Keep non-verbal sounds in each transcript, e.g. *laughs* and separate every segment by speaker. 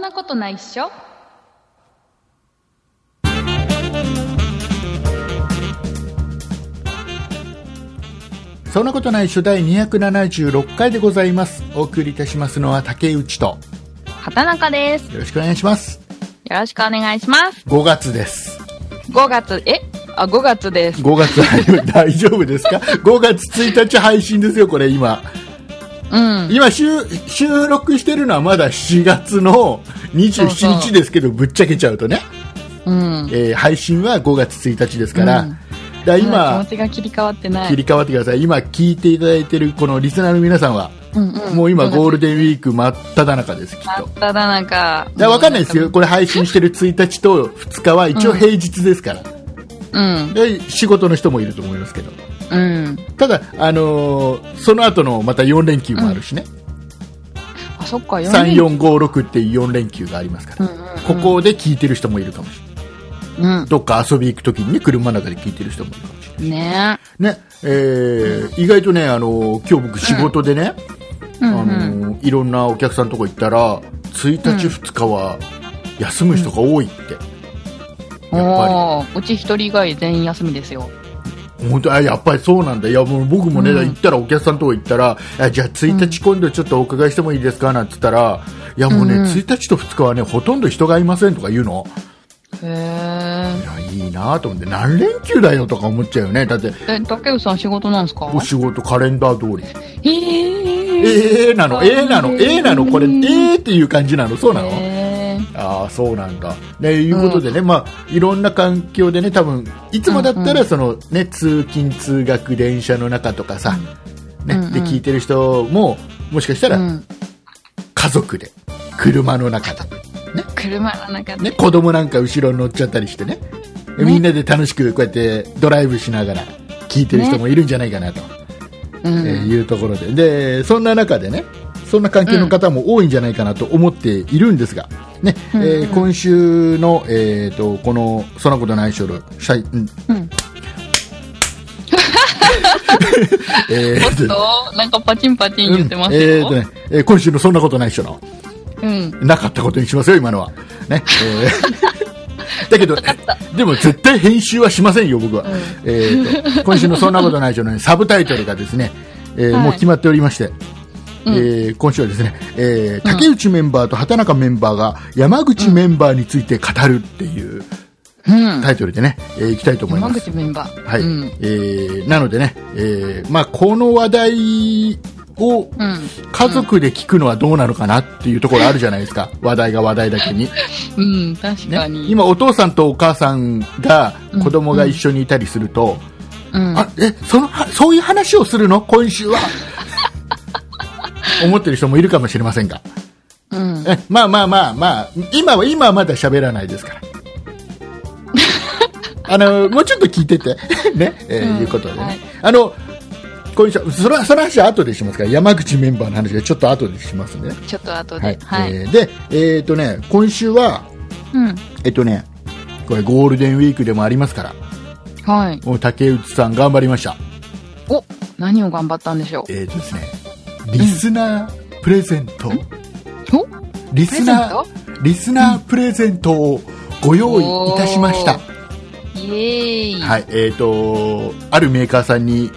Speaker 1: なことないっしょ
Speaker 2: そんなことない初第276回でございます。お送りいたしますのは竹内と、
Speaker 1: 畑中です
Speaker 2: よろしくお願いします。
Speaker 1: よろしくお願いします
Speaker 2: 5月です。
Speaker 1: 5月えあ5月です
Speaker 2: 5月は大丈夫ですか *laughs* ?5 月1日配信ですよ、これ今。
Speaker 1: うん
Speaker 2: 今収、収録してるのはまだ7月の27日ですけど、ぶっちゃけちゃうとね、
Speaker 1: うん
Speaker 2: えー配信は5月1日ですから、
Speaker 1: うん
Speaker 2: だから
Speaker 1: まだ
Speaker 2: 今
Speaker 1: 気持、ちが切り替わってない
Speaker 2: 切り替わってください。今聞いていただいてるこのリスナーの皆さんは、
Speaker 1: うんうん
Speaker 2: もう今ゴー
Speaker 1: ル
Speaker 2: ルデンウィーク真っ只中です、きっ
Speaker 1: 真
Speaker 2: と
Speaker 1: っ。只中
Speaker 2: だからわかんないですよ。これ配信してる1日と2日は一応平日ですから。
Speaker 1: うん
Speaker 2: で仕事の人もいると思いますけど。
Speaker 1: うん
Speaker 2: ただ、あのーその後のまた4連休もあるしね。
Speaker 1: あそっか4
Speaker 2: 3、4、5、6っていう4連休がありますから。
Speaker 1: うんうんうん
Speaker 2: ここで聞いてる人もいるかもしれない。
Speaker 1: うん
Speaker 2: どっか遊び行くときにね、車の中で聞いてる人もいるかもしれない。
Speaker 1: ね
Speaker 2: ね、えー、意外とね、あのー今日僕仕事でね、
Speaker 1: うん
Speaker 2: あ
Speaker 1: うん
Speaker 2: のーいろんなお客さんのとこ行ったら、1日2日は休む人が多いって。やっぱり
Speaker 1: おーうち一人以外全員休みですよ
Speaker 2: 本当あやっぱりそうなんだいやもう僕もね、
Speaker 1: うん
Speaker 2: 行ったらお客さんとこ行ったらあじゃあ1日今度ちょっとお伺いしてもいいですかなんて言ったらいやもうね、
Speaker 1: うんうん
Speaker 2: 1日と2日はねほとんど人がいませんとか言うの
Speaker 1: へー
Speaker 2: いやいいなと思って何連休だよとか思っちゃうよねだって
Speaker 1: え竹内さん仕事なんですか
Speaker 2: お仕事カレンダー通り
Speaker 1: えー、
Speaker 2: ええなのええなのええなのこれえ
Speaker 1: うん
Speaker 2: えっていう感じなのそうなの、
Speaker 1: え
Speaker 2: ああそうなんだ。ねいうことでね、まあいろんな環境でね多分いつもだった
Speaker 1: うん
Speaker 2: らその、ね通勤通学電車の中とかさ、
Speaker 1: う
Speaker 2: ね
Speaker 1: んうん
Speaker 2: で聞いてる人ももしかした
Speaker 1: ーう
Speaker 2: ら
Speaker 1: ん、
Speaker 2: 家族で車の中で、
Speaker 1: 車の中で、
Speaker 2: ね、子供なんか後ろに乗っちゃったりしてね
Speaker 1: ね
Speaker 2: みんなで楽しくこうやってドライブしながら聞いてる人もいるんじゃないかなと、
Speaker 1: う
Speaker 2: え
Speaker 1: ん
Speaker 2: ーいうところででそんな中でねそんな環境の方も多いんじゃないかなと思っているんですが、ねえ
Speaker 1: うん
Speaker 2: ー今週の、えー、とこの「そんなことないしょる」しゃいうん
Speaker 1: うん、
Speaker 2: え
Speaker 1: *laughs* おっ
Speaker 2: ーと
Speaker 1: となんかパチンパチン言ってます
Speaker 2: うんえー
Speaker 1: よ、
Speaker 2: とねえー今週の「そんなことないしょ」の
Speaker 1: うん
Speaker 2: なかったことにしますよ今のは、ねえー *laughs* だけどでも絶対編集はしませんよ僕は、
Speaker 1: うん
Speaker 2: えーと今週の「そんなことないしょ」のねサブタイトルがですね、えー
Speaker 1: はい
Speaker 2: もう決まっておりまして
Speaker 1: うん
Speaker 2: えー今週はですね、えー竹内メンバーと畑中メンバーが山口メンバーについて語るっていう
Speaker 1: うん
Speaker 2: タイトルでね、えーいきたいと思いま
Speaker 1: 山
Speaker 2: す。
Speaker 1: 口メンバー
Speaker 2: はい、
Speaker 1: うん
Speaker 2: えーなのでね、えーまあ、この話題を
Speaker 1: うん
Speaker 2: 家族で聞くのはどうなのかなっていうところあるじゃないですか。話題が話題だけに。
Speaker 1: うん、確か
Speaker 2: ね
Speaker 1: に、、
Speaker 2: 今お父さんとお母さんが子供が一緒にいたりすると、
Speaker 1: うん、
Speaker 2: あ、え、そのは、そういう話をするの今週
Speaker 1: *laughs*
Speaker 2: は。思ってる人もいるかもしれませんが。
Speaker 1: うん
Speaker 2: えまあまあまあまあ、今は、今はまだ喋らないで
Speaker 1: *laughs*
Speaker 2: すから。あの、もうちょっと聞いてて、 *laughs* ね、えー
Speaker 1: うん
Speaker 2: いうことでね。
Speaker 1: はい
Speaker 2: あの、今週、その、その話は後でしますから、山口メンバーの話はちょっと後でしますんでね。
Speaker 1: ちょっと後
Speaker 2: はい
Speaker 1: で。はい、
Speaker 2: えーで、えっ、とね、今週は、
Speaker 1: うん
Speaker 2: えっ、とね、これゴールデンウィークでもありますから、
Speaker 1: はい
Speaker 2: もう竹内さん頑張りました。
Speaker 1: お何を頑張ったんでしょ
Speaker 2: えーとですね、リスナープレゼン
Speaker 1: う
Speaker 2: ト、
Speaker 1: お
Speaker 2: リ
Speaker 1: プレゼ
Speaker 2: ス
Speaker 1: ン
Speaker 2: ナ
Speaker 1: ト
Speaker 2: ー、リスナープレゼントをご用意いたしました。
Speaker 1: イエーイ、
Speaker 2: はい、えっ、と、あるメーカーさんに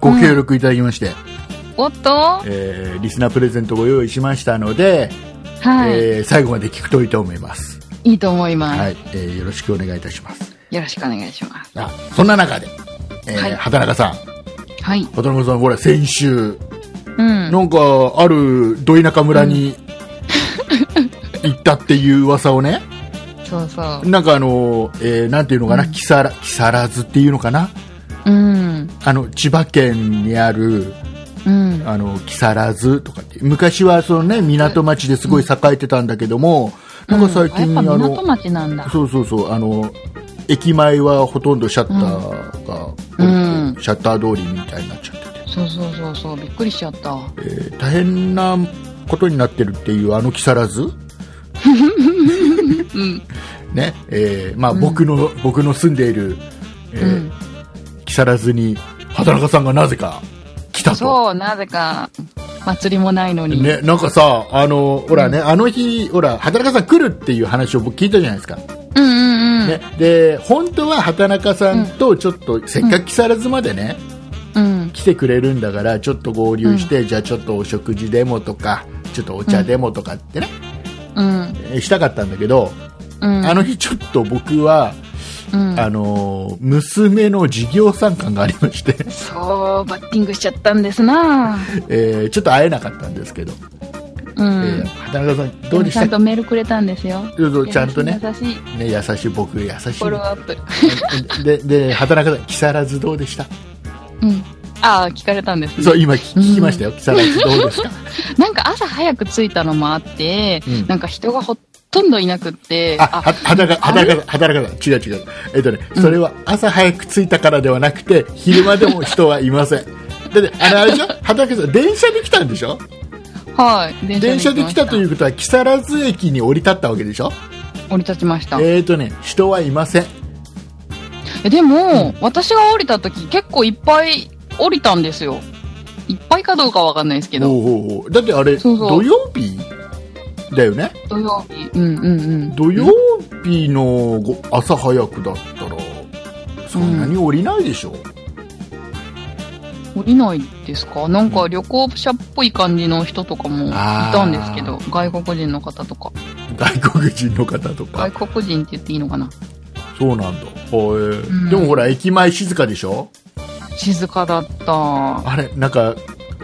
Speaker 2: ご協力いただきまして、
Speaker 1: おっと
Speaker 2: えーリスナープレゼントご用意しましたので、
Speaker 1: はい、
Speaker 2: えー最後まで聞くといいと思います。
Speaker 1: いいと思います、
Speaker 2: はい、えーよろしくお願いいたします。
Speaker 1: よろしくお願いします
Speaker 2: あ、そんな中で、えー
Speaker 1: はい
Speaker 2: 畑中さん、
Speaker 1: はい
Speaker 2: 畑中さん、これ先週、
Speaker 1: うん
Speaker 2: なんか、あるど田舎村に、行ったっていう噂をね、
Speaker 1: そうそう
Speaker 2: なんかあの、えーなんていうのかな、木更木更津っていうのかな、
Speaker 1: うん
Speaker 2: あの、千葉県にある、
Speaker 1: うん
Speaker 2: あの木更津とかって昔はその、ね、港町ですごい栄えてたんだけども、なんか最近、
Speaker 1: うん、や
Speaker 2: あ
Speaker 1: っぱ港
Speaker 2: の
Speaker 1: 町なんだ
Speaker 2: そうそうそうあの駅前はほとんどシャッターが降りて、
Speaker 1: うん
Speaker 2: シャッター通りみたいになっちゃってて、
Speaker 1: そうそうそうそうびっくりしちゃったう
Speaker 2: えー大変なことになってるっていうあの木
Speaker 1: *laughs*
Speaker 2: 更津
Speaker 1: ん
Speaker 2: ねえーまあ、
Speaker 1: うん
Speaker 2: 僕の、僕の住んでいる、え
Speaker 1: う
Speaker 2: ー
Speaker 1: ん
Speaker 2: 木更津に畑中さんがなぜか来たと
Speaker 1: そうなぜか祭りもないのに。
Speaker 2: ね、なんかさ、あの、ほらね、あの日、ほら、畑中さん来るっていう話を僕聞いたじゃないですか。
Speaker 1: うんうんうん。
Speaker 2: ね、で、本当は畑中さんとちょっと、せっかく木更津までね、
Speaker 1: うん。
Speaker 2: 来てくれるんだから、ちょっと合流して、じゃあちょっとお食事でもとか、ちょっとお茶でもとかってね、
Speaker 1: うん。
Speaker 2: えしたかったんだけど、
Speaker 1: うん。
Speaker 2: あの日ちょっと僕は、
Speaker 1: うん、
Speaker 2: あの、娘の事業参観がありまして、 *laughs*
Speaker 1: そう、バッティングしちゃったんですな。
Speaker 2: えーちょっと会えなかったんですけど、
Speaker 1: う
Speaker 2: え
Speaker 1: ん
Speaker 2: ー。畑中さん、どうでし
Speaker 1: ちゃ
Speaker 2: た
Speaker 1: んと
Speaker 2: か
Speaker 1: メールくれたんですよ。
Speaker 2: そうそうちゃんとね、
Speaker 1: 優しい
Speaker 2: ね、優しい僕優し
Speaker 1: フォロー
Speaker 2: い
Speaker 1: アップ。
Speaker 2: *laughs* でで畑中さん木更津どうでした
Speaker 1: うん。ああ、聞かれたんですね
Speaker 2: そう今聞聞きましたよ、木更津どう *laughs* ですか
Speaker 1: なんか朝早く着いたのもあって、
Speaker 2: うん
Speaker 1: なんか人がほとんどいなくって、
Speaker 2: あは畑中畑中さん畑中さん違う違うえっとねそれは朝早く着いたからではなくて昼間でも人はいませんだってあのあれでしょ畑中さん電車で来たんでしょ
Speaker 1: はい、。
Speaker 2: 電車で来たといううことは木更津駅に降り立ったわけでしょ
Speaker 1: 降り立ちました。
Speaker 2: えっ、とね人はいません
Speaker 1: えでも、私が降りた時結構いっぱい降りたんですよ。いっぱいかどうかわかんないですけ
Speaker 2: お
Speaker 1: ど、
Speaker 2: うおうおうだってあれ
Speaker 1: そうそう
Speaker 2: 土曜日だよね
Speaker 1: 土曜日。うんうんうん。
Speaker 2: 土曜日のご朝早くだったらそんなに降りないでしょ、
Speaker 1: 降りないですかなんか旅行者っぽい感じの人とかもいたんですけど、外国人の方とか。
Speaker 2: 外国人の方とか
Speaker 1: 外国人って言っていいのかな
Speaker 2: そうなんだ、ほえー
Speaker 1: うん
Speaker 2: でもほら駅前静かでしょ
Speaker 1: 静かだった。
Speaker 2: あれなんか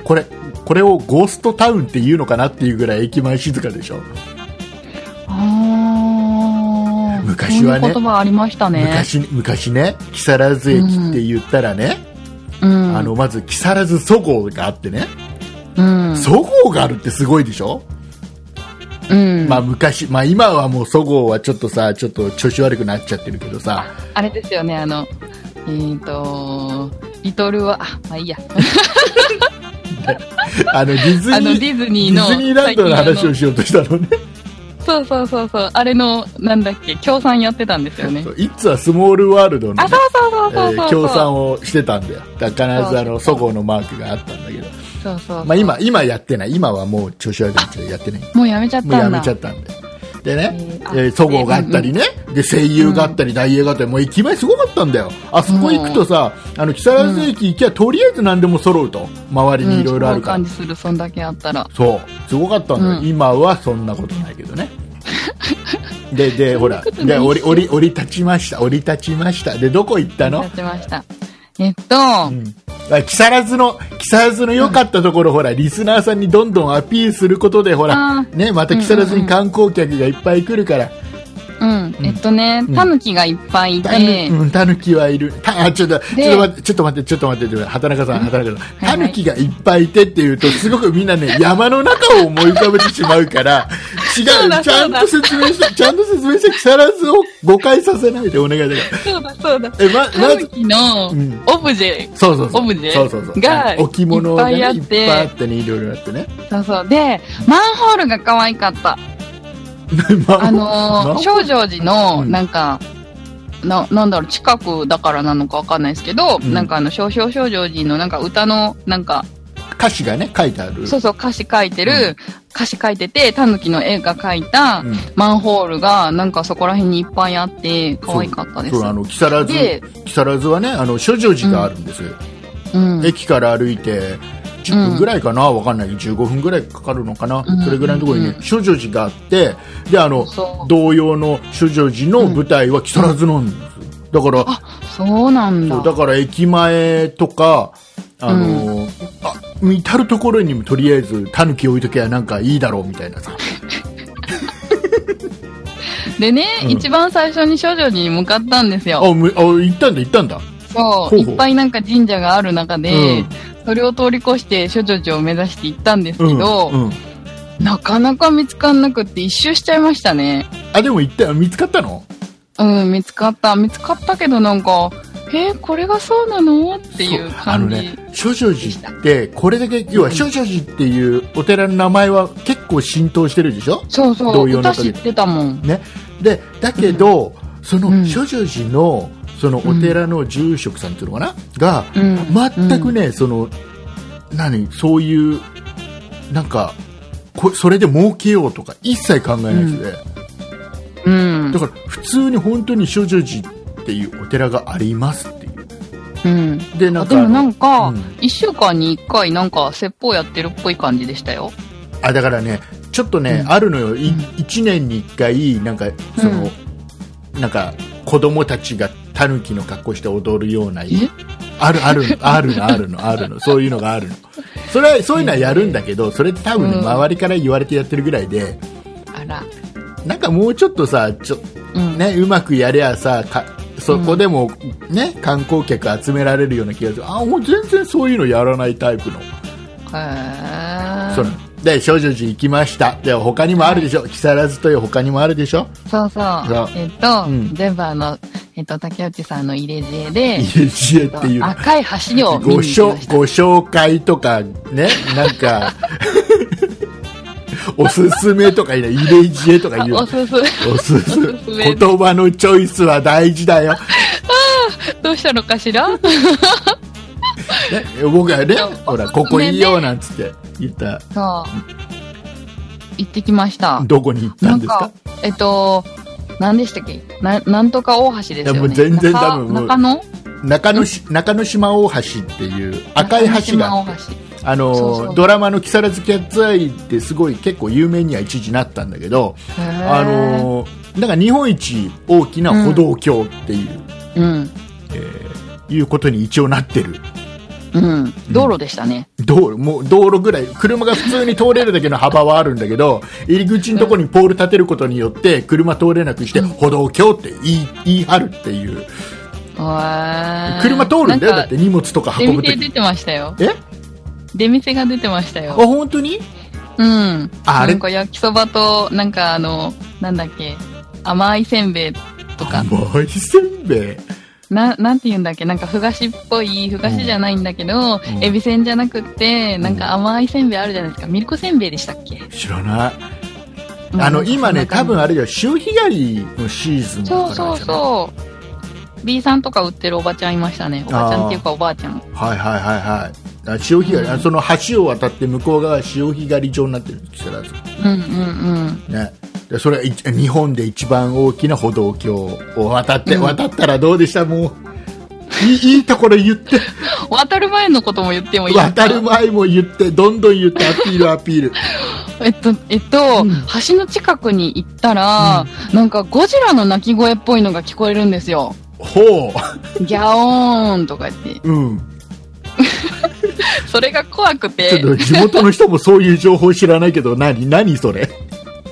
Speaker 2: これこれをゴーストタウンっていうのかなっていうぐらい駅前静かでしょ、
Speaker 1: あー
Speaker 2: 昔はね
Speaker 1: そういう言葉ありましたね。
Speaker 2: 昔昔ね木更津駅って言ったらね、
Speaker 1: うん、
Speaker 2: あのまず木更津そごうがあってね
Speaker 1: うん、
Speaker 2: そごうがあるってすごいでしょ、
Speaker 1: うん、
Speaker 2: まあ
Speaker 1: あ、
Speaker 2: 昔、まあ今はもうそごうはちょっとさちょっと調子悪くなっちゃってるけ
Speaker 1: *laughs*
Speaker 2: どさ
Speaker 1: れですよね、あの、えっ、と、リトルは、あまあいいや、
Speaker 2: あのディズニー
Speaker 1: あの、ディズニーの、
Speaker 2: ディズニーランドの
Speaker 1: 最近
Speaker 2: 話
Speaker 1: あ
Speaker 2: をしようとしたのね。
Speaker 1: そうそうそうそう、あれの、なんだっけ、協賛やってたんですよね。
Speaker 2: *laughs* いつはスモールワールドの
Speaker 1: あ、
Speaker 2: ね
Speaker 1: そうそうそう
Speaker 2: え
Speaker 1: そうそう。
Speaker 2: ー協賛をしてたんだよ。だから必ずあの、
Speaker 1: そ
Speaker 2: そ
Speaker 1: こ
Speaker 2: ごうのマークがあったんだけど。
Speaker 1: そうそうそう。
Speaker 2: まあ今、今やってない。今はもう調子悪くなっちゃうやってない。も
Speaker 1: もうやめちゃったん
Speaker 2: う
Speaker 1: だ。
Speaker 2: やめちゃったんだよ。でね
Speaker 1: え、ーあ
Speaker 2: えー、そごうがあったりね、で、声優があったり、大映があったり、もう駅前すごかったんだよ。あそこ行くとさ、あの、木更津駅行きゃとりあえず何でも揃うと。周りにいろいろあるか
Speaker 1: うん
Speaker 2: ら
Speaker 1: そ。ういう感じする、そんだけあったら。
Speaker 2: そう。すごかったんだよ。
Speaker 1: うん
Speaker 2: 今はそんなことないけ
Speaker 1: *laughs*
Speaker 2: どね。で、で、ほら、
Speaker 1: ことない
Speaker 2: で、降り、降り、降り立ちました。降り立ちました。で、どこ行ったの
Speaker 1: やってました。えっと、
Speaker 2: うん。あ木更津の、木更津の良かったところ、ほら、リスナーさんにどんどんアピールすることで、ほら、
Speaker 1: あ
Speaker 2: ね、また木更津に観光客がいっぱい来るから、
Speaker 1: うん、えっとね
Speaker 2: うん、
Speaker 1: タヌキがいっぱいい
Speaker 2: た
Speaker 1: て、
Speaker 2: ぬ、うん、たぬきはいる。た、あ、ちょっと、ち
Speaker 1: で
Speaker 2: ょっと待って、ちょっと待って、ちょっと待って、ちょっと待って畑中さん、畑中さん。た
Speaker 1: はいはい
Speaker 2: ぬきがいっぱいいてっていうと、すごくみん
Speaker 1: *laughs*
Speaker 2: なね、山の中を思い浮かべてしまうから、違
Speaker 1: そう
Speaker 2: う、
Speaker 1: だ
Speaker 2: ちゃんと説明して、ちゃんと説明して、木更津を誤解させないでお願いだか
Speaker 1: そうだそうだ。
Speaker 2: ら。え、ま、
Speaker 1: タ
Speaker 2: ま
Speaker 1: ヌ
Speaker 2: ず、
Speaker 1: キの
Speaker 2: うん
Speaker 1: オブジェ、
Speaker 2: そうそうそう。
Speaker 1: オブジェ
Speaker 2: そうそうそう。
Speaker 1: が
Speaker 2: 置物がね、
Speaker 1: いっぱいあっ
Speaker 2: いってぱいあってね、いろいろあってね。
Speaker 1: そうそう。で、マンホールが可愛かった。 *laughs* あ
Speaker 2: *laughs*
Speaker 1: のー、少女寺の、
Speaker 2: うん
Speaker 1: なんか、な、なんだろう、近くだからなのかわかんないですけど、
Speaker 2: うん
Speaker 1: なんかあの、少々少女寺のなんか歌の、なんか、
Speaker 2: 歌詞がね、書いてある。
Speaker 1: そうそう歌詞書いてる、
Speaker 2: うん
Speaker 1: 歌詞書いてて、タヌキの絵が書いた
Speaker 2: うん
Speaker 1: マンホールが、なんかそこら辺にいっぱいあって、可愛かったです。
Speaker 2: そう、あの、木更津
Speaker 1: で、
Speaker 2: 木更津はね、あの、諸女寺があるんですよ。
Speaker 1: うん。
Speaker 2: 駅から歩いて10分ぐらいかな、わかんない15分ぐらいかかるのかな、
Speaker 1: うん
Speaker 2: それぐらいのところにね、
Speaker 1: う
Speaker 2: 諸女寺があってであの
Speaker 1: そう
Speaker 2: 同様の諸女寺の舞台は木更津なんですよだから、
Speaker 1: そうなん
Speaker 2: そう
Speaker 1: だ。
Speaker 2: だから駅前とかあの、あ至る所にもとりあえずタヌキ置いときゃなんかいいだろうみたいなさ
Speaker 1: でね、
Speaker 2: うん
Speaker 1: 一番最初に少女寺に向かったんですよ。
Speaker 2: あむあ行ったんだ行ったんだ
Speaker 1: そ
Speaker 2: ほ
Speaker 1: う、
Speaker 2: うほう
Speaker 1: いっぱいなんか神社がある中で、
Speaker 2: うん
Speaker 1: それを通り越して諸女寺を目指して行ったんですけ
Speaker 2: うん、
Speaker 1: ど、
Speaker 2: うん、
Speaker 1: なかなか見つかんなくって一周しちゃいましたね。
Speaker 2: あでも行った見つかったの
Speaker 1: うん、見つかった。見つかったけどなんか、えーこれがそうなのっていう
Speaker 2: そうあ
Speaker 1: 感
Speaker 2: の
Speaker 1: じ。
Speaker 2: ね諸女寺ってこれだけ要は諸女寺っていうお寺の名前は結構浸透してるでしょ
Speaker 1: そうそう
Speaker 2: 同様の
Speaker 1: 歌
Speaker 2: 時
Speaker 1: 知ってたもん。
Speaker 2: ねでだけど、その
Speaker 1: うん
Speaker 2: 諸女寺のそのお寺の住職さんっていうのかな、が
Speaker 1: うん。
Speaker 2: 全くね、その何そういうなんかこそれで儲けようとか一切考えない人で、
Speaker 1: うん
Speaker 2: だ。から普通に本当に諸女寺っていうお寺がありますっていう
Speaker 1: うん。
Speaker 2: で
Speaker 1: あ
Speaker 2: なん
Speaker 1: で
Speaker 2: かあ
Speaker 1: も
Speaker 2: の
Speaker 1: なん
Speaker 2: う
Speaker 1: か
Speaker 2: ん、
Speaker 1: 一週間に一回なんか説法やってるっぽい感じでしたよ。
Speaker 2: あだからねちょっとね、
Speaker 1: うん
Speaker 2: あるのよ、い
Speaker 1: うん
Speaker 2: 1年に1回なんかその、なんか子供たちがタヌキの格好して踊るような
Speaker 1: え
Speaker 2: あるあるあるのあるのあるのそういうのがあるのそれはそういうのはやるんだけどそれって多分ね、
Speaker 1: うん
Speaker 2: 周りから言われてやってるぐらいで
Speaker 1: あら。
Speaker 2: なんかもうちょっとさちょ、
Speaker 1: うん。
Speaker 2: ね、うまくやりゃさかそこでも、ね観光客集められるような気がするあもう全然そういうのやらないタイプの
Speaker 1: へー
Speaker 2: そうなので少女寺行きましたで他にもあるでしょ、木更津という他にもあるでしょ
Speaker 1: そうそう
Speaker 2: そう。
Speaker 1: えっと、
Speaker 2: うん
Speaker 1: 全部あの、えっと、竹内さんの入れ知恵で、
Speaker 2: 家知恵っていうの
Speaker 1: 赤い橋を見に
Speaker 2: ご
Speaker 1: 行き
Speaker 2: しょ
Speaker 1: ました。
Speaker 2: ご紹介とかねなんか *laughs* おすすめとか言うの入れ知恵とか
Speaker 1: あ
Speaker 2: 言う
Speaker 1: お
Speaker 2: の
Speaker 1: すすめ。
Speaker 2: おすす
Speaker 1: おすすめ
Speaker 2: 言葉のチョイスは大事だよ、
Speaker 1: *laughs* どうしたのかしら
Speaker 2: ね、僕はね
Speaker 1: そう
Speaker 2: ほ
Speaker 1: お
Speaker 2: ら
Speaker 1: すすめ
Speaker 2: こ
Speaker 1: ね
Speaker 2: こいいよなんつって言った
Speaker 1: そう。行ってきました。
Speaker 2: どこに行った
Speaker 1: なんん
Speaker 2: ですか
Speaker 1: か、えっと、何でしたっけななんとか大橋ですよ、
Speaker 2: いや
Speaker 1: ね。
Speaker 2: もう全然
Speaker 1: 中
Speaker 2: 多分もう
Speaker 1: 中野
Speaker 2: 中野し中野島大橋っていう赤い橋があっ
Speaker 1: 中
Speaker 2: て
Speaker 1: 野島
Speaker 2: あの
Speaker 1: そうそう
Speaker 2: ドラマの「木更津キャッツアイ」ってすごい結構有名には一時なったんだけど、
Speaker 1: 大橋。へー
Speaker 2: あのなんか日本一大きな歩道橋ってい
Speaker 1: う
Speaker 2: う,、
Speaker 1: ん。
Speaker 2: いうことに一応なってる
Speaker 1: うん。道路でしたね。
Speaker 2: 道路もう道路ぐらい車が普通に通れるだけの幅はあるんだけど入り口のとこにポール立てることによって車通れなくして歩道橋って言い言い張るっていう
Speaker 1: へー
Speaker 2: 車通るんだよ
Speaker 1: な
Speaker 2: だ
Speaker 1: か
Speaker 2: って荷物とか
Speaker 1: 出
Speaker 2: 運ぶと
Speaker 1: 店
Speaker 2: き
Speaker 1: 出てましたよ。
Speaker 2: え
Speaker 1: 出店が出てました
Speaker 2: あ
Speaker 1: よ。
Speaker 2: 本当に
Speaker 1: うん。
Speaker 2: ああれ
Speaker 1: なんか焼きそばと、なんかあの、なんだっけ、甘いせんべいとか、
Speaker 2: 甘いせんべい
Speaker 1: な、なんて言うんだっけ、なんかふ菓子っぽい、ふ菓子じゃないんだけど、
Speaker 2: ん
Speaker 1: エビせんじゃなくって、なんか甘いせんべいあるじゃないですか。ミルクせんべいでしたっけ
Speaker 2: 知らないあの
Speaker 1: うん
Speaker 2: 今ね、
Speaker 1: なんか
Speaker 2: 多分あれだよ、潮干狩りのシーズンだから
Speaker 1: そうそう
Speaker 2: じゃない
Speaker 1: そう。B さんとか売ってるおばちゃんいましたね。おばちゃんっていうかおばあちゃん。
Speaker 2: はいはいはいはい。あ潮干狩り、あその橋を渡って向こう側が潮干狩り場になってるんですから、
Speaker 1: うんうんうん。
Speaker 2: ね。でそれはい日本で一番大きな歩道橋を渡って、
Speaker 1: うん
Speaker 2: 渡ったらどうでしたもういいいいところ言って
Speaker 1: 渡る前のことも言ってもいいですか
Speaker 2: 渡る前も言ってどんどん言ってアピールアピール
Speaker 1: えっと、えっと、橋の近くに行ったら、なんかゴジラの鳴き声っぽいのが聞こえるんですよ。
Speaker 2: ほ
Speaker 1: ギャオーンとか言って。
Speaker 2: う、うん、
Speaker 1: それが怖く、
Speaker 2: ちょってと地元の人もそういう情報知らないけど何何それ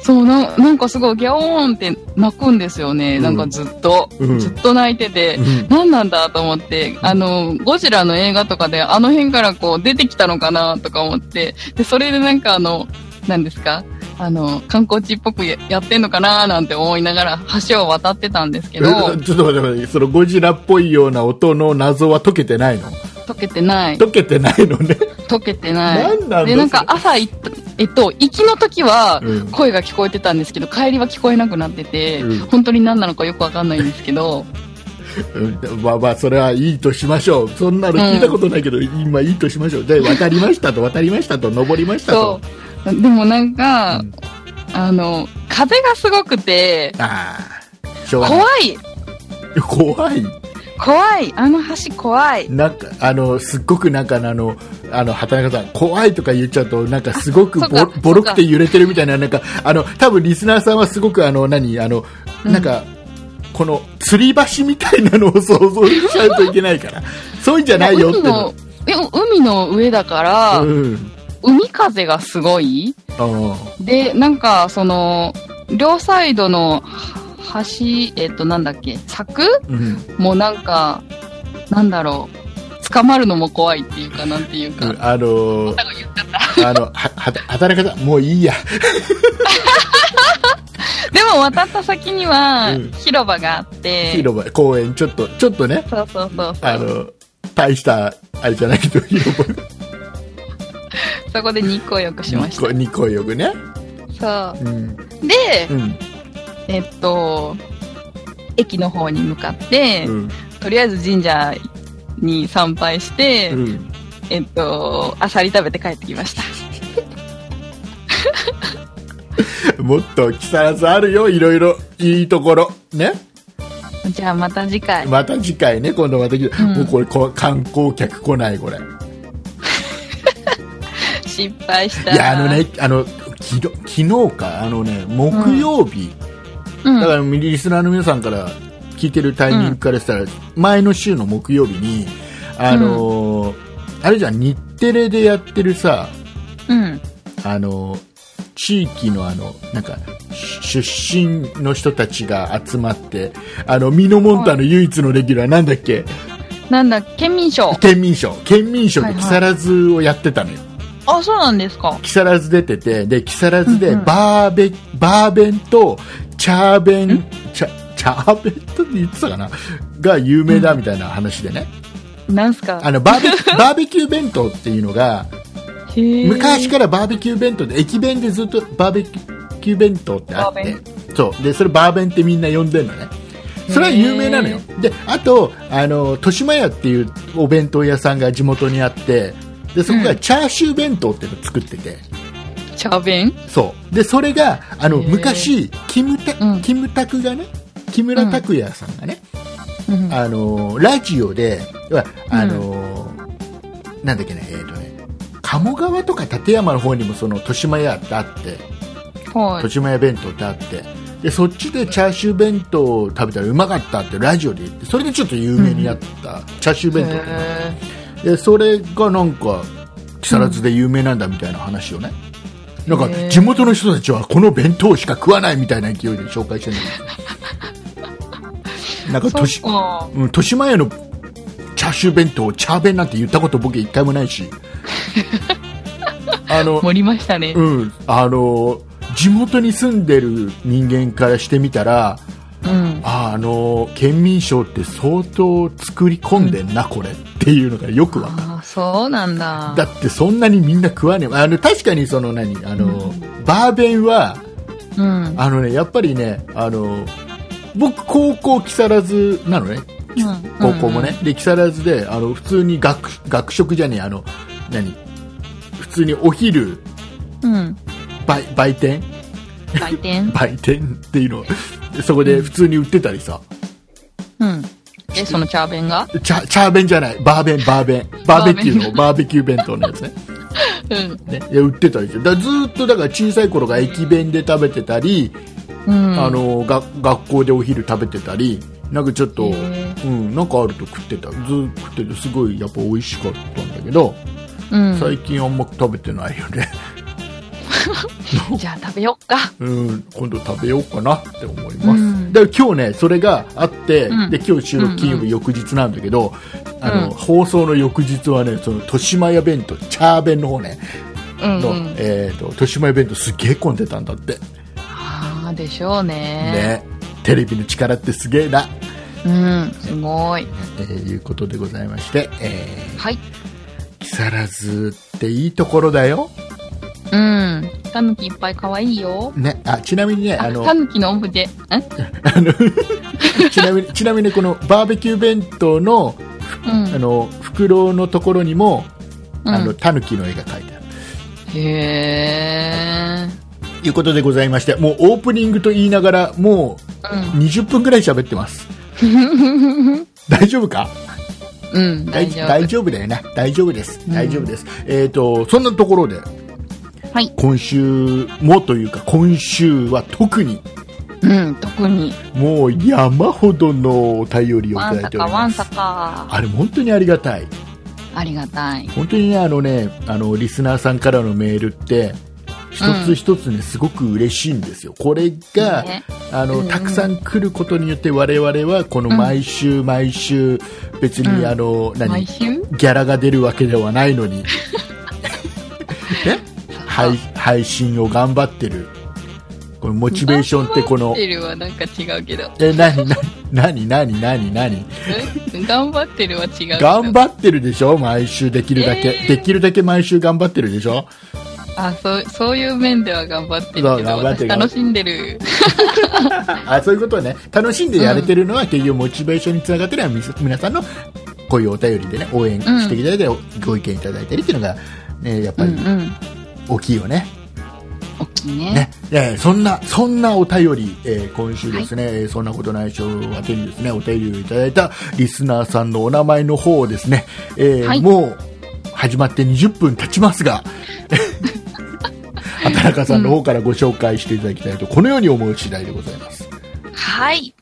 Speaker 1: そうな、なんかすごいギャオーンって泣くんですよね。
Speaker 2: うん
Speaker 1: なんかずっと、
Speaker 2: うん
Speaker 1: ずっと泣いてて。
Speaker 2: うん
Speaker 1: 何なんだと思って、あの、ゴジラの映画とかであの辺からこう出てきたのかなとか思って、で、それでなんかあの、何ですかあの、観光地っぽくややってんのかななんて思いながら橋を渡ってたんですけど、
Speaker 2: えちょっと待って待ってそのゴジラっぽいような音の謎は解けてないの
Speaker 1: 溶けてない。
Speaker 2: 溶けてないのね
Speaker 1: 溶けてない。
Speaker 2: 何なんだ
Speaker 1: で、なんか朝行った、えっと、行きの時は
Speaker 2: うん
Speaker 1: 声が聞こえてたんですけど、帰りは聞こえなくなってて、
Speaker 2: うん
Speaker 1: 本当に何なのかよくわかんないんですけど、
Speaker 2: うんまあまあそれはいいとしましょうそんなの聞いたことないけど、今いいとしましょうで渡りましたと渡りましたと登りました
Speaker 1: そ
Speaker 2: と
Speaker 1: う。でもなんか、
Speaker 2: うん
Speaker 1: あの、風がすごくて、
Speaker 2: ああしょうがな
Speaker 1: 怖
Speaker 2: い
Speaker 1: い
Speaker 2: 怖い
Speaker 1: 怖いあの橋怖い
Speaker 2: なんかあのすっごくなんかあのあの畑中さん怖いとか言っちゃうとなんかすごく
Speaker 1: あそっ
Speaker 2: ボ
Speaker 1: か
Speaker 2: ロボロくて揺れてるみたいななんかあの多分リスナーさんはすごくあの何あのなんか、この吊り橋みたいなのを想像しちゃうといけないから *laughs* そういうんじゃないよって
Speaker 1: 海の
Speaker 2: の、
Speaker 1: え海の上だから、
Speaker 2: うん
Speaker 1: 海風がすごい
Speaker 2: あ
Speaker 1: で、なんか、その、両サイドの橋、えっと、なんだっけ、柵
Speaker 2: ーうん
Speaker 1: もうなんか、なんだろう、捕まるのも怖いっていうか、なんていうか。
Speaker 2: うんあのー
Speaker 1: なんか言っちゃっ
Speaker 2: あの、は、はた、働き方、もういいや。
Speaker 1: たでも渡った先には
Speaker 2: うん
Speaker 1: 広場があって、
Speaker 2: 広場、公園、ちょっと、ちょっとね、
Speaker 1: そうそうそうそ
Speaker 2: あ
Speaker 1: う
Speaker 2: の、大した、あれじゃないけど、広場、
Speaker 1: そこで日光浴 *laughs* しまし
Speaker 2: こう日光浴ね。
Speaker 1: たそ
Speaker 2: うん。
Speaker 1: うで、
Speaker 2: うん。
Speaker 1: えっと、駅の方に向かって、
Speaker 2: うん。
Speaker 1: とりあえず神社に参拝して、
Speaker 2: うん。
Speaker 1: えっと、アサリ食べて帰ってきました。
Speaker 2: もっと木更津あるよ、いろいろ、いいところ。ね。
Speaker 1: じゃあまた次回。
Speaker 2: また次回ね、今度また来て、
Speaker 1: うん
Speaker 2: もうこれこ、観光客来ない、これ。
Speaker 1: 失敗した。
Speaker 2: いや、あのね、あの、きど昨日か、あのね、木曜日、
Speaker 1: うん、
Speaker 2: だからリスナーの皆さんから聞いてるタイミングからしたら、前の週の木曜日に、あのーあれじゃん日テレでやってるさ、
Speaker 1: うん。
Speaker 2: あのー地域のあの、なんか、出身の人たちが集まって、あの、ミノモンタの唯一のレギュラー、なんだっけ、
Speaker 1: なんだ、県民賞。
Speaker 2: 県民賞。県民賞で木更津をやってたのよ。
Speaker 1: あ、そうなんですか。
Speaker 2: 木更津出てて、で、木更津
Speaker 1: う
Speaker 2: で
Speaker 1: んうん
Speaker 2: バーベ、バーベンと、チャーベン、チャ、チャーベントって言ってたかなが有名だみたいな話でね。
Speaker 1: なんすか
Speaker 2: あ。の、バーベ、バーベキュー弁当っていうのが、
Speaker 1: へー
Speaker 2: 昔からバーベキュー弁当で、駅弁でずっとバーベキュー弁当ってあっ
Speaker 1: バー
Speaker 2: て、そう。で、それバーベンってみんな呼んでるのね。それは有名なのよ。で、あと、あの、豊島屋っていうお弁当屋さんが地元にあって、で、そこがチャーシュー弁当っていうのを作ってて、
Speaker 1: チャーベン
Speaker 2: そう。で、それが、あの、
Speaker 1: へー
Speaker 2: 昔、キムタ
Speaker 1: う、ん
Speaker 2: キムタクがね、木村拓哉さんがね、
Speaker 1: うん。
Speaker 2: あのー、ラジオで、要はあのー、なんだっけね、えっ、とね、鴨川とか立山の方にもその、豊島屋ってあって、
Speaker 1: はい
Speaker 2: 豊。島屋弁当ってあって、で、そっちでチャーシュー弁当を食べたらうまかったってラジオで言って、それでちょっと有名になった、チャーシュー弁当ってね
Speaker 1: へ
Speaker 2: でそれがなんか木更津で有名なんだみたいな話をね、なんか
Speaker 1: へー
Speaker 2: 地元の人たちはこの弁当しか食わないみたいな勢いで紹介してるん
Speaker 1: *laughs*
Speaker 2: だなんか
Speaker 1: ー
Speaker 2: と
Speaker 1: そ
Speaker 2: し
Speaker 1: っ、か。
Speaker 2: うん、豊島屋のチャーシュー弁当をチャー弁なんて言ったこと僕一回もない
Speaker 1: *laughs*
Speaker 2: しあの、
Speaker 1: 盛りましたね。
Speaker 2: うん、あの地元に住んでる人間からしてみたら
Speaker 1: うん。
Speaker 2: あーあの県民賞って相当作り込んでんな、これっていうのがよくわかる
Speaker 1: あーそうなんだ。
Speaker 2: だってそんなにみんな食わねえあの確かにその何あの、
Speaker 1: う
Speaker 2: バーベンは
Speaker 1: うん。
Speaker 2: あの、ね、やっぱりねあの僕高校木更津なのね高校もね、で木更津であの普通に学学食じゃねえあの何普通にお昼
Speaker 1: うん。うん。
Speaker 2: 売売店
Speaker 1: 回転。
Speaker 2: 売店っていうのそこで普通に売ってたりさ *laughs*
Speaker 1: うん。え、そのチャーベンが
Speaker 2: チャチャーベンじゃないバーベンバーベンバーベキューのバーベキュー弁当のやつね
Speaker 1: うん。
Speaker 2: ねいや売ってたりしてだからずーっとだから小さい頃が駅弁で食べてたり、
Speaker 1: うん。
Speaker 2: あのが学校でお昼食べてたりなんかちょっと、
Speaker 1: へー
Speaker 2: うん、なんかあると食ってたずーっと食っててすごいやっぱ美味しかったんだけど、
Speaker 1: うん。
Speaker 2: 最近あんま食べてないよね、
Speaker 1: じゃあ食べよっか。
Speaker 2: うん、今度食べようかなって思います、
Speaker 1: うん
Speaker 2: だから今日ねそれがあって、
Speaker 1: うん
Speaker 2: で今日収録金曜
Speaker 1: うんう
Speaker 2: 日翌日なんだけど、あの放送の翌日はねその豊島屋弁当チャー弁の方ね
Speaker 1: うん、う
Speaker 2: の、
Speaker 1: ん。
Speaker 2: えー、と豊島屋弁当すげえ混んでたんだって
Speaker 1: ああ、でしょうね。
Speaker 2: ねテレビの力ってすげえな
Speaker 1: うん。すごい。
Speaker 2: えーいうことでございまして、え
Speaker 1: はい。
Speaker 2: ー、木更津っていいところだよ。
Speaker 1: うん。タヌキいっぱい可愛いよ。
Speaker 2: ね、あ、ちなみにね、あ
Speaker 1: あ
Speaker 2: の、
Speaker 1: タヌキのオブジェ。ん
Speaker 2: あのちなみに、ちなみにこのバーベキュー弁当の、
Speaker 1: うん。
Speaker 2: あの、袋のところにも、
Speaker 1: うん
Speaker 2: あの、タヌキの絵が描いてある。
Speaker 1: へえ。
Speaker 2: ということでございまして、もうオープニングと言いながら、もう20分くらい喋っ
Speaker 1: *laughs*
Speaker 2: てます。
Speaker 1: うん。
Speaker 2: 大丈夫か
Speaker 1: うん。
Speaker 2: 大
Speaker 1: 大丈夫。
Speaker 2: 大丈夫だよね。大丈夫です。
Speaker 1: ん
Speaker 2: 大丈夫です。えっ、と、そんなところで、
Speaker 1: はい。
Speaker 2: 今週もというか、今週は特に、
Speaker 1: うん。特に。
Speaker 2: もう山ほどのお便りをい
Speaker 1: ワ
Speaker 2: た
Speaker 1: ン
Speaker 2: だ
Speaker 1: サ
Speaker 2: いて
Speaker 1: カ、
Speaker 2: おり
Speaker 1: ワ
Speaker 2: ま
Speaker 1: ン
Speaker 2: す
Speaker 1: サ。カ。
Speaker 2: あれ本当にありがたい。
Speaker 1: ありがたい。
Speaker 2: 本当にね、あのね、あの、リスナーさんからのメールって、一
Speaker 1: う
Speaker 2: つ
Speaker 1: ん
Speaker 2: 一つね、すごく嬉しいんですよ。これが、
Speaker 1: ね
Speaker 2: あ
Speaker 1: う
Speaker 2: の、
Speaker 1: んうん
Speaker 2: たくさん来ることによって我々は、この毎週毎週、別に、
Speaker 1: うん
Speaker 2: あの、何、
Speaker 1: 毎
Speaker 2: ギ
Speaker 1: 週
Speaker 2: ャラが出るわけではない
Speaker 1: *laughs*
Speaker 2: のに、ね、配配信を頑張ってる。このモチベーションってこ
Speaker 1: 頑張
Speaker 2: の
Speaker 1: っ、てるはなんか違うけど。 *laughs*
Speaker 2: え、なになになになになに
Speaker 1: うん頑張ってるは違うけど。
Speaker 2: 頑張ってるでしょ毎週できるだけ、
Speaker 1: えー
Speaker 2: できるだけ毎週頑張ってるでしょ
Speaker 1: あ、そう、そういう面では頑張ってるけど、
Speaker 2: そう頑張ってる
Speaker 1: 私楽しんでる。
Speaker 2: あそういうことね楽しんでやれてるのは、結局モチベーションにつながってるのはみ皆さんのこういうお便りでね応援していただいて、ご意見いただいたりっていうのが、ね、やっぱ
Speaker 1: うんう
Speaker 2: り
Speaker 1: ん。
Speaker 2: 大きいよね、
Speaker 1: 大きしいね。
Speaker 2: ね、えーそんな、そんなお便り、えー今週ですね、えーそんなことないしょを当てにですね、お便りをいただいたリスナーさんのお名前の方をですね、えー
Speaker 1: はい
Speaker 2: もう始まって20分経ちま
Speaker 1: *laughs*
Speaker 2: すが、畑中さんの方からご紹介していただきたいと、このように思う次第でございます。
Speaker 1: はい。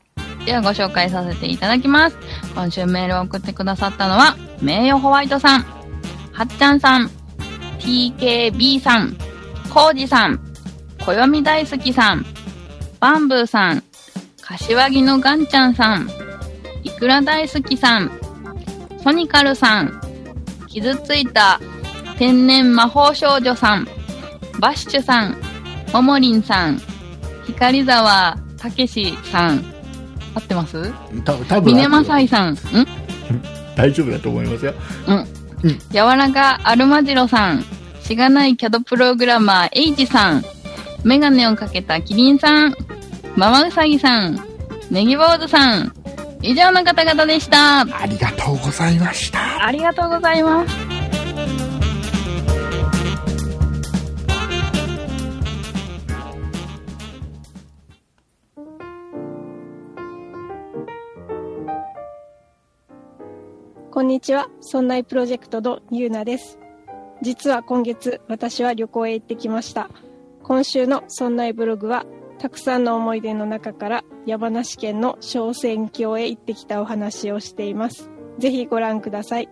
Speaker 1: ではご紹介させていただきます。今週メールを送ってくださったのは、名誉ホワイトさん、はっちゃんさん、TKB さん、コウジさん、こよみ大好きさん、バンブーさん、柏木のガンちゃんさん、いくら大好きさん、ソニカルさん、傷ついた天然魔法少女さん、バッシュさん、ももりんさん、光沢たけしさん。合ってます
Speaker 2: た多
Speaker 1: ミ
Speaker 2: 分
Speaker 1: ネマサイさん。ん
Speaker 2: 大丈夫だと思いますよ。
Speaker 1: 柔らかアルマジロさん。しがないキャドプログラマーエイジさん。メガネをかけたキリンさん。ママウサギさん。ネギ坊主さん。以上の方々でした。
Speaker 2: ありがとうございました。
Speaker 1: ありがとうございます。
Speaker 3: こんにちは、そんないプロジェクトのゆうなです。実は今月、私は旅行へ行ってきました。今週のそんないブログは、たくさんの思い出の中から山梨県の小仙峡へ行ってきたお話をしています。ぜひご覧ください。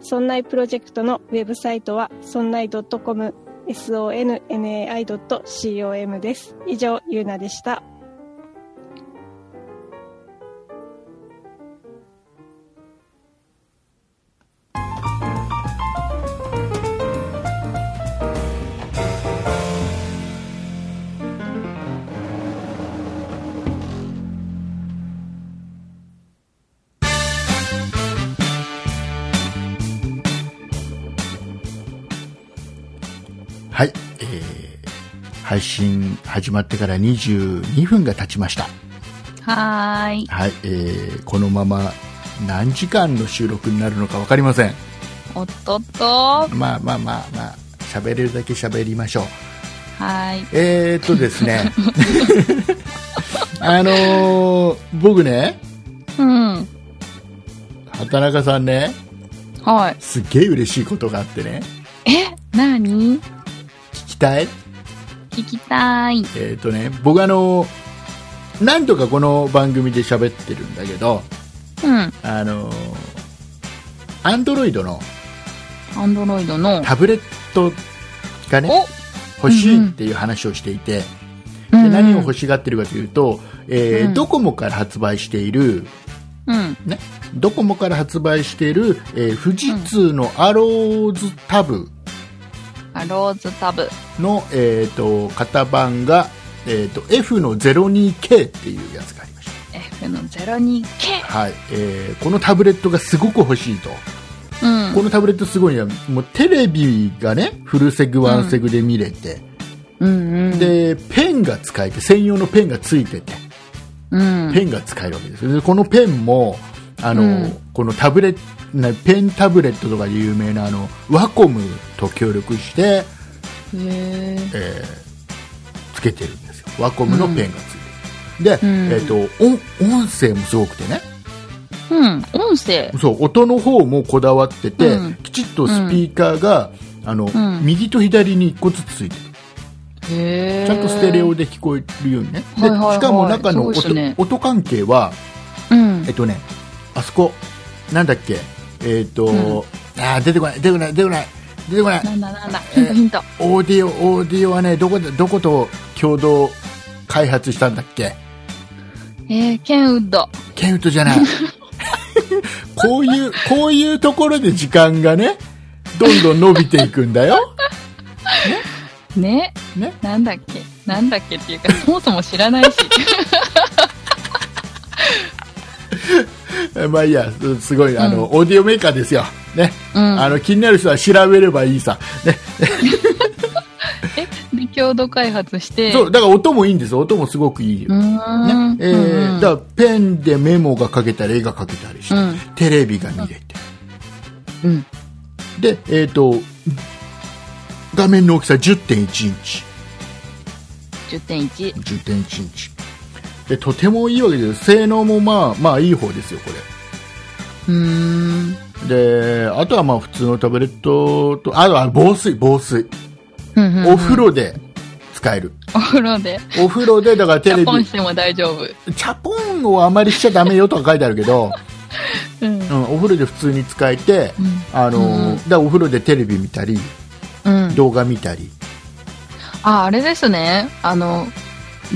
Speaker 3: そんないプロジェクトのウェブサイトは、そんない .com、sonnai.com です。以上、ゆうなでした。
Speaker 2: はい、えー配信始まってから22分が経ちました。
Speaker 1: はーい。
Speaker 2: はい、えーこのまま何時間の収録になるのか分かりません。
Speaker 1: おっとっと。は
Speaker 2: まあまあまあまあ、喋れるだけ喋りましょう。
Speaker 1: ーい。
Speaker 2: えー、っとですね、 *laughs* あのー僕ね、
Speaker 1: うん。
Speaker 2: 畑中さんね、
Speaker 1: はい。
Speaker 2: すっげえ嬉しいことがあってね、
Speaker 1: えなに
Speaker 2: 聞きたい
Speaker 1: 聞きたい。
Speaker 2: えー、っとね、僕あのー何度かこの番組で喋ってるんだけど、
Speaker 1: うん。
Speaker 2: あのアンドロイドの
Speaker 1: アンドロイドの。
Speaker 2: タブレットがね、
Speaker 1: お
Speaker 2: 欲しいっていう話をしていて、で何を欲しがってるかというと、えー
Speaker 1: うん
Speaker 2: ドコモから発売している、
Speaker 1: うん。
Speaker 2: ね、ドコモから発売している、えー富士通のアローズタブ
Speaker 1: あローズタブ。
Speaker 2: の、えー、と型番が、えー、と F の 02K っていうやつがありました。
Speaker 1: F の 02K。
Speaker 2: はいえーこのタブレットがすごく欲しいと、
Speaker 1: うん。
Speaker 2: このタブレットすごいのはもうテレビがねフルセグワンセグで見れて、
Speaker 1: うんうん。、
Speaker 2: でペンが使えて専用のペンがついてて、
Speaker 1: うん。
Speaker 2: ペンが使えるわけですよでこのペンもあの、
Speaker 1: うん
Speaker 2: このタブレットなペンタブレットとかで有名なあのワコムと協力して、
Speaker 1: へー
Speaker 2: えーつけてるんですよワコムのペンがついてる、
Speaker 1: うん
Speaker 2: で、えー、と音音声もすごくてね
Speaker 1: うん。音声。
Speaker 2: そう音の方もこだわってて、
Speaker 1: うん
Speaker 2: きちっとスピーカーが、あの
Speaker 1: ん
Speaker 2: 右と左に1個ずつついてる
Speaker 1: へー
Speaker 2: ちゃんとステレオ。で聞こえるようにね、で
Speaker 1: はいはいはい
Speaker 2: しかも中の
Speaker 1: そう
Speaker 2: 音,、
Speaker 1: ですね
Speaker 2: 音関係は
Speaker 1: うん
Speaker 2: えっ。とね、あそこ、なんだっけ、えっ、と、あー出てこない、出てこない、出てこない、出てこない、
Speaker 1: なんだなんだ。ヒントヒント。
Speaker 2: オーディオ、オーディオはね、どこで、どこと共同開発したんだっけ、
Speaker 1: えー、ケンウッド。
Speaker 2: ケンウッド
Speaker 1: *laughs*
Speaker 2: じゃない。こういう、こういうところで時間がね、どんどん伸びていくんだよ。 *laughs*
Speaker 1: ね。
Speaker 2: ね。
Speaker 1: なんだっけ。なんだっけっていうか、そもそも知らないし。
Speaker 2: えまあいいや、すすごい、あの、オーディオメーカーですよ。ね。
Speaker 1: *laughs* うん
Speaker 2: あの、気になる人は調べればいいさ。ね。
Speaker 1: え、で、共同開発して。
Speaker 2: そう、。だから音もいいんですよ。音もすごくいいよ。
Speaker 1: うー
Speaker 2: ね
Speaker 1: ん。
Speaker 2: えーだからペンでメモが書けたり絵が書けたりして、
Speaker 1: うん
Speaker 2: テレビが見れて
Speaker 1: うん。
Speaker 2: で、えー、と画面の大きさ10.1インチ
Speaker 1: 10.1。
Speaker 2: 10.1インチでとてもいいわけです性能もまあまあいい方ですよこ
Speaker 1: うーん。
Speaker 2: れであとはまあ普通のタブレットとあとは防水防水お
Speaker 1: お
Speaker 2: 風。呂で使える
Speaker 1: お風呂で。
Speaker 2: お風呂でだから
Speaker 1: チ
Speaker 2: テレビ
Speaker 1: ャポンしても大丈夫。
Speaker 2: チャポンをあまりしちゃダメよとか書いてあるけど、
Speaker 1: うん。
Speaker 2: うん、お風呂で普通に使えて、
Speaker 1: うん
Speaker 2: あの
Speaker 1: うん
Speaker 2: だからお風呂でテレビ見たり
Speaker 1: うん。
Speaker 2: 動画見たり
Speaker 1: あ、あれですね。あの、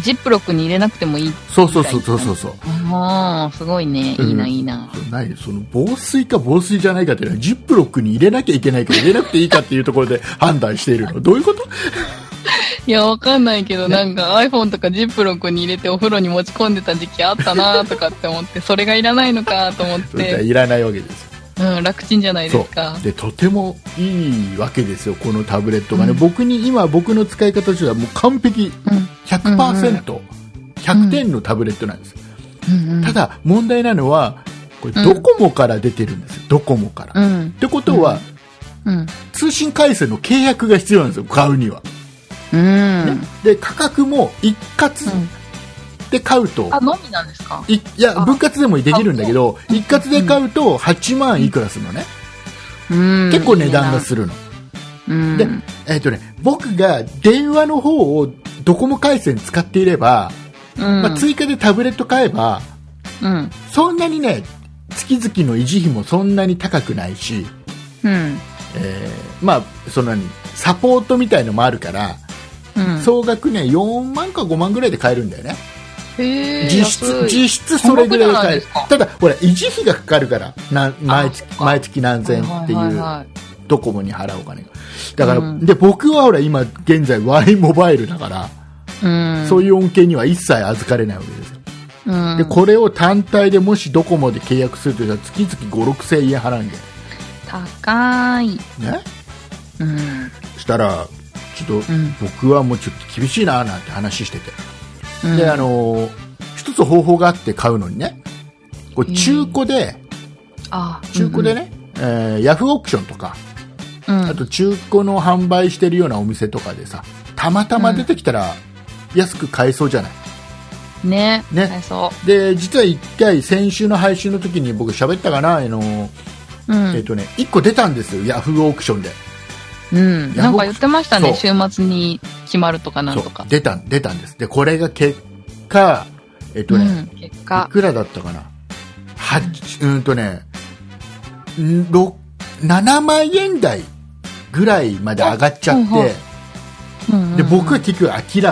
Speaker 1: ジップロックに入れなくてもいい。
Speaker 2: そうそうそうそうそうそう
Speaker 1: ああ、すごいね。いいな、
Speaker 2: うん
Speaker 1: いいな。
Speaker 2: ないその防水か防水じゃないかっていうのはジップロックに入れなきゃいけないか入れなくていいかっていうところで判断しているのどういうこと
Speaker 1: いや、わかんないけど、なんか iPhone とかジップロックに入れてお風呂に持ち込んでた時期あったなとかって思って、それがいらないのかと思っ
Speaker 2: それじゃ
Speaker 1: て、
Speaker 2: いらないわけですよ
Speaker 1: うん、楽ちんじゃないで
Speaker 2: そ
Speaker 1: すか
Speaker 2: う。でとてもいいわけですよこのタブレットがね、
Speaker 1: うん
Speaker 2: 僕に今僕の使い方としてはもう完璧
Speaker 1: うん。
Speaker 2: 100%、100点のタブレットなんですよ
Speaker 1: うん
Speaker 2: ただ問題なのはこれドコモから出てるんですよ、ドコモから、
Speaker 1: う
Speaker 2: っ
Speaker 1: ん。
Speaker 2: てことは、
Speaker 1: うん。
Speaker 2: 通信回線の契約が必要なんですよ買うには、
Speaker 1: うん。
Speaker 2: で価格も一括で買うと、
Speaker 1: あ、のみなんですか
Speaker 2: いいや
Speaker 1: あ
Speaker 2: 分割でもできるんだけど一括で買うと8万いくらするのね、
Speaker 1: うん。
Speaker 2: 結構値段がするの
Speaker 1: うん。
Speaker 2: でえっ、とね僕が電話の方をドコモ回線使っていれば、まあ、追加でタブレット買えば
Speaker 1: うん。
Speaker 2: そんなにね月々の維持費もそんなに高くないし、
Speaker 1: うん。
Speaker 2: えーまあその何サポートみたいのもあるから、
Speaker 1: うん。
Speaker 2: 総額ね4万か5万ぐらいで買えるんだよね、
Speaker 1: う。へえ。
Speaker 2: 実質
Speaker 1: 安い
Speaker 2: 実質それぐらいで買える
Speaker 1: そんなこと
Speaker 2: ただほら維持費がかかるからな毎
Speaker 1: そっ
Speaker 2: 月
Speaker 1: か
Speaker 2: 毎月何千ってい
Speaker 1: はいうはいはい
Speaker 2: ドコモに払うお金がだから、
Speaker 1: うん
Speaker 2: で僕はほら今現在 Y モバイルだから、
Speaker 1: うん。
Speaker 2: そういう恩恵には一切預かれないわけですよ、
Speaker 1: うん。
Speaker 2: でこれを単体でもしドコモで契約するとしたら月々5 6千円払うんじ
Speaker 1: 高い。
Speaker 2: ゃないね
Speaker 1: うん。
Speaker 2: したらちょっと、
Speaker 1: うん
Speaker 2: 僕はもうちょっと厳しいななんて話してて
Speaker 1: うん
Speaker 2: であのー一つ方法があって買うのにねこう中古で、
Speaker 1: あ
Speaker 2: 中古で。ね、えーヤフーオークションとか
Speaker 1: うんうん。
Speaker 2: あと中古の販売してるようなお店とかでさたまたま出てきたら安く買えそうじゃない、
Speaker 1: ね。
Speaker 2: ね
Speaker 1: 買えそ
Speaker 2: で実は1回先週の配信の時に僕喋ったかなあの
Speaker 1: う。
Speaker 2: ー、
Speaker 1: う
Speaker 2: えっ、
Speaker 1: ん。
Speaker 2: とね1個出たんですよヤフーオークションで
Speaker 1: うん。なんか言ってましたね。
Speaker 2: そ
Speaker 1: 週末に決まるとかなん
Speaker 2: そう
Speaker 1: とか。
Speaker 2: 出た出たんですでこれが結果えっ、とね、
Speaker 1: うん。結
Speaker 2: い
Speaker 1: 果。
Speaker 2: くらだったかなはうんとねんろ7万円台ぐらいまで上がっちゃって、
Speaker 1: あはいは
Speaker 2: で僕は結局諦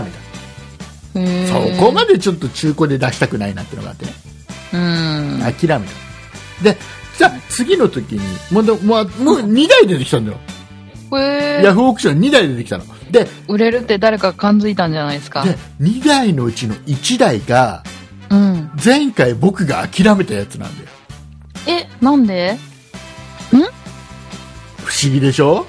Speaker 2: めた、そこま
Speaker 1: で。
Speaker 2: でちょっと中古で出したくないなってのがあってね
Speaker 1: うん。
Speaker 2: 諦めたでじゃあ次の時にもうどもうもう2台出てきたんだよ、
Speaker 1: へ
Speaker 2: ヤ
Speaker 1: え。
Speaker 2: フーオークション2台出てきたのでで
Speaker 1: 売れるって誰か感づいたんじゃないですか。
Speaker 2: 2台のうちの1台が
Speaker 1: うん。
Speaker 2: 前回僕が諦めたやつなんだよ
Speaker 1: え、なんで
Speaker 2: 不思議でしょ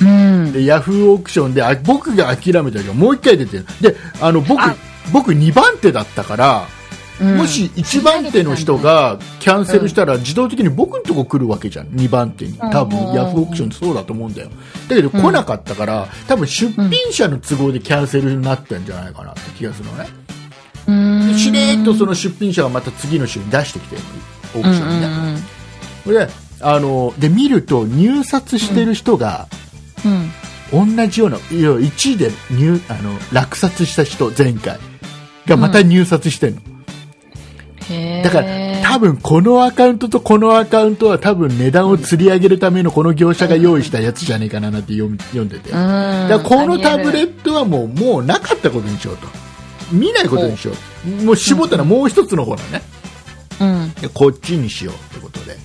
Speaker 1: うん。
Speaker 2: でヤフーオークションであ僕が諦めたけどもう一回出てるであの僕
Speaker 1: あ
Speaker 2: 僕2番手だったから、
Speaker 1: うん
Speaker 2: もし1番手の人がキャンセルしたら自動的に僕のとこ来るわけじゃん2番手に多
Speaker 1: うんうん
Speaker 2: 分
Speaker 1: うん
Speaker 2: ヤフーオークションってそうだと思うんだよだけど来なかったから多分出品者の都合でキャンセルになったんじゃないかなって気がするのね
Speaker 1: うん
Speaker 2: でしれーっとその出品者がまた次の週に出してきてるオー
Speaker 1: う
Speaker 2: ク
Speaker 1: ん
Speaker 2: シ
Speaker 1: う
Speaker 2: ョンにね
Speaker 1: ん
Speaker 2: これであので見ると入札してる人が、
Speaker 1: うんうん
Speaker 2: 同じような要は1位で入あの落札した人前回がまた入札してるの、
Speaker 1: へー
Speaker 2: だから多分このアカウントとこのアカウントは多分値段を釣り上げるためのこの業者が用意したやつじゃねえかななんて読み読んでて、だか
Speaker 1: うん
Speaker 2: らこのタブレ
Speaker 1: ッ
Speaker 2: ットはもうもうなかったことにしようと見ないことにしようもう絞ったらもう一つの方だね、
Speaker 1: トうん
Speaker 2: でこっちにしようってことで,、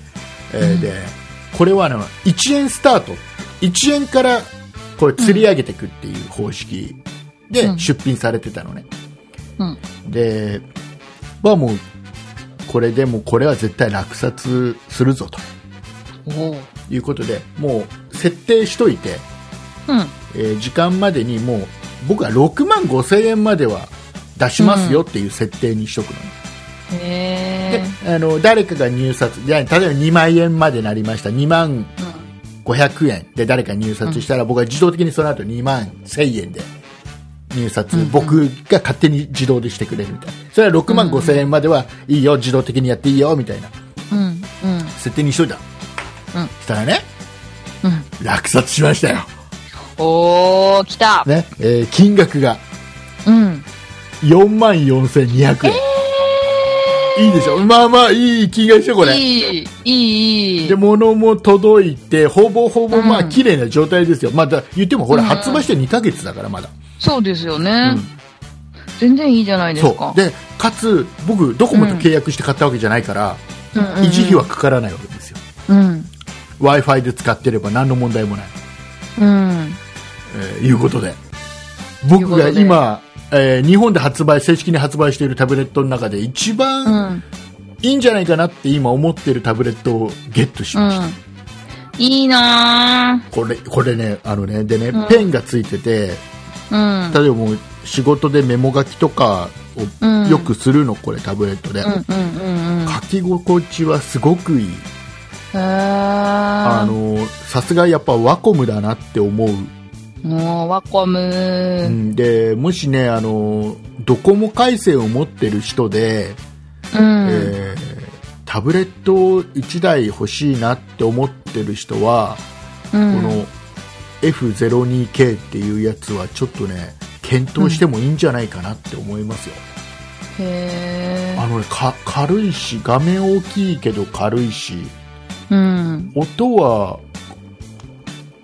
Speaker 2: えーでこれはあの1円スタート1円からこれ釣り上げていくっていう方式
Speaker 1: う
Speaker 2: で
Speaker 1: ん
Speaker 2: 出品されてたのね、
Speaker 1: うん
Speaker 2: ではもうこれでもうこれは絶対落札するぞと
Speaker 1: おう
Speaker 2: いうことでもう設定しといて、
Speaker 1: うん
Speaker 2: えー時間までにもう僕は6万5千円までは出しますよっていう設定にしとくのね、で
Speaker 1: へ
Speaker 2: あの誰かが入札いや例えば2万円までなりました2万
Speaker 1: ー
Speaker 2: 500円で誰か入札したら、僕は自動的にその後2万1000円で入札、
Speaker 1: うんうん
Speaker 2: 僕が勝手に自動でしてくれるみたいな。それは6万5千円まではいいよ、自動的にやっていいよ、みたいな。
Speaker 1: うん、うん、
Speaker 2: 設定にしといた。
Speaker 1: うん
Speaker 2: したらね、
Speaker 1: うん。
Speaker 2: 落札しましたよ。
Speaker 1: おー、来た。
Speaker 2: ね、えー金額が
Speaker 1: うん。
Speaker 2: 4万4200円。いいでしょまあまあいい金額でしょ、これ。
Speaker 1: いい、いい、いい
Speaker 2: で、。物も届いて、ほぼほぼ、まあ、
Speaker 1: うん
Speaker 2: 綺麗な状態ですよ。まあだ、言っても、ほら、
Speaker 1: うん
Speaker 2: 発売して2ヶ月だから、まだ。
Speaker 1: そうですよね、
Speaker 2: うん
Speaker 1: 全然いいじゃないです
Speaker 2: そ
Speaker 1: か。
Speaker 2: う。で、かつ、僕、ドコモと契約して買ったわけじゃないから、
Speaker 1: うんうんうん
Speaker 2: 維持費はかからないわけですよ。
Speaker 1: うん。
Speaker 2: Wi-Fi で使ってれば何の問題もない。
Speaker 1: うん。
Speaker 2: えーいうことで。
Speaker 1: いう
Speaker 2: 僕
Speaker 1: こ
Speaker 2: が
Speaker 1: とで
Speaker 2: 今、えー日本で発売、正式に発売しているタブレットの中で一
Speaker 1: う
Speaker 2: 番
Speaker 1: ん。
Speaker 2: いいんじゃないかなって今思ってるタブレットをゲットし
Speaker 1: う
Speaker 2: ました。
Speaker 1: ん。いいな
Speaker 2: これ、これね、あのね、でね、
Speaker 1: うん
Speaker 2: ペンがついてて、
Speaker 1: ぁ。
Speaker 2: 例えばもう仕事でメモ書きとか
Speaker 1: う
Speaker 2: を
Speaker 1: ん。
Speaker 2: よくするの、これタブレットで、
Speaker 1: うんうんうんうん。へ
Speaker 2: 書き心地はすごくいい
Speaker 1: ー。
Speaker 2: あ
Speaker 1: あの、
Speaker 2: のさすがやっぱワコムだなって思う、
Speaker 1: もう、ワコム
Speaker 2: う
Speaker 1: ー。
Speaker 2: ん、でもしねあのドコモ回線を持ってる人で、
Speaker 1: うん。
Speaker 2: えータブレット1台欲しいなって思ってる人は、
Speaker 1: うん
Speaker 2: この F02K っていうやつはちょっとね検討してもいいんじゃないかなって思いますよ、
Speaker 1: へ
Speaker 2: あ
Speaker 1: ー。
Speaker 2: のね、か軽いし画面大きいけど軽いし
Speaker 1: うん。
Speaker 2: 音は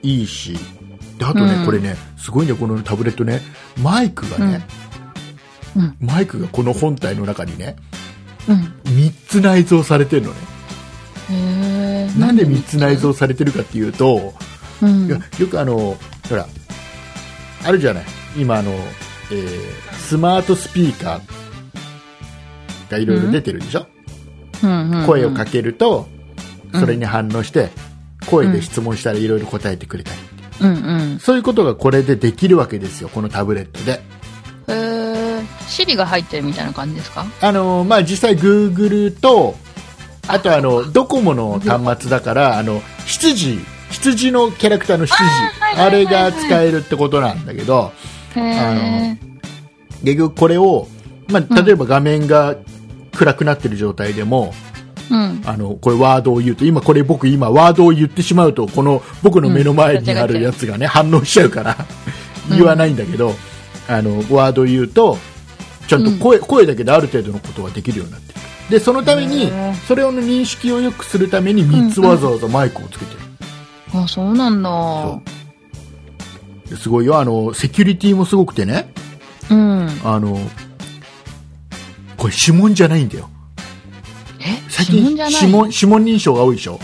Speaker 2: いいしであとね、
Speaker 1: うん
Speaker 2: これねすごいねこのタブレットねマイクがね、
Speaker 1: うんうん
Speaker 2: マイクがこの本体の中にね
Speaker 1: うん。
Speaker 2: 3つ内蔵されてるのね
Speaker 1: へー。
Speaker 2: なんで3つ内蔵されてるかっていうと、
Speaker 1: うん。
Speaker 2: いやよくあのほらあるじゃない今あの、えースマートスピーカーがいろいろ出てるでしょ、
Speaker 1: うんうんうん
Speaker 2: 声をかけると、
Speaker 1: うん
Speaker 2: それに反応して、声で質問したらいろいろ答えてくれたり、
Speaker 1: うんうん。
Speaker 2: そういうことがこれでできるわけですよ、このタブレットで。
Speaker 1: へー。シリが入ってるみたいな感じですか
Speaker 2: あのまあ、実際、Google と、あとあの、ドコモの端末だから、あの、羊、羊のキャラクターの羊、
Speaker 1: あーは
Speaker 2: あ
Speaker 1: いは
Speaker 2: れ
Speaker 1: いはいはい
Speaker 2: が使えるってことなんだけど、
Speaker 1: へー。
Speaker 2: 結局これを、まあ、例えば画面が暗くなってる状態でも、
Speaker 1: うん。
Speaker 2: あの、これワードを言うと、今これ僕今ワードを言ってしまうと、この僕の目の前にあるやつがね、反応しちゃうから、
Speaker 1: うん
Speaker 2: 言わないんだけど、あの、ワードを言うと、ちゃんと声、声だけである程度のことができるようになってる。で、そのために
Speaker 1: へー、
Speaker 2: それを認識を良くするために3つ
Speaker 1: うんうん
Speaker 2: わざわざマイクをつけてる。
Speaker 1: あ、そうなんだ。
Speaker 2: ですごいよ、あの、セキュリティもすごくてね、
Speaker 1: うん。
Speaker 2: あの、これ指紋じゃないんだよ。
Speaker 1: え指
Speaker 2: 最近
Speaker 1: 紋じゃない
Speaker 2: 指紋、指紋認証が多いでしょ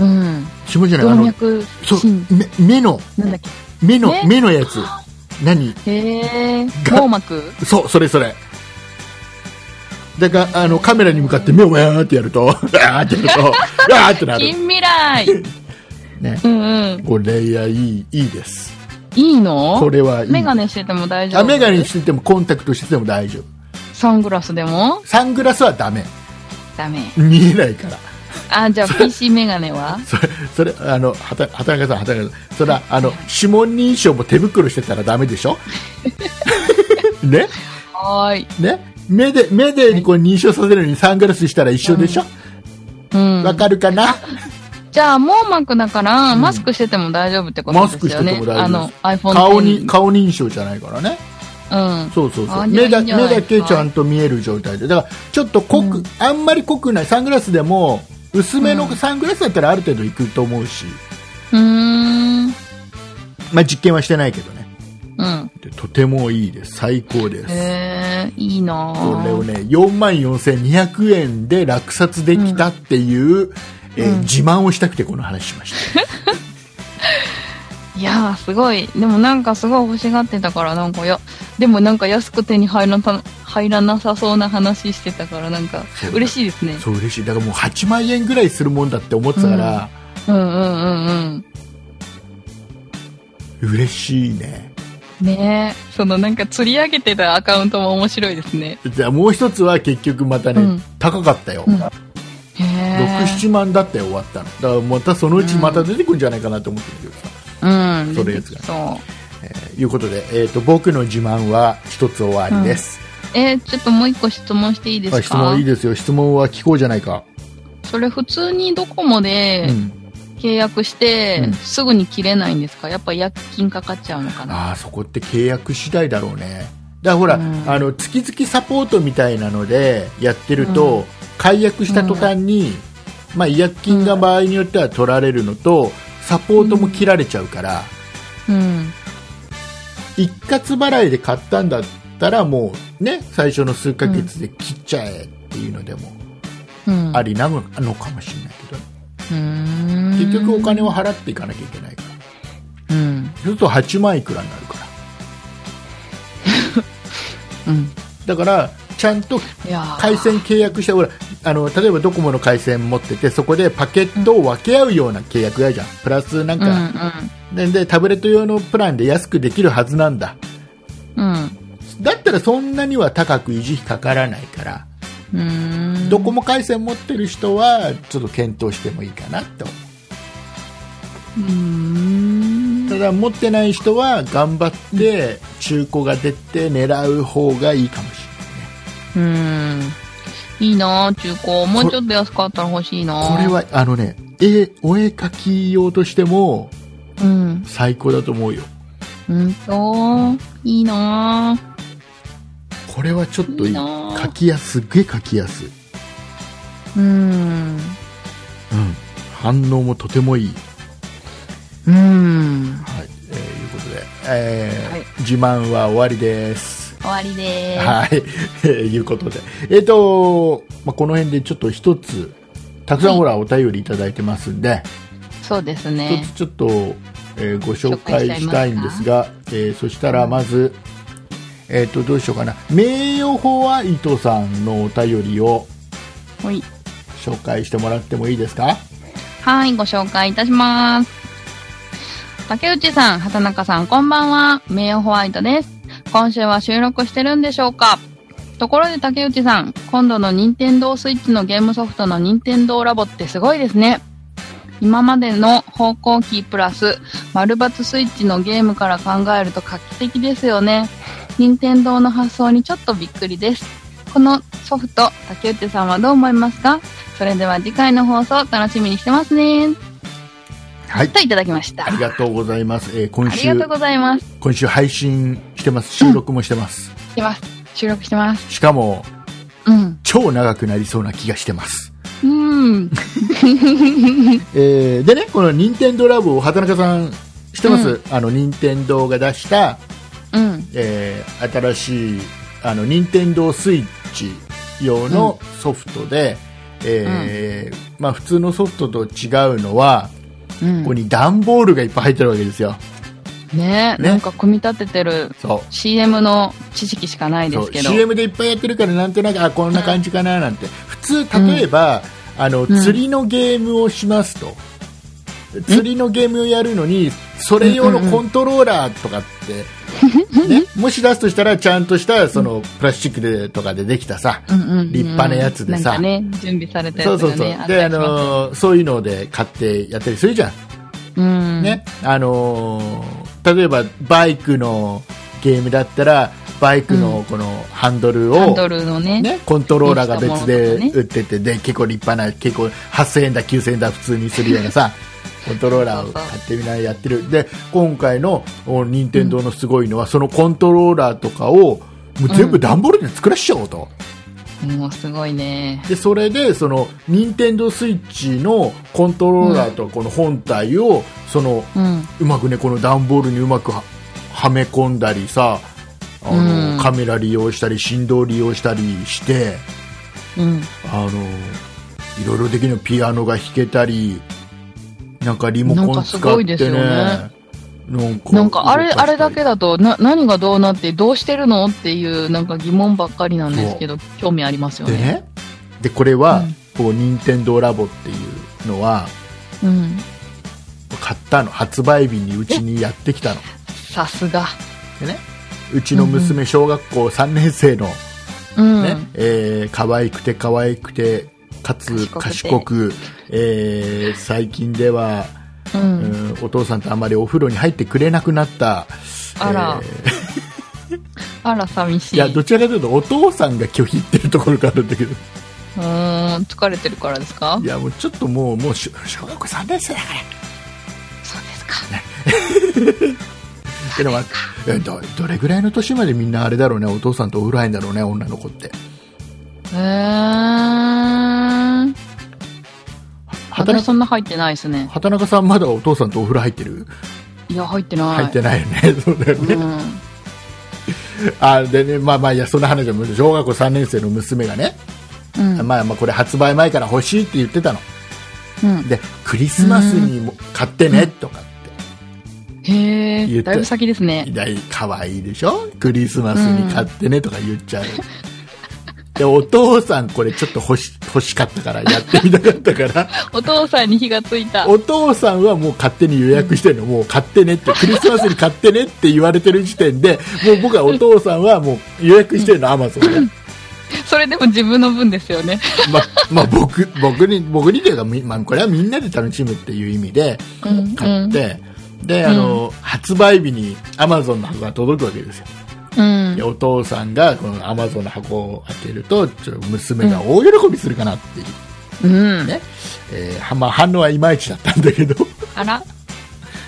Speaker 1: うん。
Speaker 2: 指紋じゃない、あ
Speaker 1: 動
Speaker 2: の、
Speaker 1: 脈
Speaker 2: そう
Speaker 1: 芯、
Speaker 2: め目の、
Speaker 1: なんだっ
Speaker 2: 目の、
Speaker 1: ね
Speaker 2: 目のやつ。何
Speaker 1: けへえ
Speaker 2: が
Speaker 1: 網膜
Speaker 2: そう、それそれ。だから、あの、カメラに向かって目をわーってやると、わーってやると、
Speaker 1: *laughs*
Speaker 2: わーって
Speaker 1: 近
Speaker 2: なる。
Speaker 1: 未来
Speaker 2: *laughs* ね。
Speaker 1: うんうん。
Speaker 2: これ、いや、いい、いいです。
Speaker 1: いいの
Speaker 2: これはいい。
Speaker 1: メガネしてても大丈夫
Speaker 2: あ、メガネしててもコンタクトしてても大丈夫。
Speaker 1: サングラスでも
Speaker 2: サングラスはダメ。
Speaker 1: ダメ。
Speaker 2: 見えないから。
Speaker 1: あ、
Speaker 2: *laughs*
Speaker 1: じゃあ PC メガネは
Speaker 2: それ、それ、あの、はた、畑中さん、畑中さん。それは、あの、指紋認証も手袋してたらダメでし
Speaker 1: *laughs*
Speaker 2: ょね
Speaker 1: はーい。
Speaker 2: ね目で、目でこう認証させるのにサングラスしたら一緒でしょ
Speaker 1: うん。
Speaker 2: わ、かるかな
Speaker 1: じゃあ、網膜だから、
Speaker 2: うん
Speaker 1: マスクしてても大丈夫ってことですよね。
Speaker 2: マスクしてても大丈夫です
Speaker 1: あの、iPhone
Speaker 2: 顔に、顔認証じゃないからね。
Speaker 1: うん。
Speaker 2: そうそうそ
Speaker 1: あ
Speaker 2: う。
Speaker 1: じゃあ
Speaker 2: 目だ
Speaker 1: いいんじゃな
Speaker 2: 目
Speaker 1: いです
Speaker 2: だ
Speaker 1: か
Speaker 2: けちゃんと見える状態で。だから、ちょっと濃く、
Speaker 1: うん
Speaker 2: あんまり濃くない。サングラスでも、薄めの
Speaker 1: うん
Speaker 2: サングラスだったらある程度いくと思うし、
Speaker 1: うーん。
Speaker 2: まあ実験はしてないけどね。
Speaker 1: うん。
Speaker 2: でとてもいいです。最高です。
Speaker 1: へえいいな
Speaker 2: こ
Speaker 1: ぁ
Speaker 2: れをね、44,200円で落札できたっていう、えー
Speaker 1: うん
Speaker 2: 自慢をしたくてこの話し
Speaker 1: *laughs*
Speaker 2: ました。
Speaker 1: いやーすごいでもなんかすごい欲しがってたからなんかやでもなんか安く手に入らな入らなさそうな話してたからなんか
Speaker 2: そう
Speaker 1: 嬉しいですね
Speaker 2: そう嬉しい。だからもう8万円ぐらいするもんだって思ってたから、
Speaker 1: うんうんうんうん
Speaker 2: 嬉しいね。
Speaker 1: ねえそのなんか釣り上げてたアカウントも面白いですね
Speaker 2: じゃあもう一つは結局またね、
Speaker 1: うん
Speaker 2: 高かったよ、
Speaker 1: うん
Speaker 2: 67
Speaker 1: へえ
Speaker 2: 万だったよ終わったのだからまたそのうちまた出てくるんじゃないかなと思ってるけどさ、
Speaker 1: うん
Speaker 2: それやつが
Speaker 1: そ
Speaker 2: ーいうことで、えー、と僕の自慢は一つ終わりです、
Speaker 1: えーちょっともう一個質問していいです
Speaker 2: あ
Speaker 1: か
Speaker 2: 質問いいですよ質問は聞こうじゃないか、
Speaker 1: それ普通にドコモで
Speaker 2: うん、
Speaker 1: 契約して、
Speaker 2: うん
Speaker 1: すぐに切れないんですかやっぱ薬金かかっちゃうのかな
Speaker 2: ああそこって契約次第だろうねだからほら、
Speaker 1: うん
Speaker 2: あの月々サポートみたいなのでやってると、解約した途端に、まあ、違約金が場合によっては取られるのとサポートも切られちゃうから、
Speaker 1: うん。
Speaker 2: 一括払いで買ったんだったらもうね最初の数ヶ月で切っちゃえっていうのでも
Speaker 1: うん。
Speaker 2: ありなのかもしれないけど、
Speaker 1: うーん。
Speaker 2: 結局お金を払っていかなきゃいけないから
Speaker 1: うん。
Speaker 2: そうすると8万いくらになるから
Speaker 1: うん。
Speaker 2: だからちゃんと
Speaker 1: いやー
Speaker 2: 回線契約してほらあの例えばドコモの回線持っててそこでパケットを分け合うような契約やじゃんプラスなん
Speaker 1: うん
Speaker 2: か、ででタブレット用のプランで安くできるはずなんだ
Speaker 1: うん。
Speaker 2: だったらそんなには高く維持費かからないから
Speaker 1: うん。うーん。
Speaker 2: ドコモ回線持ってる人はちょっと検討してもいいかなと
Speaker 1: うーん。
Speaker 2: ただ持ってない人は頑張って中古が出て狙う方がいいかもし
Speaker 1: うん。いいなぁ、中古。もうちょっと安かったら欲しいな
Speaker 2: れないこれ、はあのね絵お絵描き用としても
Speaker 1: うん。
Speaker 2: 最高だと思うよ
Speaker 1: うんと、いいなぁ。
Speaker 2: これはちょっといい
Speaker 1: いいなぁ
Speaker 2: 描きやすすっげえ描きやすい、うん、
Speaker 1: うん。
Speaker 2: 反応もとてもいい、
Speaker 1: うん。
Speaker 2: はいえーいうことで、えー
Speaker 1: はい
Speaker 2: 自慢は終わりです
Speaker 1: 終わりでーす。
Speaker 2: はい、 *laughs* えーいうことで、えーとまあ、この辺でちょっと一つ、たくさん
Speaker 1: はい
Speaker 2: ほらお便りいただいてますんで、
Speaker 1: そうです
Speaker 2: 一、
Speaker 1: ね
Speaker 2: つ。ちょっと、えーご紹
Speaker 1: 紹
Speaker 2: 介
Speaker 1: 介し
Speaker 2: し
Speaker 1: ちゃ
Speaker 2: た
Speaker 1: い
Speaker 2: い
Speaker 1: ま
Speaker 2: ん
Speaker 1: すか
Speaker 2: ですが、えーそしたらまず、えー、とどうしようかな、名誉法は伊藤さんのお便りを
Speaker 1: ほい。
Speaker 2: 紹介してもらってもいいですか、
Speaker 1: はい、ご紹介いたします。竹内さん、畑中さん、こんばんは。名誉ホワイトです。今週は収録してるんでしょうかところで竹内さん、今度の任天堂スイッチのゲームソフトの任天堂ラボってすごいですね。今までの方向キープラス、丸抜スイッチのゲームから考えると画期的ですよね。任天堂の発想にちょっとびっくりです。このソフト、竹内さんはどう思いますかそれでは次回の放送楽しみにしてますね。
Speaker 2: はい、
Speaker 1: といただきました。
Speaker 2: ありがとうございます、えー今
Speaker 1: ありが
Speaker 2: 週
Speaker 1: とうございます。
Speaker 2: 今週配信してます、収録もしてます、
Speaker 1: してます。収録してます。
Speaker 2: しかも
Speaker 1: うん。
Speaker 2: 超長くなりそうな気がしてます。
Speaker 1: うん。
Speaker 2: えーでね、この任天堂ラボを畑中さん、知ってます、あの任天堂が出した、
Speaker 1: うん。
Speaker 2: えー新しいあの任天堂スイッチ用のソフトで、えーまあ、普通のソフトと違うのは、
Speaker 1: う
Speaker 2: ここ
Speaker 1: ん。
Speaker 2: に段ボールがいっぱい入ってるわけですよ。
Speaker 1: ねえ、
Speaker 2: ね
Speaker 1: なんか組み立ててる
Speaker 2: そう
Speaker 1: CM の知識しかないで
Speaker 2: そ
Speaker 1: す
Speaker 2: う
Speaker 1: けど。
Speaker 2: CM でいっぱいやってるからなんとなくあこんな感じかななんて、普通、例えば、あの
Speaker 1: ん
Speaker 2: 釣りのゲームをしますと、釣りのゲームをやるのにそれ用のコントローラーとかって、
Speaker 1: *laughs*
Speaker 2: ね、もし出すとしたらちゃんとしたそのプラスチックでとかでできたさ、
Speaker 1: うんうんうん
Speaker 2: 立派なやつでさ
Speaker 1: なんかね、準備された
Speaker 2: そ
Speaker 1: や
Speaker 2: う
Speaker 1: つ
Speaker 2: そ
Speaker 1: が
Speaker 2: う
Speaker 1: ね。
Speaker 2: そう
Speaker 1: ったり
Speaker 2: であ
Speaker 1: します
Speaker 2: のーそういうので買ってやったりするじゃん、
Speaker 1: うん。
Speaker 2: ねあのー例えばバイクのゲームだったらバイクのこのハンドルを、
Speaker 1: ハンドルのね。
Speaker 2: ね、コントローラーが別で
Speaker 1: ね
Speaker 2: 売ってて、で結構立派な結構8000円だ9000円だ普通にするような
Speaker 1: *laughs*
Speaker 2: さコントローラーを買ってみないやってるで今回のお任天堂のすごいのは、そのコントローラーとかをもう全部段ボールで作らしちゃおうと、
Speaker 1: もうすごいね。
Speaker 2: でそれでその任天堂スイッチのコントローラーとこの本体をその
Speaker 1: うん。
Speaker 2: うまくねこの段ボールにうまくははめ込んだりさあの、
Speaker 1: うん
Speaker 2: カメラ利用したり振動利用したりして。
Speaker 1: うん。
Speaker 2: あのいろいろできるのピアノが弾けたりなんかリモ
Speaker 1: なん
Speaker 2: コン
Speaker 1: かす
Speaker 2: 使っ
Speaker 1: ごい
Speaker 2: て
Speaker 1: です
Speaker 2: ね
Speaker 1: よね
Speaker 2: なんか
Speaker 1: なんかあれ、あれだけ
Speaker 2: だ
Speaker 1: だと、な、何がどうなって、どうしてるのっていう、なんか疑問ばっかりなんですけど、興味ありますよ
Speaker 2: で
Speaker 1: ね。
Speaker 2: ねでこれは、
Speaker 1: うん
Speaker 2: こう任天堂ラボっていうのは
Speaker 1: うん。
Speaker 2: 買ったの発売日にうちにやってきたの
Speaker 1: さすが。
Speaker 2: でねうちの娘、小学校3年生の
Speaker 1: う
Speaker 2: ね、
Speaker 1: ん。
Speaker 2: えー可愛くて可愛くてかつ
Speaker 1: 賢くて
Speaker 2: 賢く、えー最近では
Speaker 1: う。
Speaker 2: うんんお父さんとあまりお風呂に入ってくれなくなった、
Speaker 1: あら、
Speaker 2: えー
Speaker 1: あら、寂しい。
Speaker 2: いや、どちらかというと、お父さんが拒否っていうところがあるんだけど、
Speaker 1: うーん、疲れてるからですか
Speaker 2: いや、もうちょっともう、もうしょ小学校3年生だか
Speaker 1: そうですか。
Speaker 2: ら。でも、えどどれぐらいの年までみんなあれだろうね、お父さんとお風呂入るんだろうね、女の子って。
Speaker 1: へーん。私
Speaker 2: 畑
Speaker 1: そんな入ってないですね。
Speaker 2: 畑中さん、まだお父さんとお風呂入ってる、
Speaker 1: いや、入ってない。
Speaker 2: 入ってないよね、そうだよね。
Speaker 1: うん。
Speaker 2: あでね、まあまあ、いや、そんな話は無理小学校3年生の娘がね、
Speaker 1: うん。
Speaker 2: まあまあ、これ発売前から欲しいって言ってたの。
Speaker 1: うん、
Speaker 2: で、クリスマスにも買ってね、とかって。
Speaker 1: へ
Speaker 2: 言っ
Speaker 1: え、
Speaker 2: た
Speaker 1: だいぶ先ですね。
Speaker 2: 大可愛いでしょクリスマスに買ってねとか言っちゃう、 *laughs* でお父さんこれちょっと欲し欲しかったからやってみたかったから
Speaker 1: *laughs* お父さんに火がついた。
Speaker 2: お父さんはもう勝手に予約してるのもう買ってねってクリスマスに買ってねって言われてる時点でもう僕はお父さんはもう予約してるのアマゾン
Speaker 1: *laughs*
Speaker 2: で、
Speaker 1: それでも自分の分ですよね。
Speaker 2: ままあ、僕僕に僕にというかみ、まあ、これはみんなで楽しむっていう意味で
Speaker 1: うん。
Speaker 2: 買って、であの、発売日にアマゾンの箱が届くわけですよ
Speaker 1: うん
Speaker 2: で。お父さんがこのアマゾンの箱を開けるとちょっと娘が大喜びするかなっていう、
Speaker 1: うん。
Speaker 2: ねえーはまあ、反応はいまいちだったんだけど *laughs*
Speaker 1: あら、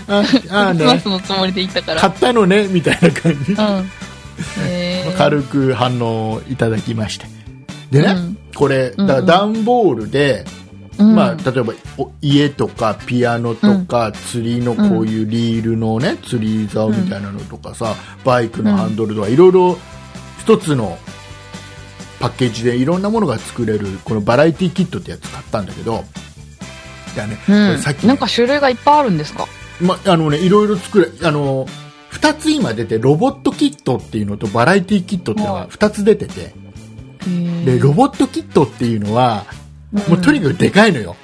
Speaker 2: ああ
Speaker 1: *laughs* クリスマ
Speaker 2: ね
Speaker 1: スのつもりで行ったか
Speaker 2: 買
Speaker 1: ら。
Speaker 2: ったのねみたいな感じ、
Speaker 1: うん。へえ。
Speaker 2: 軽く反応をいただきましてでね、
Speaker 1: うん
Speaker 2: これ
Speaker 1: んうん
Speaker 2: だ段ボールで、
Speaker 1: うん
Speaker 2: まあ、例えばお家とかピアノとか、釣りのこういうリールのね釣り竿みたいなのとかさ、バイクのハンドルとか、いろいろ一つのパッケージでいろんなものが作れるこのバラエティキットってやつ買ったんだけどだ、ね
Speaker 1: う
Speaker 2: これさっき
Speaker 1: ん。
Speaker 2: ね、
Speaker 1: なんか種類がいっぱいあるんですか
Speaker 2: まあのね、いろいろ作れあの2つ今出てロボットキットっていうのとバラエティキットっていうのが2つ出ててでロボットキットっていうのはもうとに
Speaker 1: か
Speaker 2: かくでかいのよ。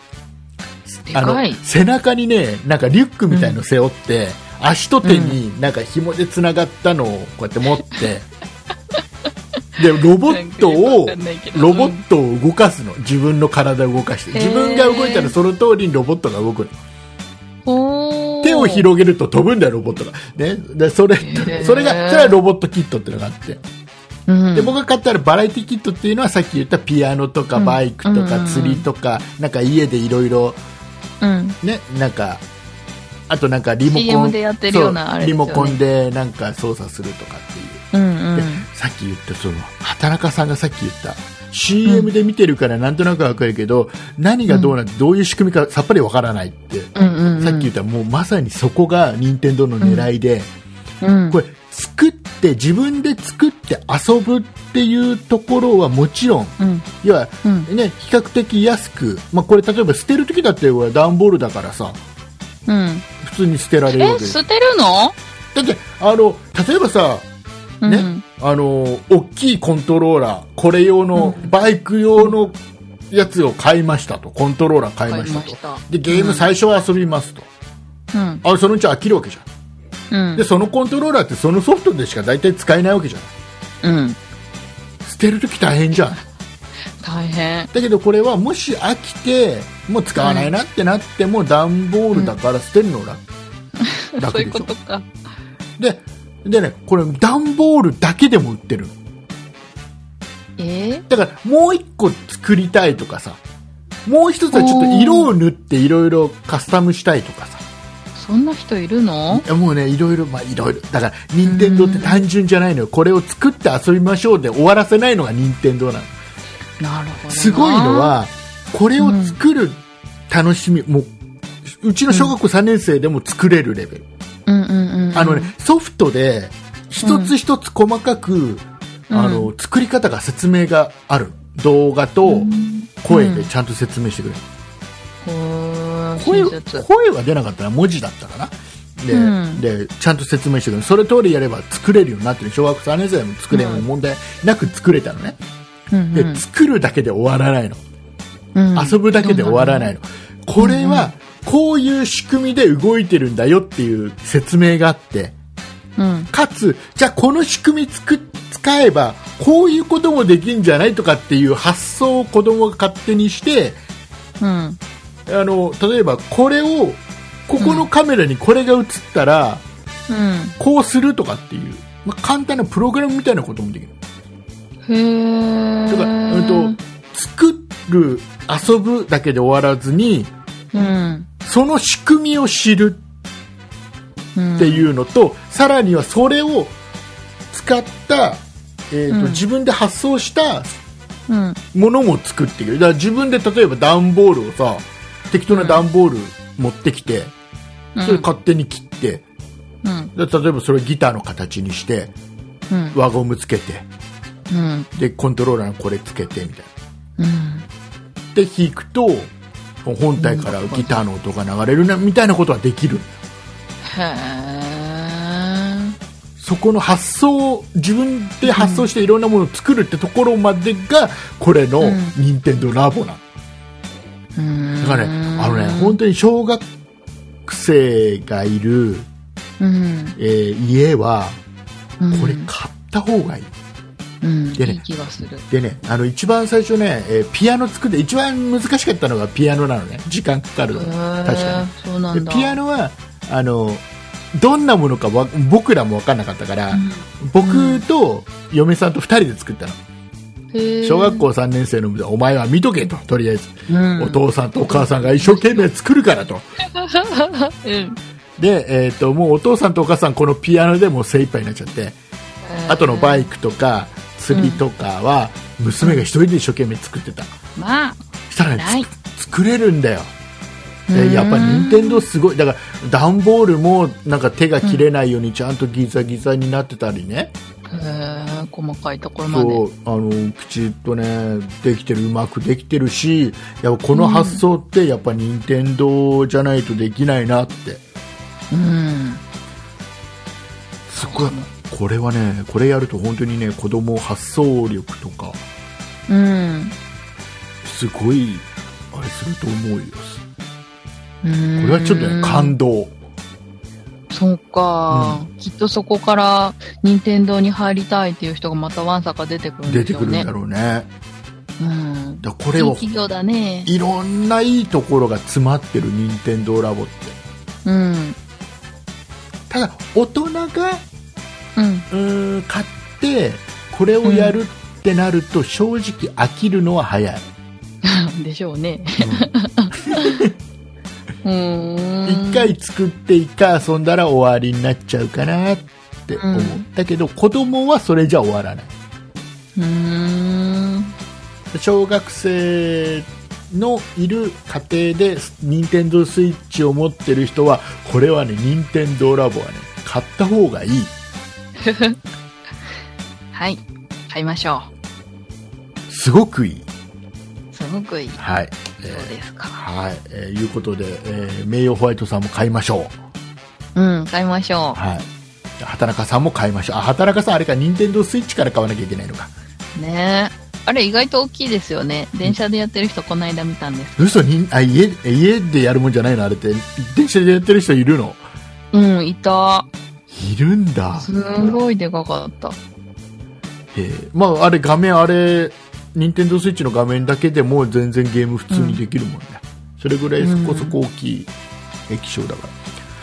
Speaker 1: く、で
Speaker 2: あの
Speaker 1: かい。
Speaker 2: 背中にねなんかリュックみたいの背負って、足と手になんか紐でつながったのをこうやって
Speaker 1: *laughs*
Speaker 2: 持って、でロボットを
Speaker 1: なんかよくわかんないけど
Speaker 2: ロボットを動かすの自分の体を動かして
Speaker 1: へー
Speaker 2: 自分が動いたらその通りにロボットが動くの
Speaker 1: ほー
Speaker 2: 手を広げると飛ぶんだよロボットが、ね、でそれ
Speaker 1: ー
Speaker 2: それがそれはロボットキットっていうのがあって
Speaker 1: うん
Speaker 2: で僕が買ったらバラエティキットっていうのはさっき言ったピアノとか
Speaker 1: うん
Speaker 2: バイクとか釣りとかなんか家でいろいろ
Speaker 1: うん。
Speaker 2: ね、なんか、あとなんかリモコ
Speaker 1: CM
Speaker 2: ン
Speaker 1: でやってるような
Speaker 2: そう
Speaker 1: あれです
Speaker 2: リ
Speaker 1: よね
Speaker 2: モコンでなんか操作するとかっていう。
Speaker 1: うんう
Speaker 2: で
Speaker 1: ん。
Speaker 2: さっき言った、その、畑中さんがさっき言った、CM で見てるからなんとなくわかるけど、何がどうなって、どういう仕組みかさっぱりわからないって、
Speaker 1: うんうんうん
Speaker 2: さっき言った、もうまさにそこが任天堂の狙いで、
Speaker 1: うん
Speaker 2: これ、作って、自分で作って遊ぶっていうところはもちろん、
Speaker 1: うん
Speaker 2: 要は、
Speaker 1: うん
Speaker 2: ね、比較的安く、まあこれ例えば捨てるときだってこれ段ボールだからさ、
Speaker 1: うん
Speaker 2: 普通に捨てられるわ
Speaker 1: え
Speaker 2: けです
Speaker 1: 捨てるの
Speaker 2: だってあの例えばさ、
Speaker 1: うん
Speaker 2: ねあの大きいコントローラーこれ用の、バイク用のやつを買いましたとコントローラー買いましたと
Speaker 1: 買いました
Speaker 2: でゲーム最初は遊びますと、
Speaker 1: うん
Speaker 2: あそのうち飽きるわけじゃ
Speaker 1: うん
Speaker 2: んでそのコントローラーってそのソフトでしか大体使えないわけじゃん
Speaker 1: うん
Speaker 2: 捨てるとき大変じゃん
Speaker 1: 大変
Speaker 2: だけどこれはもし飽きてもう使わないなってなっても段ボールだから捨てるの楽、
Speaker 1: そ
Speaker 2: 楽
Speaker 1: う
Speaker 2: で
Speaker 1: い
Speaker 2: し
Speaker 1: う
Speaker 2: ょ
Speaker 1: ことか
Speaker 2: ででねこれ段ボールだけでも売ってるの
Speaker 1: えー
Speaker 2: だからもう一個作りたいとかさもう一つはちょっと色を塗っていろいろカスタムしたいとかさ
Speaker 1: そんな人いるの
Speaker 2: いやもうねいろいろまあいろいろだから任天堂って単純じゃないのよこれを作って遊びましょうで終わらせないのが任天堂なの
Speaker 1: なるほどな
Speaker 2: すごいのはこれを作る楽しみ、もううちの小学校3年生でも作れるレベル、
Speaker 1: うんうんうんうん
Speaker 2: あのねソフトで一つ一つ細かく、あの作り方が説明がある動画と声でちゃんと説明してくれる、
Speaker 1: ほー
Speaker 2: 声
Speaker 1: 親切
Speaker 2: 声は出なかったな文字だったかなで,、
Speaker 1: うん
Speaker 2: でちゃんと説明してくれるそれ通りやれば作れるようになってる小学3年生でも作れる、
Speaker 1: うん
Speaker 2: 問題なく作れたのね
Speaker 1: うん
Speaker 2: で、
Speaker 1: うん
Speaker 2: 作るだけで終わらないの、
Speaker 1: うん
Speaker 2: 遊ぶだけで終わらないのこれはこういう仕組みで動いてるんだよっていう説明があって
Speaker 1: うん
Speaker 2: かつじゃあこの仕組みつく使えばこういうこともできんじゃないとかっていう発想を子供が勝手にして
Speaker 1: うん
Speaker 2: あの例えばこれをここのカメラにこれが映ったら、
Speaker 1: う
Speaker 2: こうするとかっていう、まあ、簡単なプログラムみたいなこともできる。
Speaker 1: ん。へえ。
Speaker 2: だから、うんと、作る、遊ぶだけで終わらずに、
Speaker 1: うん。
Speaker 2: その仕組みを知る
Speaker 1: うん。
Speaker 2: っていうのと、さらにはそれを使った、えーと
Speaker 1: うん
Speaker 2: 自分で発想した
Speaker 1: うん。
Speaker 2: ものも作っていくるだから自分で例えば段ボールをさ適当な段ボール持ってきて、
Speaker 1: うん。
Speaker 2: それ勝手に切って
Speaker 1: うん。
Speaker 2: で例えばそれギターの形にして
Speaker 1: うん。
Speaker 2: 輪ゴムつけて
Speaker 1: うん。
Speaker 2: でコントローラーのこれつけてみたい
Speaker 1: うん。
Speaker 2: なで弾くと本体からギターの音が流れるなみたいなことはできる
Speaker 1: へえ。
Speaker 2: そこの発想を自分で発想していろんなものを作るってところまでがこれの
Speaker 1: うん
Speaker 2: 任天堂ラボなの
Speaker 1: うん。
Speaker 2: だからねあのね本当に小学生がいる、
Speaker 1: うん。
Speaker 2: えー家は
Speaker 1: うん
Speaker 2: これ買った方がいい、
Speaker 1: うん。
Speaker 2: でね
Speaker 1: いい気がする。
Speaker 2: でねあの一番最初ね、えーピアノ作って一番難しかったのがピアノなのね時間かかるの
Speaker 1: へ
Speaker 2: 確
Speaker 1: ー
Speaker 2: か
Speaker 1: そうな
Speaker 2: に
Speaker 1: ん
Speaker 2: で
Speaker 1: だ。
Speaker 2: ピアノはあのどんなものかわ僕らも分かんなかったから、
Speaker 1: う
Speaker 2: 僕と嫁さんと2人で作ったの
Speaker 1: んへー
Speaker 2: 小学校3年生の部でお前は見とけととりあえず、
Speaker 1: うん
Speaker 2: お父さんとお母さんが一生懸命作るからと
Speaker 1: うん
Speaker 2: で、えー、ともうお父さんとお母さんこのピアノでもう精一杯になっちゃってあとのバイクとか釣りとかは娘が一人で一生懸命作ってた
Speaker 1: まあ
Speaker 2: したらね、
Speaker 1: ない
Speaker 2: つ作れるんだよ
Speaker 1: うー
Speaker 2: で
Speaker 1: ん
Speaker 2: やっぱ任天堂すごいだから段ボールもなんか手が切れないようにちゃんとギザギザになってたりね、
Speaker 1: へー細かいところまで
Speaker 2: そうあのきちっとねできてるうまくできてるしやっぱこの発想ってやっぱ任天堂じゃないとできないなって
Speaker 1: うん
Speaker 2: すごいこれはねこれやると本当にね子供発想力とか
Speaker 1: うん
Speaker 2: すごいあれすると思うよ
Speaker 1: こ
Speaker 2: これはちょっとね感動
Speaker 1: そうか、きっとそこから任天堂に入りたいっていう人がまたワンサか出てくるん
Speaker 2: 出
Speaker 1: で
Speaker 2: て
Speaker 1: しょ
Speaker 2: く
Speaker 1: う
Speaker 2: るん
Speaker 1: ね
Speaker 2: だろうね
Speaker 1: うん
Speaker 2: だからこ
Speaker 1: い
Speaker 2: れ
Speaker 1: い
Speaker 2: を
Speaker 1: 企業だね
Speaker 2: いろんないいところが詰まってる任天堂ラボって
Speaker 1: うん *laughs*
Speaker 2: ただ大人
Speaker 1: う
Speaker 2: が
Speaker 1: ん
Speaker 2: うーん買ってこれをやるってなると正直飽きるのは早い、
Speaker 1: でしょうねうー
Speaker 2: うん
Speaker 1: ん
Speaker 2: 一回作って一回遊んだら終わりになっちゃうかなって思
Speaker 1: う
Speaker 2: ったけど、子供はそれじゃ終わらないう
Speaker 1: ーん
Speaker 2: 小学生のいる家庭で任天堂スイッチを持ってる人はこれはね任天堂ラボはね買った方がいい
Speaker 1: はい買いましょ
Speaker 2: すごくいいう
Speaker 1: すごくいい、
Speaker 2: はい、
Speaker 1: そ
Speaker 2: え
Speaker 1: う
Speaker 2: ー
Speaker 1: ですか
Speaker 2: はい、えーいうことで、えー名誉ホワイトさんも買いましょ
Speaker 1: うん買いましょ
Speaker 2: うはい畑中さんも買いましょうあ畑中さんあれか任天堂スイッチから買わなきゃいけないのか
Speaker 1: うねあれ意外と大きいですよね電車でやってる人この間見たんです
Speaker 2: 嘘にあ家家でやるもんじゃないのあれって電車でやってる人いるの
Speaker 1: うんいた
Speaker 2: いるんだ
Speaker 1: すごいでかかった
Speaker 2: えーまああれ画面あれ任天堂スイッチの画面だけでも全然ゲーム普通にできるもんね、それぐらいそこそこ大きい液晶だから、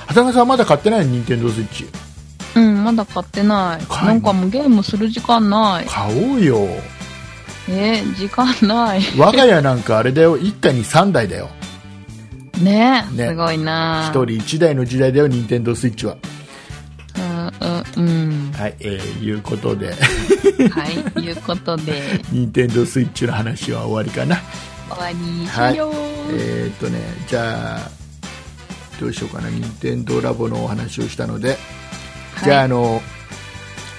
Speaker 2: 畑中さんまだ買ってない任天堂スイッチ
Speaker 1: うん、まだ買ってない。
Speaker 2: 買えな
Speaker 1: ないんかもうゲームする時間ない。
Speaker 2: 買おうよ
Speaker 1: えー時間ない。
Speaker 2: 我が家なんかあれだよ一家に3台
Speaker 1: *laughs*
Speaker 2: だよ
Speaker 1: ね
Speaker 2: ね
Speaker 1: すごいな
Speaker 2: 1人1台の時代だよ任天堂スイッチは
Speaker 1: うん、うん、
Speaker 2: はいえー、いうことで *laughs*
Speaker 1: うん。はい、いうことで、
Speaker 2: 任天堂スイッチの話は終わりかな
Speaker 1: 終わり
Speaker 2: はい
Speaker 1: しよう。
Speaker 2: えーっとねじゃあどうしようかな任天堂ラボのお話をしたので
Speaker 1: はい
Speaker 2: じゃあ、あの、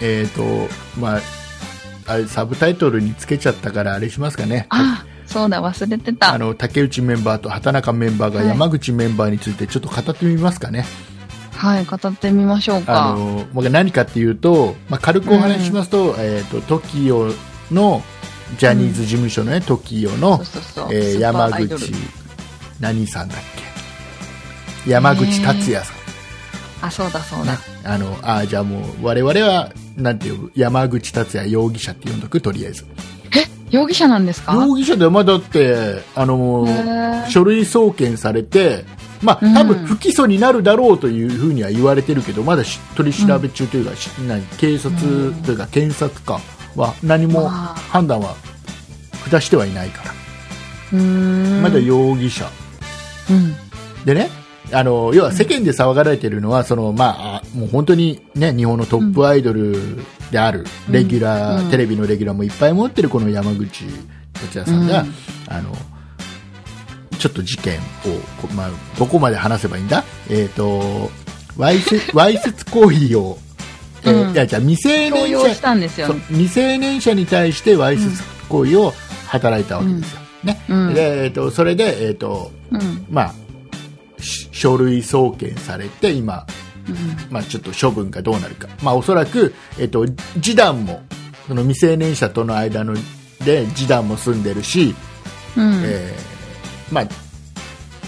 Speaker 2: えっ、と、まあ、あれ、サブタイトルにつけちゃったから、あれしますかね。
Speaker 1: あ、そうだ、忘れて
Speaker 2: あ
Speaker 1: た。
Speaker 2: の、竹内メンバーと畑中メンバーが
Speaker 1: はい
Speaker 2: 山口メンバーについてちょっと語ってみますかね。
Speaker 1: はい、語ってみましょう
Speaker 2: あ
Speaker 1: か。
Speaker 2: の、まあ、何かっていうと、まあ、軽くお話ししますと、えっ、と、TOKIO の、ジャニーズ事務所のね、TOKIO
Speaker 1: そ
Speaker 2: の
Speaker 1: う、そうそう。
Speaker 2: えー
Speaker 1: スーパ
Speaker 2: 山
Speaker 1: ーアイドル
Speaker 2: 口、何さんだっけ山口達也さん。
Speaker 1: あ、そうだ、そう
Speaker 2: ね
Speaker 1: だ。
Speaker 2: あのあじゃあもう我々はなんて呼ぶ山口達也容疑者って呼んどくとりあえず
Speaker 1: 容疑者なんですか
Speaker 2: 容疑者でまあだってあの
Speaker 1: へー
Speaker 2: 書類送検されてまあ、
Speaker 1: うん
Speaker 2: 多分不起訴になるだろうというふうには言われてるけど、まだし取り調べ中というか、し何警察
Speaker 1: うん
Speaker 2: というか検察官は何も
Speaker 1: まあ
Speaker 2: 判断は下してはいないから、
Speaker 1: うーん。
Speaker 2: まだ容疑者。
Speaker 1: うん。
Speaker 2: でね、あの要は世間で騒がれてるのは、そのまあ、あもう本当に、ね、日本のトップアイドルである、
Speaker 1: うん
Speaker 2: レギュラー、
Speaker 1: うん
Speaker 2: テレビのレギュラーもいっぱい持ってるこの山口達也さんが、
Speaker 1: うん
Speaker 2: あのちょっと事件を、こまあ、どこまで話せばいいんだ、えー、とわ
Speaker 1: *laughs*
Speaker 2: いせわいせつ行為を、えー
Speaker 1: うん
Speaker 2: いやじゃあ未成
Speaker 1: 強
Speaker 2: 年
Speaker 1: 要し
Speaker 2: 者
Speaker 1: たんですよ
Speaker 2: そう
Speaker 1: ね。
Speaker 2: 未成年者に対してわいせつ行為を働いたわけですよ。ね
Speaker 1: うん
Speaker 2: でえー、とそれで、えーと
Speaker 1: うん。
Speaker 2: まあ、し書類送検されて今、
Speaker 1: うん
Speaker 2: まあ、ちょっと処分がどうなるか、まあ、おそらく、えっと、示談もその未成年者との間ので示談も済んでるし、
Speaker 1: うん。
Speaker 2: えーまあ、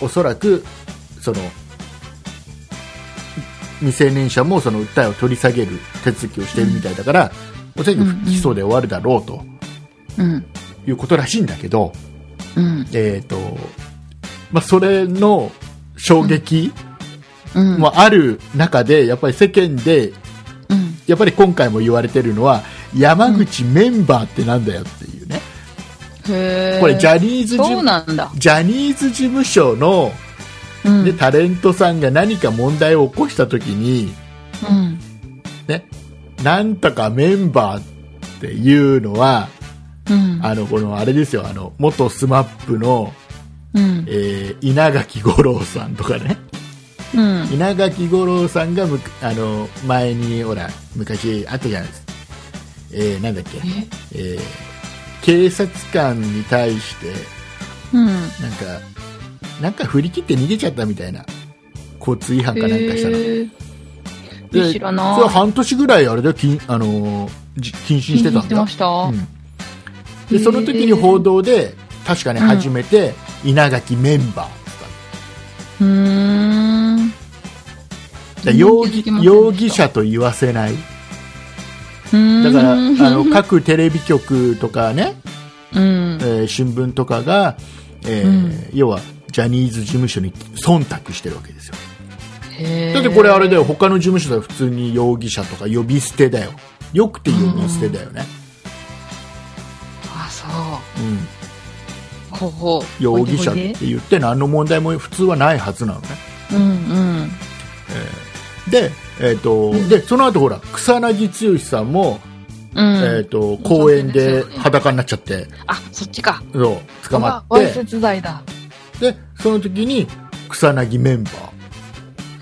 Speaker 2: おそらくその未成年者もその訴えを取り下げる手続きをしているみたいだから、おそらく不起訴で終わるだろうと
Speaker 1: うん。
Speaker 2: いうことらしいんだけど、
Speaker 1: うん。
Speaker 2: えーとまあ、それの衝撃、
Speaker 1: うん。
Speaker 2: もある中で、やっぱり世間で、
Speaker 1: うん。
Speaker 2: やっぱり今回も言われてるのは、山口メンバーってなんだよっていうね、
Speaker 1: へー
Speaker 2: これジャニーズ事
Speaker 1: そう
Speaker 2: 務
Speaker 1: なんだ。
Speaker 2: ジャニーズ事務所の、
Speaker 1: うん。
Speaker 2: ね、タレントさんが何か問題を起こしたときに、
Speaker 1: うん。
Speaker 2: ね、なんとかメンバーっていうのは、
Speaker 1: うん。
Speaker 2: あの、この、あれですよ、あの、元スマップの、
Speaker 1: うん。
Speaker 2: えー稲垣吾郎さんとかね、
Speaker 1: うん。
Speaker 2: 稲垣吾郎さんがむくあの前にほら昔あったじゃないですか、えーなんだっけ、
Speaker 1: え
Speaker 2: えー警察官に対して
Speaker 1: うん。
Speaker 2: なんかなんか振り切って逃げちゃったみたいな交通違反かなんかしたの、
Speaker 1: へー
Speaker 2: で
Speaker 1: 知らない
Speaker 2: それは半年ぐらいあれだよ禁,、あのーじ禁止してた
Speaker 1: 聞
Speaker 2: ん
Speaker 1: いて
Speaker 2: だ
Speaker 1: ました。
Speaker 2: うんでその時に報道で確かに初めて稲垣メンバーって言った
Speaker 1: うーん。
Speaker 2: だから容疑
Speaker 1: 気づきませんでした
Speaker 2: 容疑者と言わせないだ
Speaker 1: だ
Speaker 2: からあの各テレビ局とかね、
Speaker 1: うん
Speaker 2: え。ー新聞とかが、えー
Speaker 1: うん
Speaker 2: 要はジャニーズ事務所に忖度してるわけですよ
Speaker 1: へー
Speaker 2: だってこれあれだよ他の事務所では普通に容疑者とか呼び捨てだよよくて呼び捨てだよね、
Speaker 1: あ、そう。
Speaker 2: うん
Speaker 1: ほうほう。
Speaker 2: 容疑者
Speaker 1: お
Speaker 2: っ
Speaker 1: いでお
Speaker 2: て
Speaker 1: いで
Speaker 2: 言って何の問題も普通はないはずなのね
Speaker 1: うんうん。
Speaker 2: で,、えーと
Speaker 1: ん
Speaker 2: でその後ほら草薙剛さんも、
Speaker 1: うん。
Speaker 2: えー、と公園で裸になっちゃって
Speaker 1: あ、そっちか。
Speaker 2: そう捕ま
Speaker 1: わ
Speaker 2: っ
Speaker 1: わい
Speaker 2: て
Speaker 1: せつ罪だ。
Speaker 2: でその時に草薙メンバー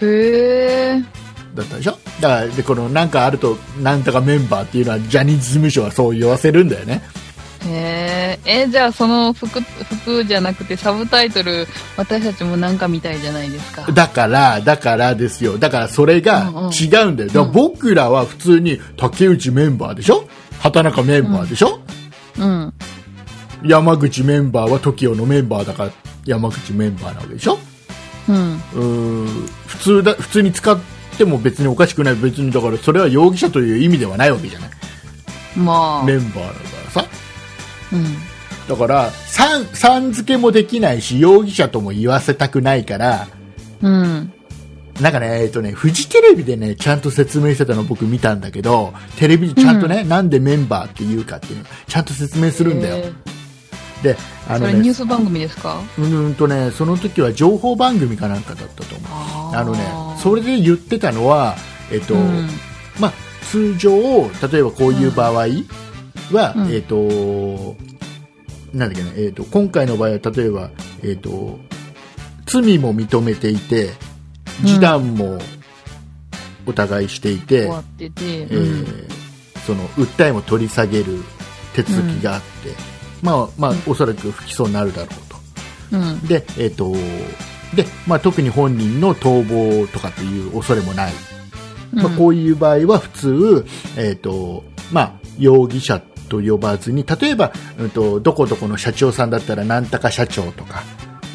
Speaker 1: へえ。
Speaker 2: だったでしょだからでこのなんかあるとなんとかメンバーっていうのはジャニーズ事務所はそう言わせるんだよね
Speaker 1: へーえ、じゃあその服、服じゃなくてサブタイトル、私たちもなんかみたいじゃないですか。
Speaker 2: だからだからですよだからそれ
Speaker 1: うんう
Speaker 2: が
Speaker 1: ん
Speaker 2: 違うんだよ、だから僕らは普通に竹内メンバーでしょ畑中メンバーでしょ、
Speaker 1: うん。
Speaker 2: 山口メンバーは TOKIO のメンバーだから山口メンバーなわけでしょ
Speaker 1: うん。
Speaker 2: うーん普通だ普通に使っても別におかしくない別にだからそれは容疑者という意味ではないわけじゃない
Speaker 1: まあ。
Speaker 2: メンバーだからさ
Speaker 1: うん。
Speaker 2: だから、さん、さん付けもできないし、容疑者とも言わせたくないから、
Speaker 1: うん。
Speaker 2: なんかね、えっとね、フジテレビでね、ちゃんと説明してたの僕見たんだけど、テレビでちゃんとね、なんでメンバーっていうかっていうの、ちゃんと説明するんだ
Speaker 1: へ
Speaker 2: よ。
Speaker 1: ー
Speaker 2: で、あ
Speaker 1: そ
Speaker 2: の
Speaker 1: れニュ
Speaker 2: ね
Speaker 1: ー、ス番組ですか
Speaker 2: うーんとね、その時は情報番組かなんかだったと思う。
Speaker 1: あー
Speaker 2: あのね、それで言ってたのは、えっと、
Speaker 1: うん
Speaker 2: まあ、通常、例えばこういう場合は、
Speaker 1: うん
Speaker 2: えっ、と、なんだっけね、えっ、と、今回の場合は、例えば、えっ、と、罪も認めていて、
Speaker 1: うん
Speaker 2: 示談もお互いしていて、
Speaker 1: 終わってて。
Speaker 2: えーその、訴えも取り下げる手続きがあって、まあ、まあ、おそらく不起訴になるだろうと。
Speaker 1: うん。うん
Speaker 2: で、えっ、と、で、まあ、特に本人の逃亡とかという恐れもない。まあ、こういう場合は普通、えっとまあ、容疑者と呼ばずに例えば、うん、とどこどこの社長さんだったらなんとか社長とか、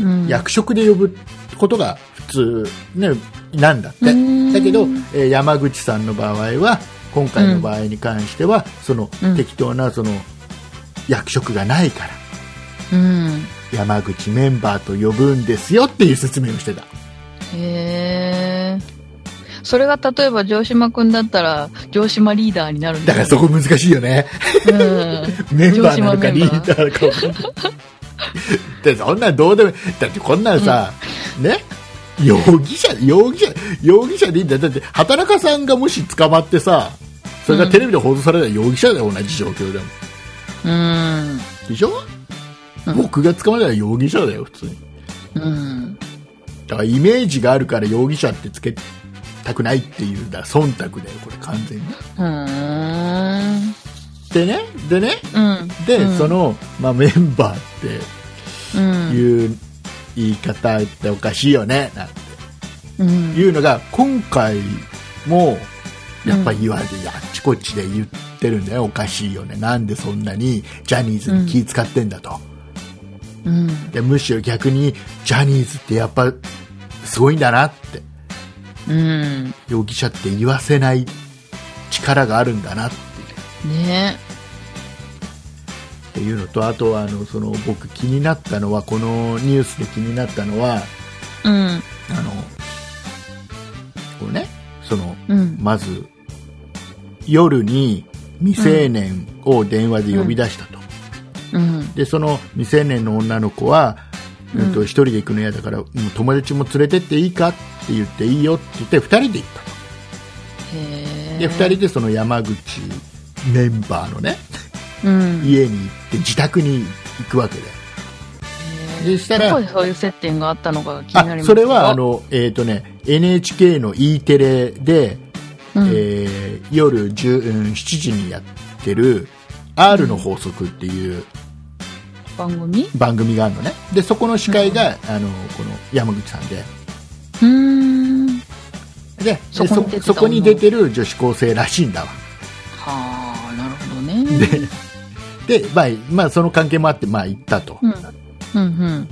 Speaker 1: うん
Speaker 2: 役職で呼ぶことが普通、ね、なんだって
Speaker 1: うーん
Speaker 2: だけど、えー山口さんの場合は今回の場合に関しては、その
Speaker 1: うん
Speaker 2: 適当なその役職がないから
Speaker 1: うん。
Speaker 2: 山口メンバーと呼ぶんですよっていう説明をしてた。
Speaker 1: へえ。それが例えば城島くんだったら、城島リーダーになるん
Speaker 2: だからそこ難しいよね。
Speaker 1: うん。
Speaker 2: メンバーなのか
Speaker 1: 城島メンバー
Speaker 2: リーダーなのか分かんない。 *laughs* でそんなんどうでもいいだってこんなんさ、ね容疑者容疑者容疑者でいいんだよだって畑中さんがもし捕まってさそれがテレビで放送されたら容疑者だよ同じ状況でも
Speaker 1: うん。
Speaker 2: でしょ、
Speaker 1: うん
Speaker 2: 僕が捕まったら容疑者だよ普通に
Speaker 1: うん。
Speaker 2: だからイメージがあるから容疑者ってつけたくないっていうだから忖度だよこれ完全に
Speaker 1: うん。
Speaker 2: でねでね
Speaker 1: うん。
Speaker 2: で、
Speaker 1: うん
Speaker 2: そ、の、まあ、メンバーって
Speaker 1: うん。
Speaker 2: いう言い方っておかしいよねなんて
Speaker 1: うん。
Speaker 2: いうのが今回もやっぱり言われて、あっちこっちで言ってるんだよおかしいよねなんでそんなにジャニーズに気使ってんだと、
Speaker 1: うん。
Speaker 2: でむしろ逆にジャニーズってやっぱすごいんだなって
Speaker 1: うん。
Speaker 2: 容疑者って言わせない力があるんだなって
Speaker 1: ね
Speaker 2: っていうのとあとはあのその僕気になったのはこのニュースで気になったのは
Speaker 1: うん。
Speaker 2: あのこうねその
Speaker 1: うん。
Speaker 2: まず夜に未成年を電話で呼び出したと、
Speaker 1: うん。
Speaker 2: でその未成年の女の子は、
Speaker 1: うん
Speaker 2: うんと一人で行くの嫌だからもう友達も連れてっていいかって言っていいよって言って二人で行ったと
Speaker 1: へえ。
Speaker 2: で二人でその山口メンバーのね
Speaker 1: うん。
Speaker 2: 家に行って自宅に行くわけででした
Speaker 1: ど
Speaker 2: ら
Speaker 1: こでそういう接点があったのかが気になり
Speaker 2: あ
Speaker 1: ます
Speaker 2: それはあ、の、えーとね、NHK の E テレで、
Speaker 1: うん、
Speaker 2: えー夜10うん7時にやってる R の法則っていう
Speaker 1: 番組
Speaker 2: 番組があるのねでそこの司会が、あのこの山口さんで
Speaker 1: うーん。
Speaker 2: でで
Speaker 1: そ
Speaker 2: そ
Speaker 1: こに出てた
Speaker 2: そこに出てる女子高生らしいんだわ
Speaker 1: はあ、なるほどね。
Speaker 2: で、まあまあ、その関係もあって、まあ、行ったと、
Speaker 1: うんうん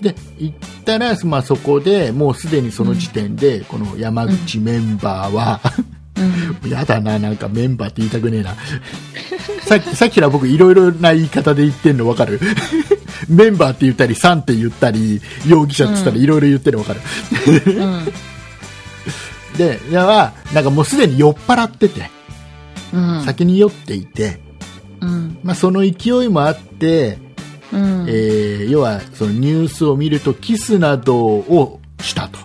Speaker 2: で行ったら、まあ、そこでもうすでにその時点で、この山口メンバーは、
Speaker 1: うん。うん。
Speaker 2: やだな、なんかメンバーって言いたくねえな。 *laughs* さっき、さっきから僕いろいろな言い方で言ってんのわかる *laughs* メンバーって言ったり、さんって言ったり、容疑者って言った
Speaker 1: う
Speaker 2: り、いろいろ言ってるのわかる。
Speaker 1: うん。
Speaker 2: で、いやは、なんかもうすでに酔っ払ってて、
Speaker 1: うん。
Speaker 2: 先に酔っていて、
Speaker 1: うん。
Speaker 2: まあその勢いもあって、
Speaker 1: うん。
Speaker 2: えー要はそのニュースを見るとキスなどをしたと。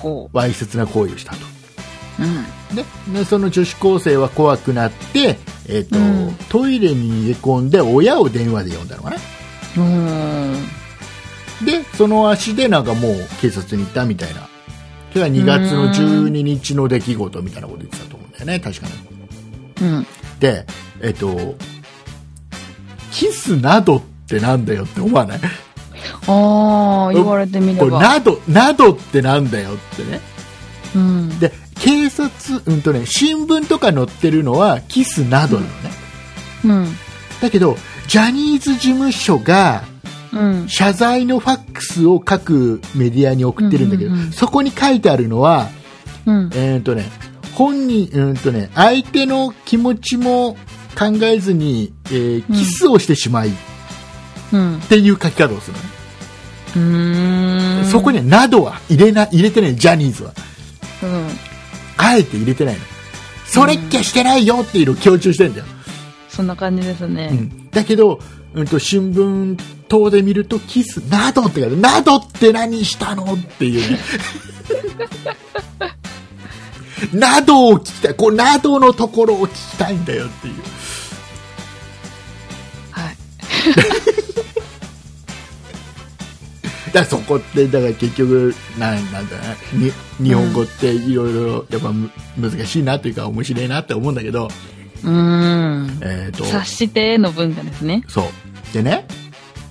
Speaker 1: こ
Speaker 2: わいせつな行為をしたと。
Speaker 1: う。うん。
Speaker 2: ででその女子高生は怖くなって、えーと
Speaker 1: うん
Speaker 2: トイレに逃げ込んで親を電話で呼んだのかな
Speaker 1: うーん。
Speaker 2: でその足でなんかもう警察に行ったみたいなそれが2月の12日の出来事みたいなこと言ってたと思うんだよね確かに
Speaker 1: うん。
Speaker 2: でえっ、とキスなどってなんだよって思わない
Speaker 1: ああ、言われてみ
Speaker 2: こ
Speaker 1: れ
Speaker 2: れ
Speaker 1: ば。
Speaker 2: などなどってなんだよってね
Speaker 1: うん。
Speaker 2: で警察うんとね新聞とか載ってるのはキスなどなのね、
Speaker 1: うん。
Speaker 2: だけどジャニーズ事務所が
Speaker 1: うん。
Speaker 2: 謝罪のファックスを各メディアに送ってるんだけど、
Speaker 1: うんうんうん
Speaker 2: そこに書いてあるのは
Speaker 1: うん。
Speaker 2: えー、とね、本人、うんとね、相手の気持ちも考えずに、えー
Speaker 1: うん
Speaker 2: キスをしてしまいっ
Speaker 1: うん。
Speaker 2: ていう書き方をするのね、
Speaker 1: うーん。
Speaker 2: そこにはなどは入れな、入れてない、ジャニーズは。
Speaker 1: うん。
Speaker 2: あえて入れてないの。それっきゃしてないよっていうのを強調してるんだよ。
Speaker 1: そんな感じです
Speaker 2: う
Speaker 1: ね。
Speaker 2: ん。だけど、うんと、新聞等で見ると、キス、などって書いてあるなどって何したのっ
Speaker 1: *laughs*
Speaker 2: ていうね。などを聞きたい。こう、などのところを聞きたいんだよっていう。
Speaker 1: はい。
Speaker 2: だからそこってだから結局なんなんだろうねに日本語っていろいろやっぱむ難しいなというか面白いなって思うんだけど、
Speaker 1: うーん。
Speaker 2: えー、と
Speaker 1: 察しての文化ですね。
Speaker 2: そうでね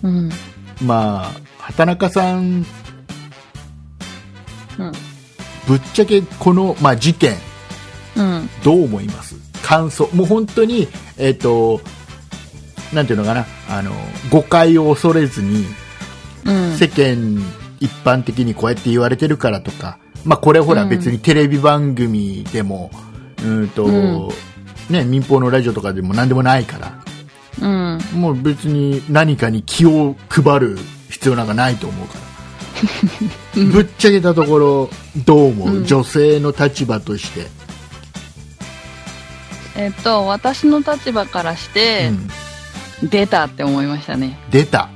Speaker 1: うん。
Speaker 2: まあ畑中さん
Speaker 1: うん。
Speaker 2: ぶっちゃけこの、まあ、事件
Speaker 1: うん。
Speaker 2: どう思います感想もう本当にえっ、となんていうのかなあの誤解を恐れずに
Speaker 1: うん。
Speaker 2: 世間一般的にこうやって言われてるからとか、まあ、これほら
Speaker 1: うん
Speaker 2: 別にテレビ番組でも、うんと
Speaker 1: うん
Speaker 2: ね、民放のラジオとかでも何でもないから
Speaker 1: うん。
Speaker 2: もう別に何かに気を配る必要なんかないと思うから
Speaker 1: *laughs* うん
Speaker 2: ぶっちゃけたところどう思う、
Speaker 1: うん
Speaker 2: 女性の立場として、
Speaker 1: えっと、私の立場からして
Speaker 2: う、ん
Speaker 1: 出たって思いましたね。
Speaker 2: 出た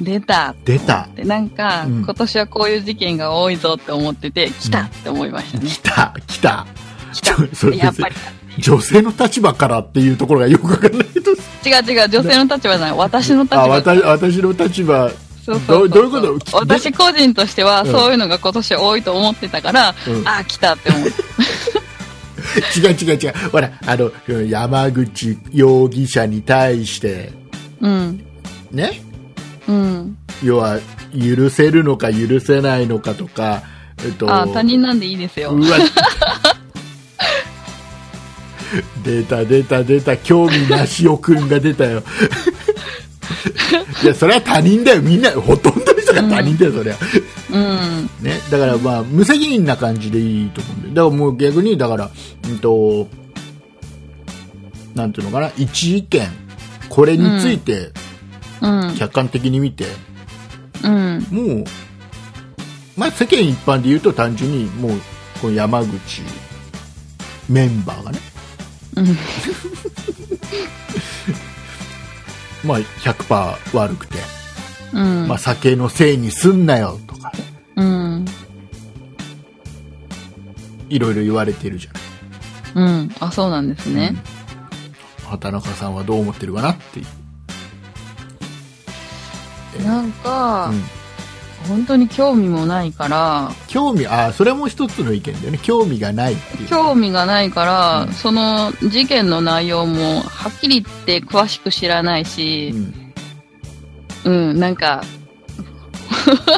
Speaker 1: 出たって
Speaker 2: 出た
Speaker 1: でなんか、
Speaker 2: うん
Speaker 1: 今年はこういう事件が多いぞって思ってて、来たって思いましたね
Speaker 2: 来。た来た
Speaker 1: 来た
Speaker 2: ちょ *laughs* それ別に
Speaker 1: やっぱり。
Speaker 2: 女性の立場からっていうところがよくわかんないけど
Speaker 1: 違う違う、女性の立場じゃない。私の立
Speaker 2: あ
Speaker 1: 場。
Speaker 2: 私私の立場
Speaker 1: そうそうそう
Speaker 2: どうどういうこと
Speaker 1: 私個人としては、
Speaker 2: うん
Speaker 1: そういうのが今年多いと思ってたから、
Speaker 2: うん
Speaker 1: ああ、来たって思って。
Speaker 2: *laughs* 違う違う違うほらあの山口容疑者に対して
Speaker 1: うん。
Speaker 2: ね
Speaker 1: うん。
Speaker 2: 要は許せるのか許せないのかとか、えっと、
Speaker 1: ああ、他人なんでいいですよ。
Speaker 2: うわ出た出た出た興味なしおくんが出たよ *laughs* いやそれは他人だよみんなほとんどの人が他人だよ、そりゃ
Speaker 1: うん。
Speaker 2: ねだからまあ無責任な感じでいいと思うんだよだからもう逆にだからうんとなんていうのかな一意見これについて
Speaker 1: うん。
Speaker 2: 客観的に見て、
Speaker 1: うん。
Speaker 2: もう、まあ、世間一般で言うと単純にもうこの山口メンバーがね、
Speaker 1: うん。
Speaker 2: まあ、100%悪くて、
Speaker 1: うん。
Speaker 2: まあ、酒のせいにすんなよとか
Speaker 1: うん。
Speaker 2: いろいろ言われてるじゃない
Speaker 1: うん。あ、そうなんですね。
Speaker 2: 畑中さんはどう思ってるかなっていう、うん
Speaker 1: なんか、
Speaker 2: うん
Speaker 1: 本当に興味もないから、
Speaker 2: 興味あーそれも一つの意見だよね興味がないっていう
Speaker 1: 興味がないから、
Speaker 2: うん
Speaker 1: その事件の内容もはっきり言って詳しく知らないし
Speaker 2: う、ん
Speaker 1: うん、なんか、 *laughs*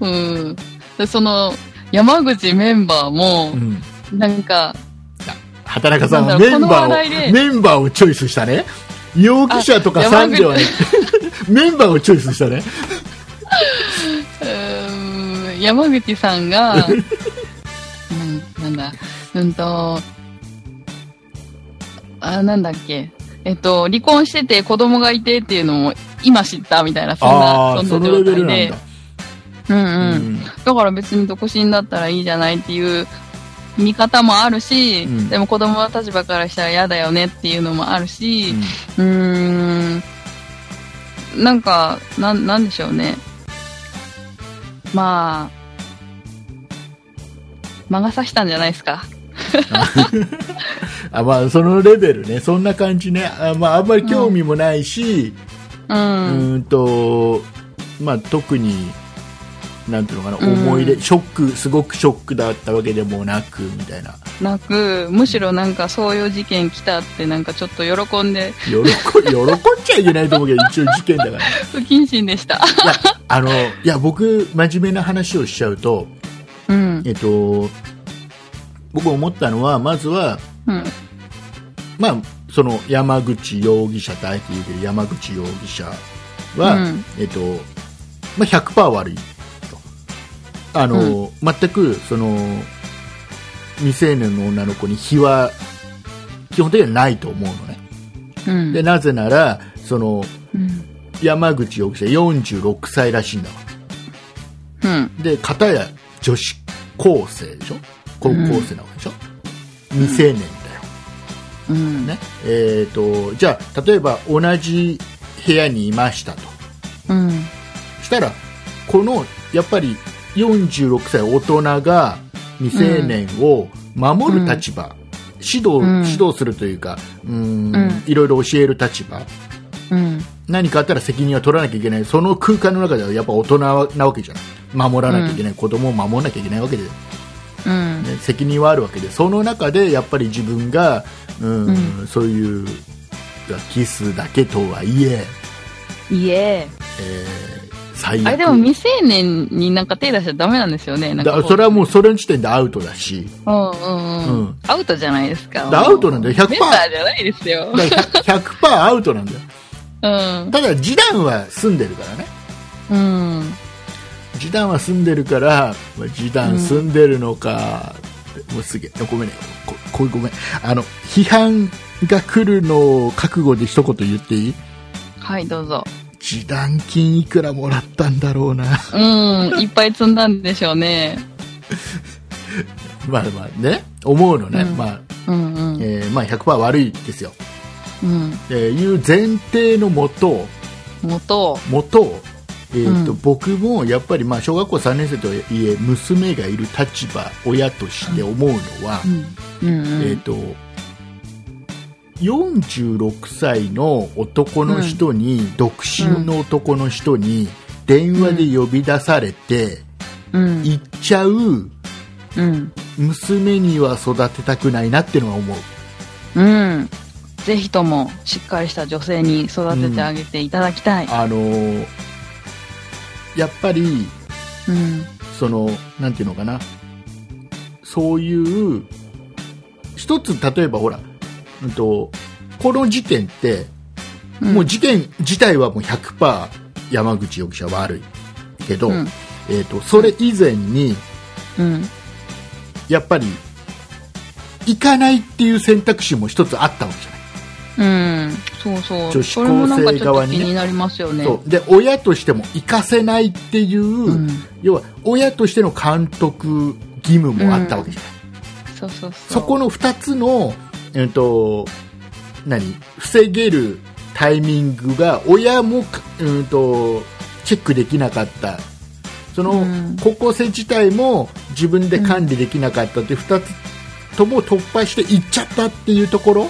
Speaker 1: うん。でその、山口メンバーも
Speaker 2: う、ん
Speaker 1: なんか、
Speaker 2: 畑中さん
Speaker 1: な
Speaker 2: は
Speaker 1: んだ
Speaker 2: メ
Speaker 1: ろう
Speaker 2: ンバ
Speaker 1: この話題
Speaker 2: ー
Speaker 1: で
Speaker 2: をメンバーをチョイスしたね容疑者とかさんではない *laughs* メンバーをチョイスしたね
Speaker 1: うーん山口さん
Speaker 2: *laughs*
Speaker 1: が、うん、なんだ、うんと、あ、なんだっけ、えっと、離婚してて子供がいてっていうのも今知ったみたいな、そん
Speaker 2: ああ
Speaker 1: な、
Speaker 2: ー
Speaker 1: そ
Speaker 2: そ
Speaker 1: んな状
Speaker 2: のレベ
Speaker 1: 態
Speaker 2: ルなん
Speaker 1: で
Speaker 2: だ。
Speaker 1: うんうん。
Speaker 2: ん
Speaker 1: だから別に独身だったらいいじゃないっていう見方もあるし、
Speaker 2: うん
Speaker 1: でも子供の立場からしたら嫌だよねっていうのもあるし、うーんなんか、なん、なんでしょうね。まあ、魔が差したんじゃないですか。
Speaker 2: あまあ、そのレベルね、そんな感じね、あ,、まあ、あんまり興味もないし、
Speaker 1: う。
Speaker 2: うんん、んとまあ、特になんていうのかな、
Speaker 1: うん
Speaker 2: 思い入れ、ショック、すごくショックだったわけでもなくみたいな、
Speaker 1: なく、むしろなんかそういう事件来たってなんかちょっと喜んで、
Speaker 2: 喜 *laughs* 喜んじゃいけないと思うけど、一応、事件だから、い
Speaker 1: 不謹慎でした。
Speaker 2: やあのいや僕、真面目な話をしちゃうと、
Speaker 1: うん。
Speaker 2: えっと、僕、思ったのは、まずは、
Speaker 1: うん。
Speaker 2: まあ、その山口容疑者とあえて言うけど山口容疑者は、
Speaker 1: うん
Speaker 2: えっとまあ、100%悪いとあの、全くその未成年の女の子に非は基本的にはないと思うのね
Speaker 1: うん。
Speaker 2: でなぜならその
Speaker 1: うん。
Speaker 2: 山口容疑者46歳らしいんだわ
Speaker 1: うん。
Speaker 2: で片や女子高生でしょ高校生なわけでしょ、未成年だよ
Speaker 1: うん。
Speaker 2: ねえー、とじゃあ例えば同じ部屋にいましたと
Speaker 1: うん。
Speaker 2: したらこのやっぱり46歳大人が未成年を守る立場、指導
Speaker 1: うん
Speaker 2: 指導するというかうーん
Speaker 1: うん
Speaker 2: いろいろ教える立場
Speaker 1: うん。
Speaker 2: 何かあったら責任は取らなきゃいけないその空間の中ではやっぱ大人なわけじゃない守らなきゃいけない、子供を守らなきゃいけないわけで
Speaker 1: うん。
Speaker 2: ね、責任はあるわけでその中でやっぱり自分が、うん
Speaker 1: う
Speaker 2: そういうキスだけとはいえ
Speaker 1: いえ。
Speaker 2: えー最悪
Speaker 1: あれでも未成年になんか手出しちゃダメなんですよね。なんか
Speaker 2: だ
Speaker 1: こう
Speaker 2: それはもうそれの時点でアウトだし
Speaker 1: うんうんう
Speaker 2: うんん。
Speaker 1: アウトじゃないですか。
Speaker 2: だアウトなんだよ100%
Speaker 1: メンバーじゃないですよ。
Speaker 2: だから100 100%アウトなんだよ
Speaker 1: うん。
Speaker 2: ただ示談は済んでるからね
Speaker 1: うん。
Speaker 2: 示談は済んでるからまあ示談済んでるのか、もうすげえごめんねここごめんあの批判が来るのを覚悟で一言言っていい
Speaker 1: はい、どうぞ。
Speaker 2: 示談金いくらもらったんだろうな。 *laughs*
Speaker 1: うん、いっぱい積んだんでしょうね。
Speaker 2: まあまあね、思うのね。
Speaker 1: うん
Speaker 2: まあ、
Speaker 1: うんうん。
Speaker 2: えーまあ100%悪いですよ。
Speaker 1: うん。
Speaker 2: えーいう前提のもと、
Speaker 1: 元。
Speaker 2: もと、えーと
Speaker 1: うん
Speaker 2: 僕もやっぱりまあ小学校3年生とはいえ娘がいる立場親として思うのは、
Speaker 1: うん。うんうん。
Speaker 2: えー、と46歳の男の人に、独身の男の人に電話で呼び出されて、
Speaker 1: うん。
Speaker 2: 行っちゃう
Speaker 1: うん。
Speaker 2: 娘には育てたくないなってのは思う
Speaker 1: うん。ぜひとも、しっかりした女性に育ててあげていただきたい。
Speaker 2: あのーやっぱり
Speaker 1: うん。
Speaker 2: そのなんていうのかなそういう一つ例えばほら、うん、とこの事件って
Speaker 1: ん
Speaker 2: もう事件自体はもう100%山口容疑者は悪いけど、
Speaker 1: うん
Speaker 2: えー、とそれ以前に
Speaker 1: うん。
Speaker 2: やっぱり行かないっていう選択肢も一つあったわけじゃな
Speaker 1: う
Speaker 2: い、
Speaker 1: ん。そうそう。
Speaker 2: 女子
Speaker 1: それもなんか
Speaker 2: 高生
Speaker 1: ちょっ
Speaker 2: 側
Speaker 1: と
Speaker 2: に
Speaker 1: 気
Speaker 2: ね
Speaker 1: になりますよね。
Speaker 2: そうで親としても行かせないっていう、
Speaker 1: うん。
Speaker 2: 要は親としての監督義務もあったわけじゃない、
Speaker 1: そうそうそう。
Speaker 2: そこの2つの、えっと、何防げるタイミングが親も、うん、とチェックできなかったその
Speaker 1: うん
Speaker 2: 高校生自体も自分で管理できなかったって2つとも突破していっちゃったっていうところ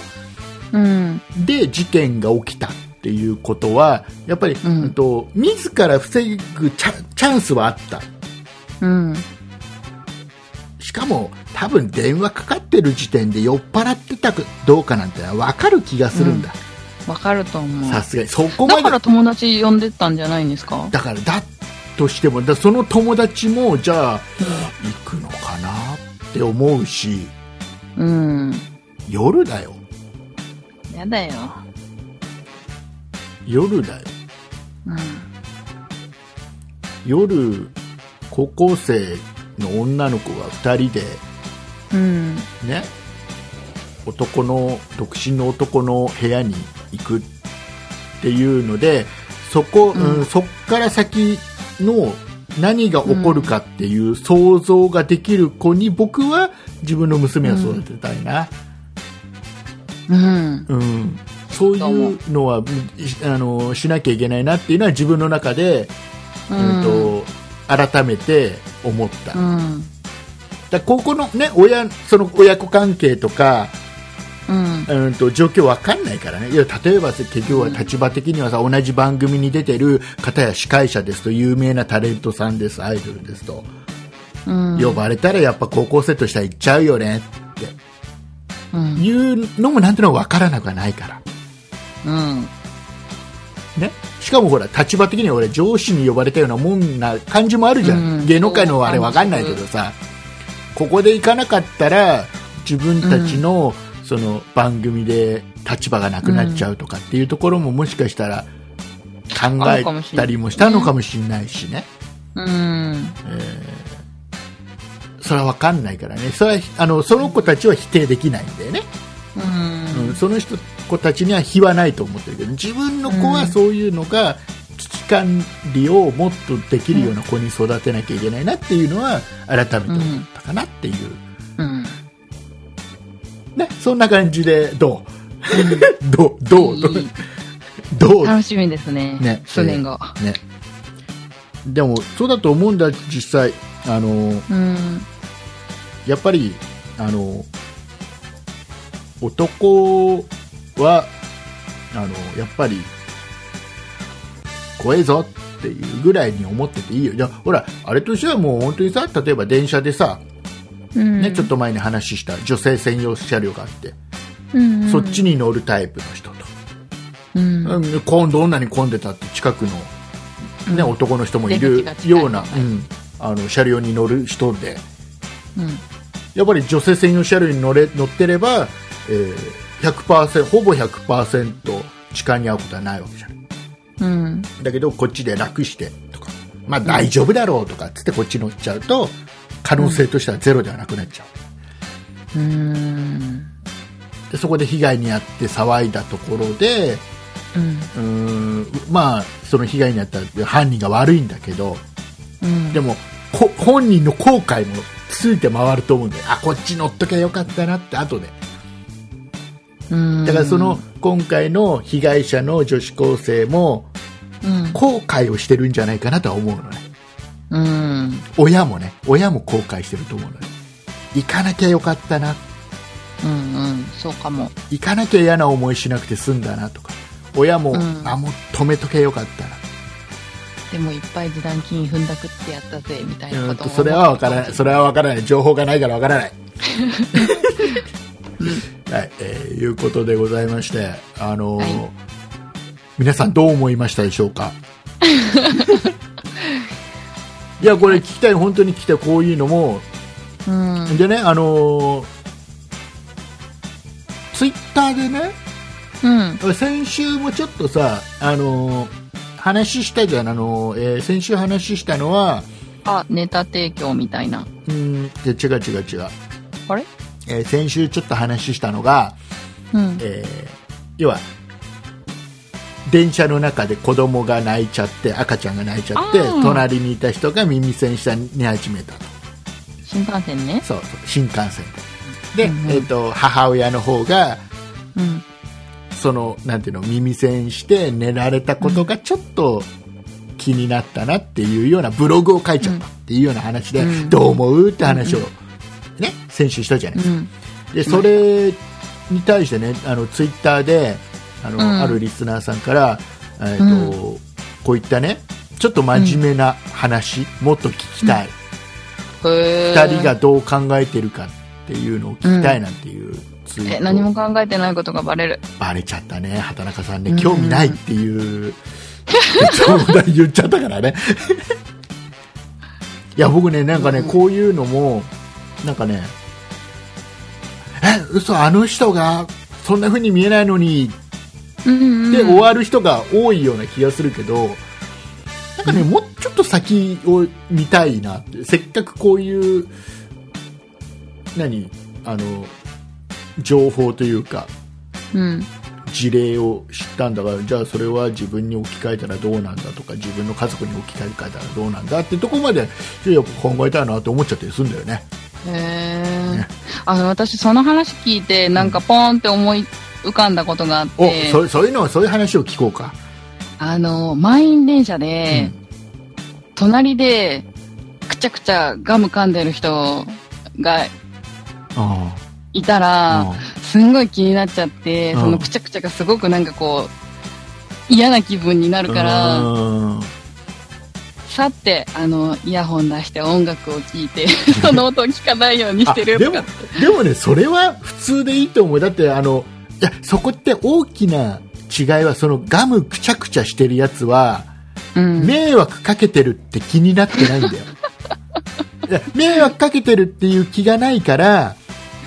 Speaker 1: うん。
Speaker 2: で事件が起きたっていうことはやっぱり、う
Speaker 1: うん
Speaker 2: んと自ら防ぐチャチャンスはあった
Speaker 1: うん。
Speaker 2: しかも多分電話かかってる時点で酔っ払ってたかどうかなんてのは分かる気がするんだ
Speaker 1: わかると思う。
Speaker 2: さすがにそこま
Speaker 1: だ
Speaker 2: で
Speaker 1: から友達呼んでったんじゃないんですか
Speaker 2: だからだとしてもだその友達もじゃあ行くのかなって思うし
Speaker 1: うん。
Speaker 2: 夜だよ
Speaker 1: やだよ。
Speaker 2: 夜だよ
Speaker 1: うん。
Speaker 2: 夜高校生の女の子が2人で
Speaker 1: うん。
Speaker 2: ね男の独身の男の部屋に行くっていうのでそこ、
Speaker 1: うん
Speaker 2: うんそっから先の何が起こるかっていう想像ができる子に僕は自分の娘は育てたいな、
Speaker 1: うん。
Speaker 2: うんそういうのはしあのしなきゃいけないなっていうのは自分の中で、
Speaker 1: う
Speaker 2: うん
Speaker 1: ん。
Speaker 2: と改めて思った、
Speaker 1: う
Speaker 2: だか
Speaker 1: ん。
Speaker 2: ら高校の、ね、親その親子関係とか
Speaker 1: うん。
Speaker 2: うんと状況わかんないからねいや例えば結局は立場的にはさ、同じ番組に出てる方や司会者ですと有名なタレントさんですアイドルですと、
Speaker 1: うん。
Speaker 2: 呼ばれたらやっぱ高校生としては行っちゃうよねっ
Speaker 1: うん
Speaker 2: ていうのもなんてのはわからなくはないから、
Speaker 1: うん。
Speaker 2: ね、しかもほら立場的には俺上司に呼ばれたようなもんな感じもあるじゃん、
Speaker 1: うん
Speaker 2: 芸能界のあれわかんないけどさここで行かなかったら自分たちの、その番組で立場がなくなっちゃうとかっていうところももしかしたら考えたりもしたのかもしれないしね、
Speaker 1: うん。
Speaker 2: それはわかんないからねそれはあのその子たちは否定できないんだよね、
Speaker 1: う
Speaker 2: うん
Speaker 1: ん。
Speaker 2: その人子たちには非はないと思ってるけど自分の子はそういうのが危機管理をもっとできるような子に育てなきゃいけないなっていうのは改めて思ったかなっていう。
Speaker 1: うん。
Speaker 2: ね、そんな感じでどう *laughs* どうどう
Speaker 1: いい
Speaker 2: どう
Speaker 1: 楽しみですね。
Speaker 2: ね
Speaker 1: 数年後。
Speaker 2: ねでもそうだと思うんだ実際あの
Speaker 1: うん。
Speaker 2: やっぱりあの男はあのやっぱり怖えぞっていうぐらいに思ってていいよじゃほらあれとしてはもう本当にさ例えば電車でさ、
Speaker 1: うん。
Speaker 2: ねちょっと前に話した女性専用車両があって、
Speaker 1: うん、うん。
Speaker 2: そっちに乗るタイプの人と、
Speaker 1: うん。うん。
Speaker 2: うん、混んどんなに混んでたって近くの、ね
Speaker 1: うん
Speaker 2: 男の人もいる
Speaker 1: 出口が近い
Speaker 2: ような、うん、あの車両に乗る人でやっぱり女性専用車両に乗れ乗ってれば、えー、100%ほぼ100%痴漢に遭うことはないわけじゃない
Speaker 1: うん。
Speaker 2: だけどこっちで楽してとか、まあ、大丈夫だろうとかっつってこっち乗っちゃうと可能性としてはゼロではなくなっちゃう
Speaker 1: うん。
Speaker 2: でそこで被害に遭って騒いだところで
Speaker 1: うん。
Speaker 2: うーんまあその被害に遭った犯人が悪いんだけど
Speaker 1: うん。
Speaker 2: でもこ本人の後悔もついて回ると思うんであこっち乗っときゃよかったなって後で
Speaker 1: うん、
Speaker 2: だからその、今回の被害者の女子高生も
Speaker 1: うん。
Speaker 2: 後悔をしてるんじゃないかなとは思うのね
Speaker 1: うん。
Speaker 2: 親もね親も後悔してると思うのね行かなきゃよかったな
Speaker 1: うんうん。そうかも。
Speaker 2: 行かなきゃ嫌な思いしなくて済んだなとか親も、
Speaker 1: うん
Speaker 2: あもう止めとけよかったな
Speaker 1: でもいっぱい示談金踏んだくってやったぜ、みたいな
Speaker 2: う
Speaker 1: こ
Speaker 2: ん
Speaker 1: と
Speaker 2: と
Speaker 1: も。
Speaker 2: それはわからない。それはわからない。情報がないからわから
Speaker 1: *laughs*
Speaker 2: ない。はい、えーいうことでございまして、あのー
Speaker 1: はい
Speaker 2: 皆さんどう思いましたでしょ
Speaker 1: *laughs*
Speaker 2: うかいや、これ聞きたい、本当に聞きたい、こういうのも。
Speaker 1: うん。
Speaker 2: でね、あのーツイッターでね、
Speaker 1: うん。
Speaker 2: 先週もちょっとさ、あのー話したじゃん、あのーえー先週話したのは、
Speaker 1: あ、ネタ提供みたいな。
Speaker 2: うん、いや違う違う違う。
Speaker 1: あれ
Speaker 2: えー先週ちょっと話したのが、
Speaker 1: うん。
Speaker 2: えー要は電車の中で子供が泣いちゃって赤ちゃんが泣いちゃって
Speaker 1: あー
Speaker 2: 隣にいた人が耳栓下に寝始めたと
Speaker 1: 新幹線ね。
Speaker 2: そうそう新幹線でで、
Speaker 1: うんうん
Speaker 2: えー、と母親の方が
Speaker 1: うん。
Speaker 2: そのなんていうの耳栓して寝られたことがちょっと気になったなっていうようなブログを書いちゃったっていうような話で、
Speaker 1: うん
Speaker 2: どう思うって話を、ね、先週したじゃないですか
Speaker 1: うん。
Speaker 2: でそれに対してねあのツイッターであの、
Speaker 1: うん
Speaker 2: あるリスナーさんから、えーとこういったねちょっと真面目な話、もっと聞きたい、
Speaker 1: へ
Speaker 2: 2人が。どう考えてるかっていうのを聞きたいなんていうツイー
Speaker 1: え、
Speaker 2: ト、
Speaker 1: 何も考えてないことがバレる。
Speaker 2: バレちゃったね畑中さん
Speaker 1: う
Speaker 2: ね
Speaker 1: ん
Speaker 2: 興味ないっていう、冗談言っちゃった *laughs* からねいや僕ねなんかね、
Speaker 1: うん
Speaker 2: こういうのもなんかねえ嘘あの人がそんな風に見えないのに
Speaker 1: うん、うん。
Speaker 2: で終わる人が多いような気がするけど、なんかね、もうちょっと先を見たいなって、せっかくこういう、何、あの、情報というか、
Speaker 1: うん。
Speaker 2: 事例を知ったんだから、じゃあそれは自分に置き換えたらどうなんだとか、自分の家族に置き換えたらどうなんだってとこまで、ちょっと考えたいなって思っちゃったりするんだよね。
Speaker 1: へえ。あの、私その話聞いて、なんかポーンって思い浮かんだことがあっ
Speaker 2: お、
Speaker 1: て、
Speaker 2: そそういうの、そういう話を聞こうか。
Speaker 1: あの、満員電車で、隣で、くちゃくちゃガム噛んでる人が
Speaker 2: あ
Speaker 1: いたら、すんごい気になっちゃって、
Speaker 2: うん
Speaker 1: そのくちゃくちゃがすごくなんかこう、嫌な気分になるから、
Speaker 2: うん
Speaker 1: さって、あの、イヤホン出して音楽を聴いて、 *laughs* その音を聞かないようにしてる
Speaker 2: あで
Speaker 1: と
Speaker 2: も
Speaker 1: か。
Speaker 2: でもね、それは普通でいいと思う。だって、あの、いや、そこって大きな違いは、そのガムくちゃくちゃしてるやつは、
Speaker 1: うん。
Speaker 2: 迷惑かけてるって気になってないんだよ。いや迷惑かけてるっていう気がないから、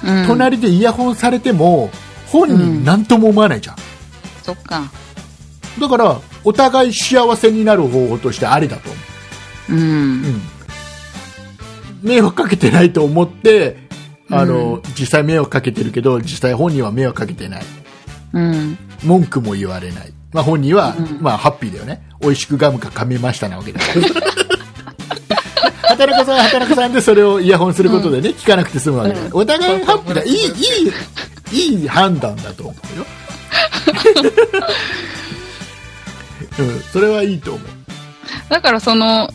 Speaker 1: うん、
Speaker 2: 隣でイヤホンされても、本人何とも思わないじゃん。
Speaker 1: そっか。
Speaker 2: だから、お互い幸せになる方法としてありだと思う。
Speaker 1: うん。
Speaker 2: うん、迷惑かけてないと思ってあの、
Speaker 1: う
Speaker 2: 実際迷惑かけてるけど実際本人は迷惑かけてない
Speaker 1: うん。
Speaker 2: 文句も言われない、まあ、本人は、
Speaker 1: うん
Speaker 2: まあ、ハッピーだよね美味しくガムが噛めましたなわけだから *laughs* 畑中さんは畑中さんでそれをイヤホンすることでね、聞かなくて済むわけだから、
Speaker 1: うん
Speaker 2: お互いハッピーだい
Speaker 1: そう
Speaker 2: いいいいい判断だと思うよ、 *laughs* うん、それはいいと思う
Speaker 1: だからその、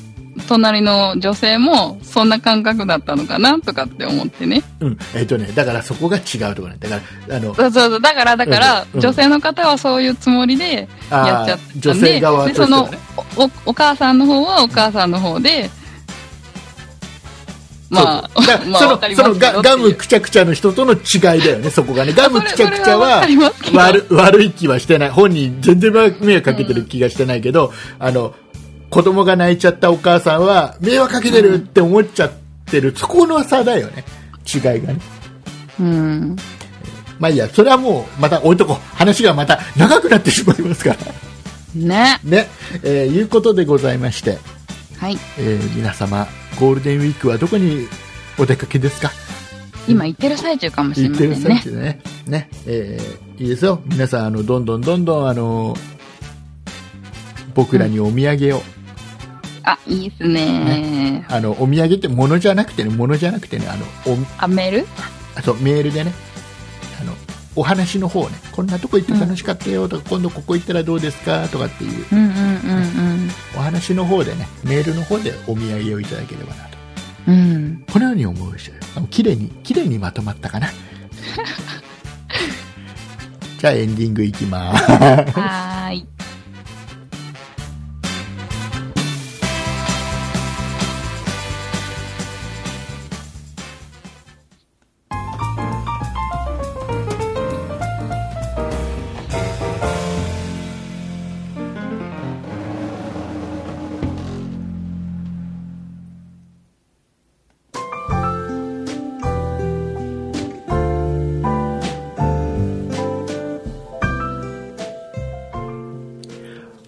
Speaker 1: 隣の女性も、そんな感覚だったのかなとかって思ってね。
Speaker 2: うん、えっ、とね、だからそこが違うところね。だから、あの、
Speaker 1: そうそうそう。だから、だから、
Speaker 2: うん
Speaker 1: 女性の方はそういうつもりで、やっちゃったん
Speaker 2: あー
Speaker 1: で
Speaker 2: 女性側
Speaker 1: で
Speaker 2: として
Speaker 1: そ
Speaker 2: は
Speaker 1: の
Speaker 2: ね。
Speaker 1: おおお母さんの方はお母さんの方で、まあ
Speaker 2: そうだか
Speaker 1: *laughs* ま
Speaker 2: ら
Speaker 1: あ
Speaker 2: そ
Speaker 1: わか
Speaker 2: の
Speaker 1: り
Speaker 2: そ
Speaker 1: ます
Speaker 2: の
Speaker 1: けど
Speaker 2: ガガムくちゃくちゃの人との違いだよね、そこがね。ガムくちゃくちゃは
Speaker 1: それそれはわかりますけ
Speaker 2: *laughs* 悪悪い気はしてない。本人全然迷惑かけてる気がしてないけど、あの、子供が泣いちゃったお母さんは迷惑かけてるって思っちゃってる。そこの差だよね。違いがね。
Speaker 1: うん。
Speaker 2: まあいいや、それはもうまた置いとこう。話がまた長くなってしまいますから。
Speaker 1: ね。
Speaker 2: ね。えーいうことでございまして。
Speaker 1: はい。
Speaker 2: えー皆様ゴールデンウィークはどこにお出かけですか
Speaker 1: 今言ってる最中かもしれ
Speaker 2: 言
Speaker 1: ま
Speaker 2: って
Speaker 1: せ
Speaker 2: る
Speaker 1: ん
Speaker 2: 最
Speaker 1: ね。
Speaker 2: 中でねね、えーいいですよ皆さんあのどんどんどんどんあの僕らにお土産を、
Speaker 1: あ、いいっすね
Speaker 2: あの、お土産って物じゃなくてね、物じゃなくてね、あの、お
Speaker 1: あ、メール
Speaker 2: あとメールでね、あの、お話の方をね、こんなとこ行って楽しかったよとか、今度ここ行ったらどうですかとかっていう、
Speaker 1: うんうんうん
Speaker 2: お話の方でね、メールの方でお土産をいただければなと。
Speaker 1: うん。うん。
Speaker 2: このように思うでしょうよあの綺麗に、綺麗にまとまったかな。じゃあエンディングいきます。
Speaker 1: はーい。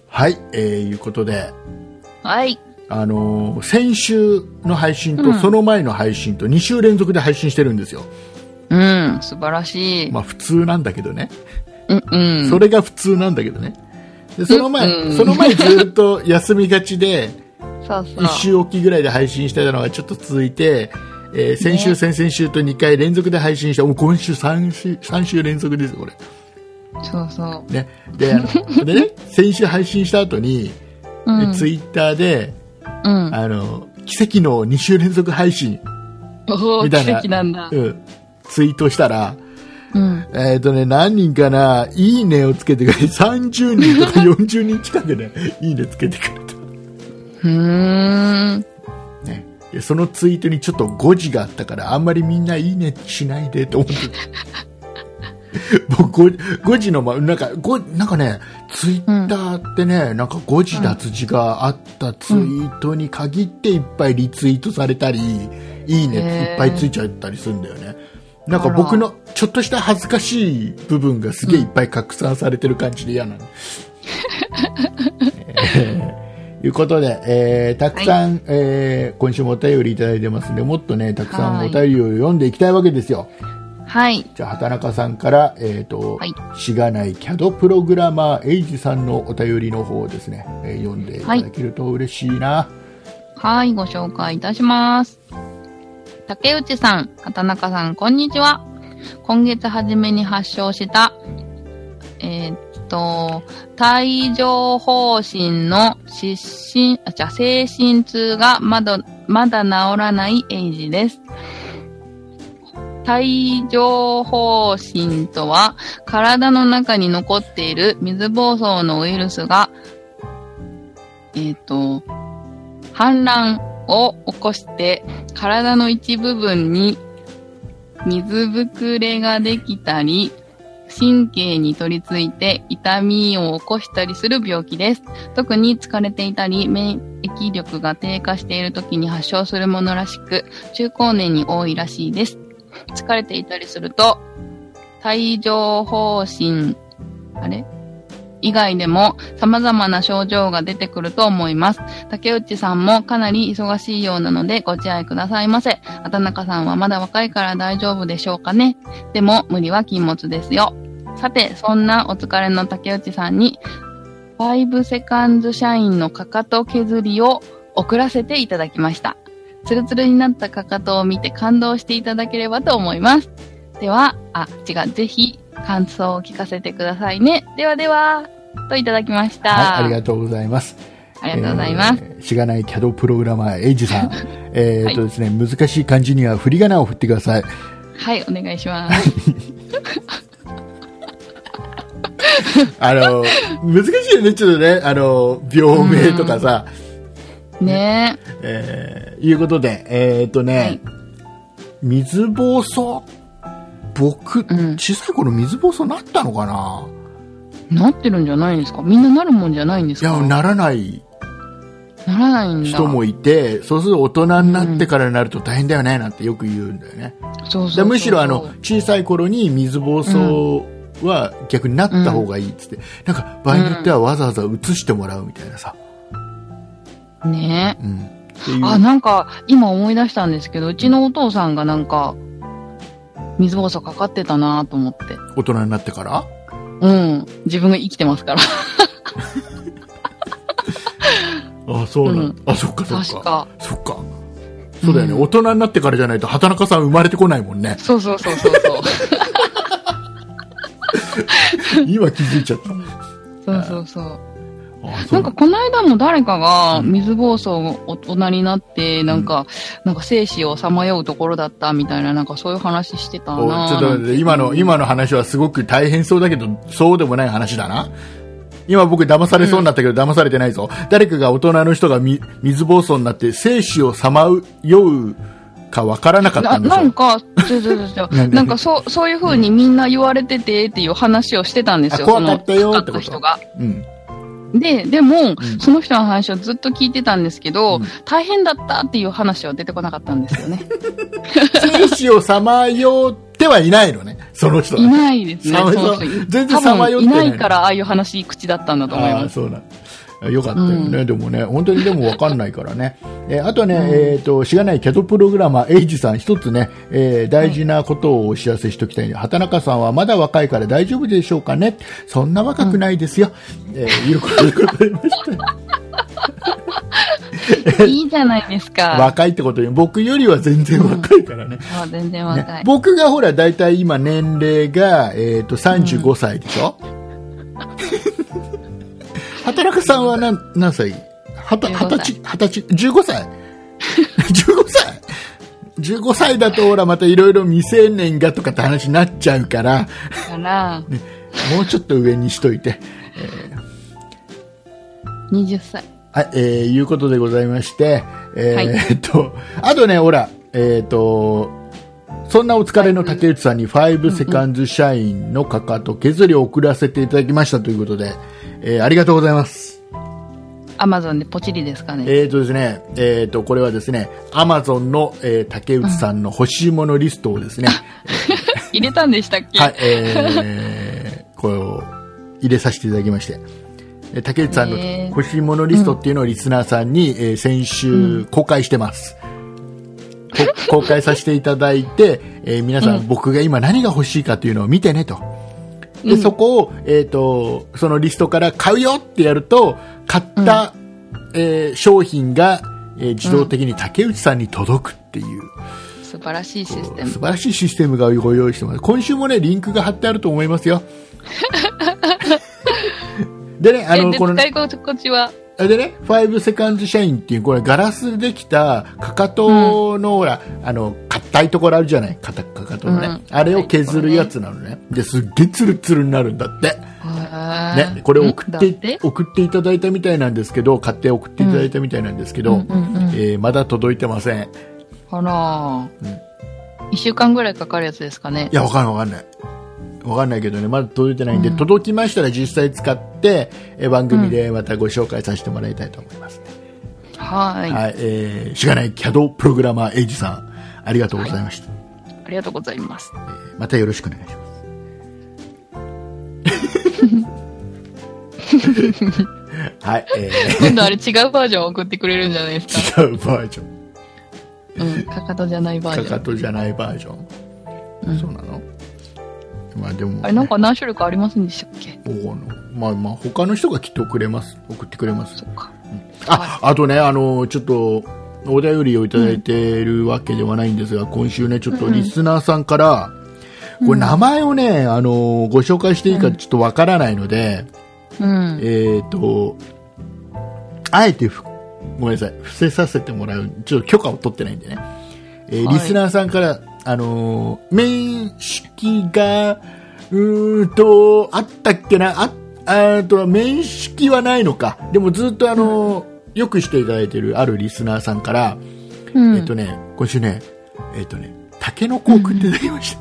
Speaker 2: はい、えー、いうことで、
Speaker 1: はい。
Speaker 2: あのー先週の配信
Speaker 1: う
Speaker 2: と
Speaker 1: ん
Speaker 2: その前の配信と2週連続で配信してるんですよ。
Speaker 1: うん、素晴らしい。
Speaker 2: まあ普通なんだけどね。
Speaker 1: うんうん。
Speaker 2: それが普通なんだけどね。で、その前、
Speaker 1: うん
Speaker 2: その前ずっと休みがちで、
Speaker 1: そうそう
Speaker 2: 1。週おきぐらいで配信してたのがちょっと続いて、えー先週、
Speaker 1: ね
Speaker 2: 先々週と2回連続で配信して、もう今週3週、3週連続ですよ、これ。
Speaker 1: そうそう。
Speaker 2: ね。で、
Speaker 1: *laughs*
Speaker 2: あのでね、先週配信した後に、
Speaker 1: うん。
Speaker 2: ツイッターで、
Speaker 1: うん。
Speaker 2: あの、奇跡の2週連続配信、
Speaker 1: おー、
Speaker 2: みたい
Speaker 1: 奇
Speaker 2: な
Speaker 1: 跡なんだ。
Speaker 2: うん、ツイートしたら、
Speaker 1: うん。
Speaker 2: えっ、とね、何人かな、いいねをつけてくれて、30人とか40人近くね、いいねつけてくれた。
Speaker 1: ふーん。
Speaker 2: ね、でそのツイートにちょっと誤字があったからあんまりみんないいねしないでと思ってた *laughs* 僕誤誤字のまなんか誤なんかねツイッターってね、なんか誤字脱字があったツイートに限っていっぱいリツイートされたり、いいねい
Speaker 1: へー
Speaker 2: っぱいついちゃったりするんだよねなんか
Speaker 1: あら
Speaker 2: 僕のちょっとした恥ずかしい部分がすげえいっぱい拡散されてる感じで嫌なの、ということで、えーたくさん、えー今週もお便りいただいてますんで、もっとね、たくさん
Speaker 1: は
Speaker 2: お
Speaker 1: い
Speaker 2: 便りを読んでいきたいわけですよ。
Speaker 1: はい。
Speaker 2: じゃあ、畑中さんから、えっ、と、
Speaker 1: はい
Speaker 2: しがないキャドプログラマー、エイジさんのお便りの方をですね、えー読んでいただけると嬉しいな。
Speaker 1: はい、ご紹介いたします。竹内さん、畑中さん、こんにちは。今月初めに発症した、えーっと、帯状疱疹の失神、あ、じゃあ、精神痛がまだ、まだ治らないエイジです。帯状疱疹とは、体の中に残っている水疱瘡のウイルスが、えーっと、反乱を起こして体の一部分に水ぶくれができたり、神経に取り付いて痛みを起こしたりする病気です。特に疲れていたり、免疫力が低下している時に発症するものらしく、中高年に多いらしいです。疲れていたりすると、帯状疱疹、あれ以外でも様々な症状が出てくると思います。竹内さんもかなり忙しいようなのでご自愛くださいませ。畑中さんはまだ若いから大丈夫でしょうかね。でも無理は禁物ですよ。さて、そんなお疲れの竹内さんに、5セカンズ社員のかかと削りを送らせていただきました。ツルツルになったかかとを見て感動していただければと思います。では、あ、違う、ぜひ感想を聞かせてくださいね。ではでは、といただきました。
Speaker 2: はい、ありがとうございます。
Speaker 1: ありがとうございます。
Speaker 2: えーしがないキャドプログラマー、エイジさ
Speaker 1: *laughs*
Speaker 2: ん。えっと
Speaker 1: は
Speaker 2: ですね、難しい漢字には振り仮名を振ってください。
Speaker 1: はい、お願いします。*laughs*
Speaker 2: あの、難しいよね、ちょっとね、あの、病名とかさ、
Speaker 1: ねえ。
Speaker 2: えーいうことで、えーっとね、
Speaker 1: はい
Speaker 2: 水疱瘡僕、
Speaker 1: ん
Speaker 2: 小さい頃水疱瘡なったのかな
Speaker 1: なってるんじゃないんですかみんななるもんじゃないんです
Speaker 2: いや
Speaker 1: か、
Speaker 2: ならない
Speaker 1: ならないんだ。
Speaker 2: 人もいて、そうすると大人になってからになると大変だよね、なんてよく言うんだよね。
Speaker 1: そうそうそう
Speaker 2: でむしろあの、小さい頃に水疱瘡は逆になった方がいいっつって、なんか場合によってはわざわざ移してもらうみたいなさ。
Speaker 1: ねえ。
Speaker 2: うん。っていう
Speaker 1: あ、なんか、今思い出したんですけど、うちのお父さんがなんか、水疱瘡かかってたなと思って。
Speaker 2: 大人になってから
Speaker 1: うん。自分が生きてますから。
Speaker 2: あ、そうなんだ。あ、そっかそっ
Speaker 1: 確
Speaker 2: か。
Speaker 1: か。。
Speaker 2: そっか。そうだよね、大人になってからじゃないと、畑中さん生まれてこないもん
Speaker 1: *laughs*
Speaker 2: ね
Speaker 1: そうそうそうそう
Speaker 2: *laughs*
Speaker 1: そう。
Speaker 2: 今気づいちゃった。
Speaker 1: そうそうそう。
Speaker 2: あ、そ
Speaker 1: なか
Speaker 2: うんなんだ。
Speaker 1: この間も誰かが
Speaker 2: うん
Speaker 1: 水暴走を大人になって、なんか、なんか生死をさまようところだったみたいな、なんかそういう話してた
Speaker 2: お
Speaker 1: な
Speaker 2: ちょっと待って今の、今の話はすごく大変そうだけど、そうでもない話だな。今僕騙されそうになったけど、騙されてないぞ。誰かが大人の人がみ水暴走になって、生死をさまようかわからなかった
Speaker 1: なん
Speaker 2: でし
Speaker 1: なん
Speaker 2: ょ。
Speaker 1: か、そうそうそうそ
Speaker 2: *laughs* な
Speaker 1: う。
Speaker 2: んで
Speaker 1: なんかそう、そういう風にみんな言われててっていう話をしてたんですよ。
Speaker 2: あ怖かったよ
Speaker 1: その
Speaker 2: ってこと
Speaker 1: 使った人が。
Speaker 2: うん。
Speaker 1: で、でも、
Speaker 2: ん
Speaker 1: その人の話をずっと聞いてたんですけど、
Speaker 2: うん
Speaker 1: 大変だったっていう話は出てこなかったんですよね。
Speaker 2: 生死をさまよってはいないのね、 *laughs* その人
Speaker 1: い
Speaker 2: は。
Speaker 1: ないですね、そ
Speaker 2: さまよ
Speaker 1: の人。
Speaker 2: 全然
Speaker 1: 多
Speaker 2: さまよ
Speaker 1: 分
Speaker 2: って
Speaker 1: い
Speaker 2: な
Speaker 1: ないいから、ああいう話、口だったんだと思い
Speaker 2: ああー、
Speaker 1: ます。
Speaker 2: そうなんよかったよね、
Speaker 1: う
Speaker 2: でもね、本当にでも分かんないからね、えーあとね、えっと、しがないキャドプログラマー、エイジさん、一つね、えー大事なことをお知らせしておきたいんで、畑中さんはまだ若いから大丈夫でしょうかね、そんな若くないですよ、えーいうことでござい
Speaker 1: *laughs*
Speaker 2: ました。
Speaker 1: いいじゃないですか。
Speaker 2: 若いってことに、僕よりは全然若いからね。
Speaker 1: あ全然
Speaker 2: ね
Speaker 1: 若い。
Speaker 2: 僕がほら、だいたい今年齢が、えっ、と、35歳でしょ、畑中さんは何、何歳はた、
Speaker 1: 15
Speaker 2: 二十歳、二十歳、15歳 ?15 歳 *laughs* ?15 歳だとほら、またいろいろ未成年がとかって話になっちゃうから、
Speaker 1: だから、
Speaker 2: もうちょっと上にしといて。
Speaker 1: 20歳。
Speaker 2: はい、えー、いうことでございまして、えー
Speaker 1: はい
Speaker 2: えっと、あとね、ほら、えっ、と、そんなお疲れの竹内さんに5セカンズ社員のかかと削りを送らせていただきましたということで、えーありがとうございます。
Speaker 1: アマゾンでポチリですかね。
Speaker 2: えっ、とですね、えっ、と、これはですね、アマゾンの、えー竹内さんの欲しいものリストをですね、
Speaker 1: 入れたんでしたっけ
Speaker 2: *laughs* はい、えー、これを入れさせていただきまして、え竹内さんの
Speaker 1: えー
Speaker 2: 欲しいものリストっていうのをリスナーさんに、えー先週公開してます。こ *laughs* 公開させていただいて、えー皆さん、僕が今何が欲しいかというのを見てねと。で、そこを、えっ、と、そのリストから買うよってやると、買った、えー商品が、えー自動的に竹内さんに届くっていう。
Speaker 1: 素晴らしいシステム
Speaker 2: 素晴。らしいシステムがご用意してます。今週もね、リンクが貼ってあると思いますよ。 *laughs* でね、あ
Speaker 1: え、
Speaker 2: の、
Speaker 1: で、
Speaker 2: この
Speaker 1: 使
Speaker 2: ね、
Speaker 1: い心地は、
Speaker 2: でね、5セカンズ社員っていう、これガラスでできた、かかとの、ほら、あの、硬いところあるじゃないかたかかとのね、
Speaker 1: うん
Speaker 2: あれを削るやつなのね。で、すっげえツルツルになるんだって。ね、
Speaker 1: ね
Speaker 2: これ送っ
Speaker 1: だ
Speaker 2: て,、
Speaker 1: て
Speaker 2: 送っていただいたみたいなんですけど、買って送っていただいたみたいなんですけど、
Speaker 1: うんうんうん
Speaker 2: えーまだ届いてません。
Speaker 1: あらー一週間ぐらいかかるやつですかね
Speaker 2: い。や、わかんないわかんない。わかんないけどね、まだ届いてないんで、届きましたら実際使って、え番組でまたご紹介させてもらいたいと思います、ね
Speaker 1: はーい。
Speaker 2: はい、えー、しがないキャドプログラマーエイジさん、ありがとうございました。
Speaker 1: ありがとうございます。
Speaker 2: またよろしくお願いします。はい、え
Speaker 1: 今度あれ違うバージョン送ってくれるんじゃないですか。
Speaker 2: ー、違うバージョン。
Speaker 1: うん。かかとじゃないバー
Speaker 2: か
Speaker 1: ジョ
Speaker 2: か
Speaker 1: ン。
Speaker 2: とじゃないバージョン。そうなのまあでも、
Speaker 1: あれなんか何種類かありますんでしたっけ
Speaker 2: おーあのまあまあ、他の人がきっとくれます。送ってくれます
Speaker 1: そ。っか。
Speaker 2: あ、あとね、あの、ちょっと、お便りをいただいてるわけではないんですが、今週ね、ちょっとリスナーさんから、これ名前をね、あの、ご紹介していいかちょっとわからないので、
Speaker 1: うん。
Speaker 2: えっ、と、あえてふ、ごめんなさい、伏せさせてもらう、ちょっと許可を取ってないんでね、えー
Speaker 1: はい
Speaker 2: リスナーさんから、あのー面識が、うーんと、あったっけな、あ、あーと、面識はないのか。でもずっとあのーよくしていただいてるあるリスナーさんから、
Speaker 1: う
Speaker 2: えっ、
Speaker 1: ん
Speaker 2: と。ね、今週ね、えっ、とね、タケノコを送っていただきました。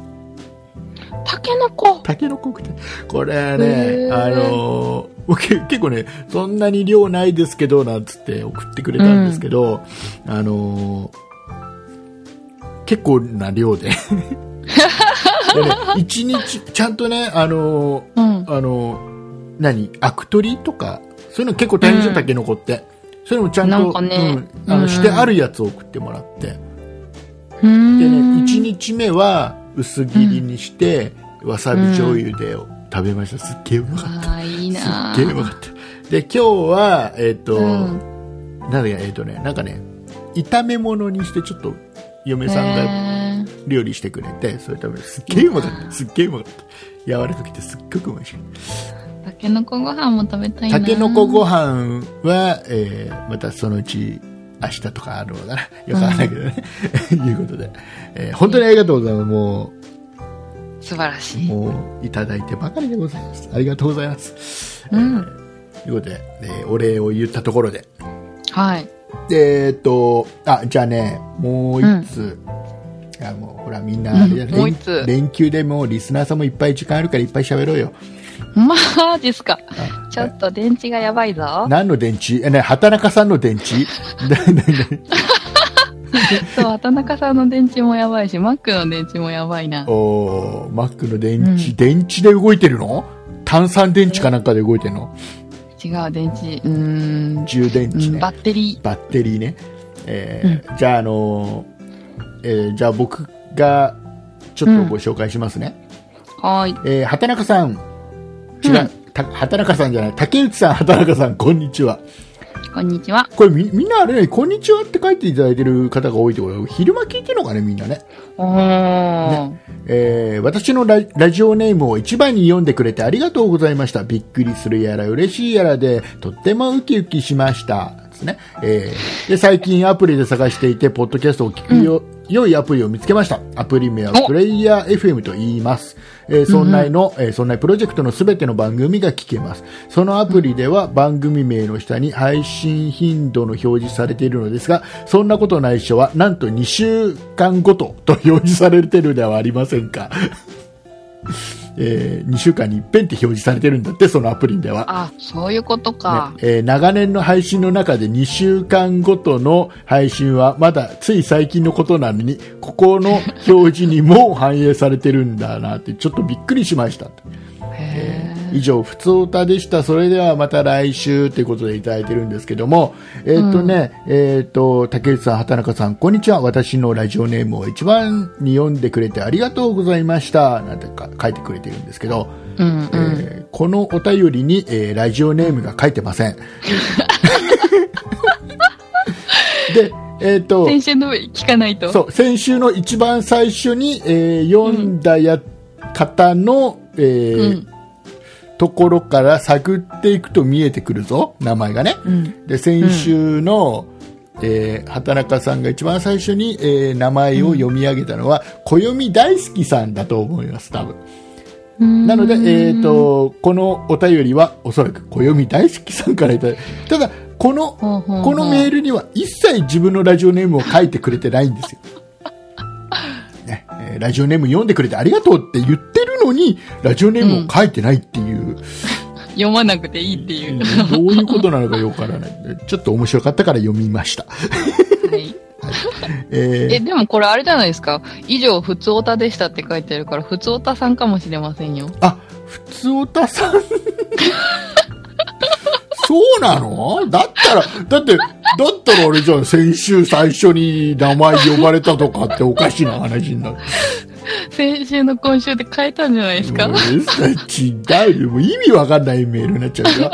Speaker 1: タケノコ。
Speaker 2: タケノコ食ってこれ
Speaker 1: へ
Speaker 2: ね、
Speaker 1: ー
Speaker 2: あのー僕結構ね、そんなに量ないですけど、なんつって送ってくれたんですけど、あのー結構な量で。でね、一日、ちゃんとね、あのー
Speaker 1: うん。
Speaker 2: あのー何、アク取りとか、そういうの結構大変じゃ、
Speaker 1: うんん
Speaker 2: タケノコって。そういうのもちゃん
Speaker 1: なん
Speaker 2: と、
Speaker 1: かね
Speaker 2: うんあの
Speaker 1: うん
Speaker 2: してあるやつを送ってもらって。
Speaker 1: うーん
Speaker 2: でね、1日目は薄切りにして、わさび醤油で食べました。すっげえうまかっ
Speaker 1: ああ、いいな
Speaker 2: た。
Speaker 1: あ
Speaker 2: すっげえうまかった。で、今日は、えっ、と、
Speaker 1: うん
Speaker 2: なんだっけえっ、とねなんかね炒め物にしてちょっと嫁さんが
Speaker 1: へ
Speaker 2: 料理してくれて、それ食べるすっげえうまかったすっげえうまかった柔らかくてすっごくうまいし
Speaker 1: ーたけのこご飯も食べたいな
Speaker 2: たけのこご飯は、えーまたそのうち明日とかあるのかなよくわかんないけどね、 *laughs* いうことで、えー本当にありがとうございますも
Speaker 1: 素晴ら
Speaker 2: う
Speaker 1: しい
Speaker 2: もういただいてばかりでございますありがとうございます、
Speaker 1: うん
Speaker 2: えーということで、えーお礼を言ったところで
Speaker 1: はい
Speaker 2: えーっとあじゃあねもう一つ、いやもうほらみんな、
Speaker 1: うん
Speaker 2: いや連
Speaker 1: もう一つ
Speaker 2: 連休でもうリスナーさんもいっぱい時間あるからいっぱい喋ろうよ
Speaker 1: まあですか
Speaker 2: あ
Speaker 1: ちょっと電池がやばいぞ
Speaker 2: 何の電池え、ね、畑中さんの電池なな
Speaker 1: そう畑中さんの電池もやばいしマックの電池もやばいな
Speaker 2: おー、マックの電池、
Speaker 1: うん
Speaker 2: 電池で動いてるの炭酸電池かなんかで動いてるの
Speaker 1: 違う電池うーんう
Speaker 2: 充電池
Speaker 1: ん
Speaker 2: ね。
Speaker 1: バ
Speaker 2: バ
Speaker 1: ッテリ
Speaker 2: ッテリーね。えーじゃあ、あのーえーじゃあ僕がちょっとご紹介しますね。
Speaker 1: ーはーい
Speaker 2: えー畑中さん。違う。
Speaker 1: うん
Speaker 2: た畑中さんじゃない。竹内さん、畑中さん、こんにちは。
Speaker 1: こんにちは
Speaker 2: これみ、みんなあれね、こんにちはって書いていただいてる方が多いってこと昼間聞いてるのかね、みんなね。
Speaker 1: おー、
Speaker 2: えー私のララジオネームを一番に読んでくれてありがとうございました。びっくりするやら嬉しいやらで、とってもウキウキしました。ですね。えーで、最近アプリで探していて、ポッドキャストを聞くよ、良いアプリを見つけました。アプリ名は
Speaker 1: お
Speaker 2: プレイヤー FM と言います。えー、そんなの、えーそんなプロジェクトのすべての番組が聞けます。そのアプリでは番組名の下に配信頻度の表示されているのですが、そんなことない人は、なんと2週間ごとと表示されているのではありませんか。え2週間に一遍って表示されてるんだって、そのアプリでは。
Speaker 1: あそういうことか、
Speaker 2: ねえー長年の配信の中で2週間ごとの配信はまだつい最近のことなのにここの表示にも反映されてるんだなってちょっとびっくりしました
Speaker 1: へー
Speaker 2: 以上「ふつおた」でしたそれではまた来週ということでいただいてるんですけどもえーっ、とね、えーっ、と竹内さん畑中さんこんにちは私のラジオネームを一番に読んでくれてありがとうございましたなんてか書いてくれてるんですけど、
Speaker 1: うんうん、
Speaker 2: えーこのお便りに、えーラジオネームが書いて
Speaker 1: *laughs*
Speaker 2: ません。で、えっ、と、
Speaker 1: 先週の聞かないと
Speaker 2: そう、先週の一番最初に、えー読んだや、方の、えー
Speaker 1: うん
Speaker 2: ところから探っていくと見えてくるぞ、名前がね。
Speaker 1: うん
Speaker 2: で、先週の、えー畑中さんが一番最初に、えー名前を読み上げたのは、小読み大好きさんだと思います、多分。なので、えー、とこのお便りはおそらく暦大好きさんからいただいただこの
Speaker 1: ほうほうほう
Speaker 2: このメールには一切自分のラジオネームを書いてくれてない
Speaker 1: *laughs*
Speaker 2: んですよ、ねえーラジオネーム読んでくれてありがとうって言ってるのにラジオネームを書いてないっていう、
Speaker 1: 読まなくていいっていう、
Speaker 2: どういうことなのかよくわからないちょっと面白かったから読みました、
Speaker 1: はい
Speaker 2: *laughs* えー
Speaker 1: え、でもこれあれじゃないですか。以上、ふつおたでしたって書いてあるから、ふつおたさんかもしれませんよ。
Speaker 2: あ、ふつおたさん。そうなのだったら、だって、だったら俺じゃん、先週最初に名前呼ばれたとかっておかしな話になる。
Speaker 1: 先週の今週で変えたんじゃないですか。
Speaker 2: もう違うよ。もう意味わかんないメールになっちゃうよ。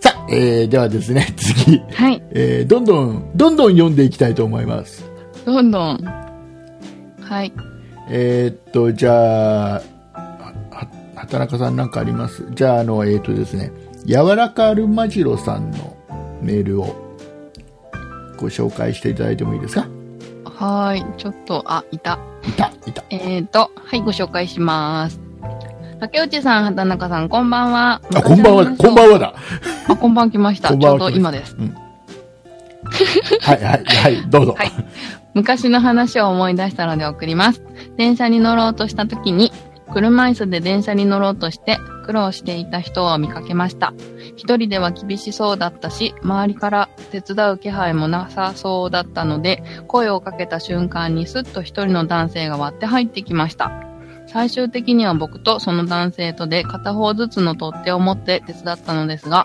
Speaker 2: さあ、えー、ではですね、次、
Speaker 1: はい。
Speaker 2: えー、どんどん、どんどん読んでいきたいと思います。
Speaker 1: どんどん。はい。
Speaker 2: えーっと、じゃあ、は畑中さんなんかありますじゃあ、あの、えーっとですね、柔らかアルマジロさんのメールをご紹介していただいてもいいですか
Speaker 1: はーい。ちょっと、あ、いた。
Speaker 2: いた、いた。
Speaker 1: えーと、はい、ご紹介します。竹内さん、畑中さん、こんばんは。
Speaker 2: あ、こんばんはだ、こんばんはだ。
Speaker 1: あ、こんばん来ました。
Speaker 2: こん
Speaker 1: ち
Speaker 2: ばん
Speaker 1: ょ
Speaker 2: は
Speaker 1: うど今です。
Speaker 2: はい、はい、はい、どうぞ。
Speaker 1: はい昔の話を思い出したので送ります。電車に乗ろうとした時に、車椅子で電車に乗ろうとして苦労していた人を見かけました。一人では厳しそうだったし、周りから手伝う気配もなさそうだったので、声をかけた瞬間にスッと一人の男性が割って入ってきました。最終的には僕とその男性とで片方ずつの取っ手を持って手伝ったのですが、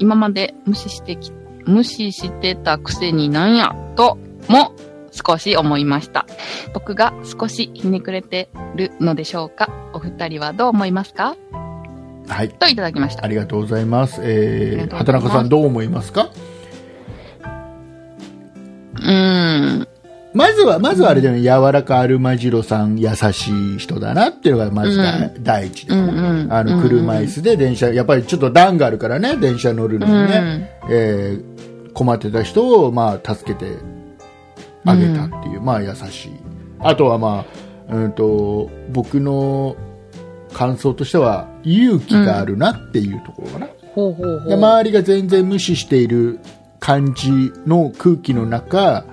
Speaker 1: 今まで無視してき、無視してたくせになんや、とも少し思いました。僕が少しひねくれてるのでしょうかお二人はどう思いますか
Speaker 2: はい、
Speaker 1: といただきました
Speaker 2: あ。りがとうございます。
Speaker 1: あり
Speaker 2: え
Speaker 1: が
Speaker 2: ー、
Speaker 1: とうございます
Speaker 2: 畑中さんどう思いますか
Speaker 1: うん。
Speaker 2: まずは、まずはあれだよね、柔らかアルマジロさん、優しい人だなっていうのが、まずだい第一だよね
Speaker 1: うんうん
Speaker 2: あ
Speaker 1: うんう
Speaker 2: の、
Speaker 1: ん
Speaker 2: 車椅子で電車、やっぱりちょっと段があるからね、電車乗るのにね、えー困ってた人を、まあ、助けてあげたっていう、まあ、優しい。あとは、まあ、うんと、僕の感想としては、勇気があるなっていうところかな。
Speaker 1: ほうほうほ
Speaker 2: で周りが全然無視している感じの空気の中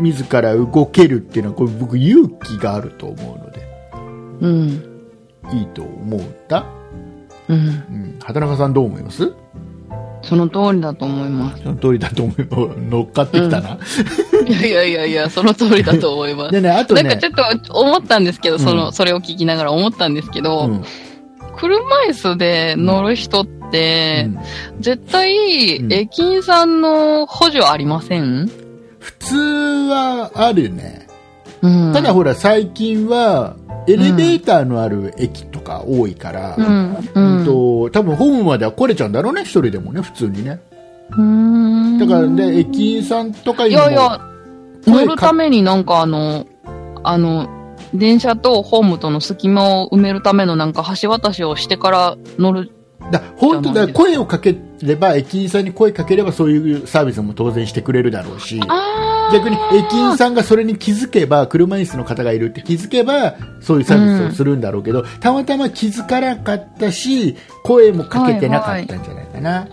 Speaker 2: 自ら動けるっていうのはこれ僕勇気があると思うので
Speaker 1: うん。
Speaker 2: いいと思った、
Speaker 1: うん。
Speaker 2: うん、畑中さんどう思います
Speaker 1: その通りだと思います。 *laughs*
Speaker 2: その通りだと思う乗っかってきたな、
Speaker 1: いやいやいやいや、その通りだと思います。
Speaker 2: でねあと
Speaker 1: な
Speaker 2: ね
Speaker 1: んかちょっと思ったんですけど、その、
Speaker 2: うん
Speaker 1: それを聞きながら思ったんですけど、
Speaker 2: うん
Speaker 1: 車椅子で乗る人って、
Speaker 2: うん
Speaker 1: 絶対、
Speaker 2: うん
Speaker 1: 駅員さんの補助ありません
Speaker 2: 普通はあるね
Speaker 1: うん。
Speaker 2: ただほら最近はエレベーターのある駅とか多いから、
Speaker 1: うん、うん。
Speaker 2: うんと多分ホームまでは来れちゃうんだろうね一人でもね普通にね
Speaker 1: うん
Speaker 2: だからね、駅員さんとか
Speaker 1: い
Speaker 2: にも
Speaker 1: やいや、
Speaker 2: 声
Speaker 1: 乗る
Speaker 2: か
Speaker 1: ためになんかあの、あの、電車とホームとの隙間を埋めるためのなんか橋渡しをしてから乗る。
Speaker 2: だ本当だ声をかければ駅員さんに声かければそういうサービスも当然してくれるだろうし
Speaker 1: あ
Speaker 2: 逆に駅員さんがそれに気づけば車椅子の方がいるって気づけばそういうサービスをするんだろうけど、たまたま気づかなかったし声もかけてなかったんじゃないかな、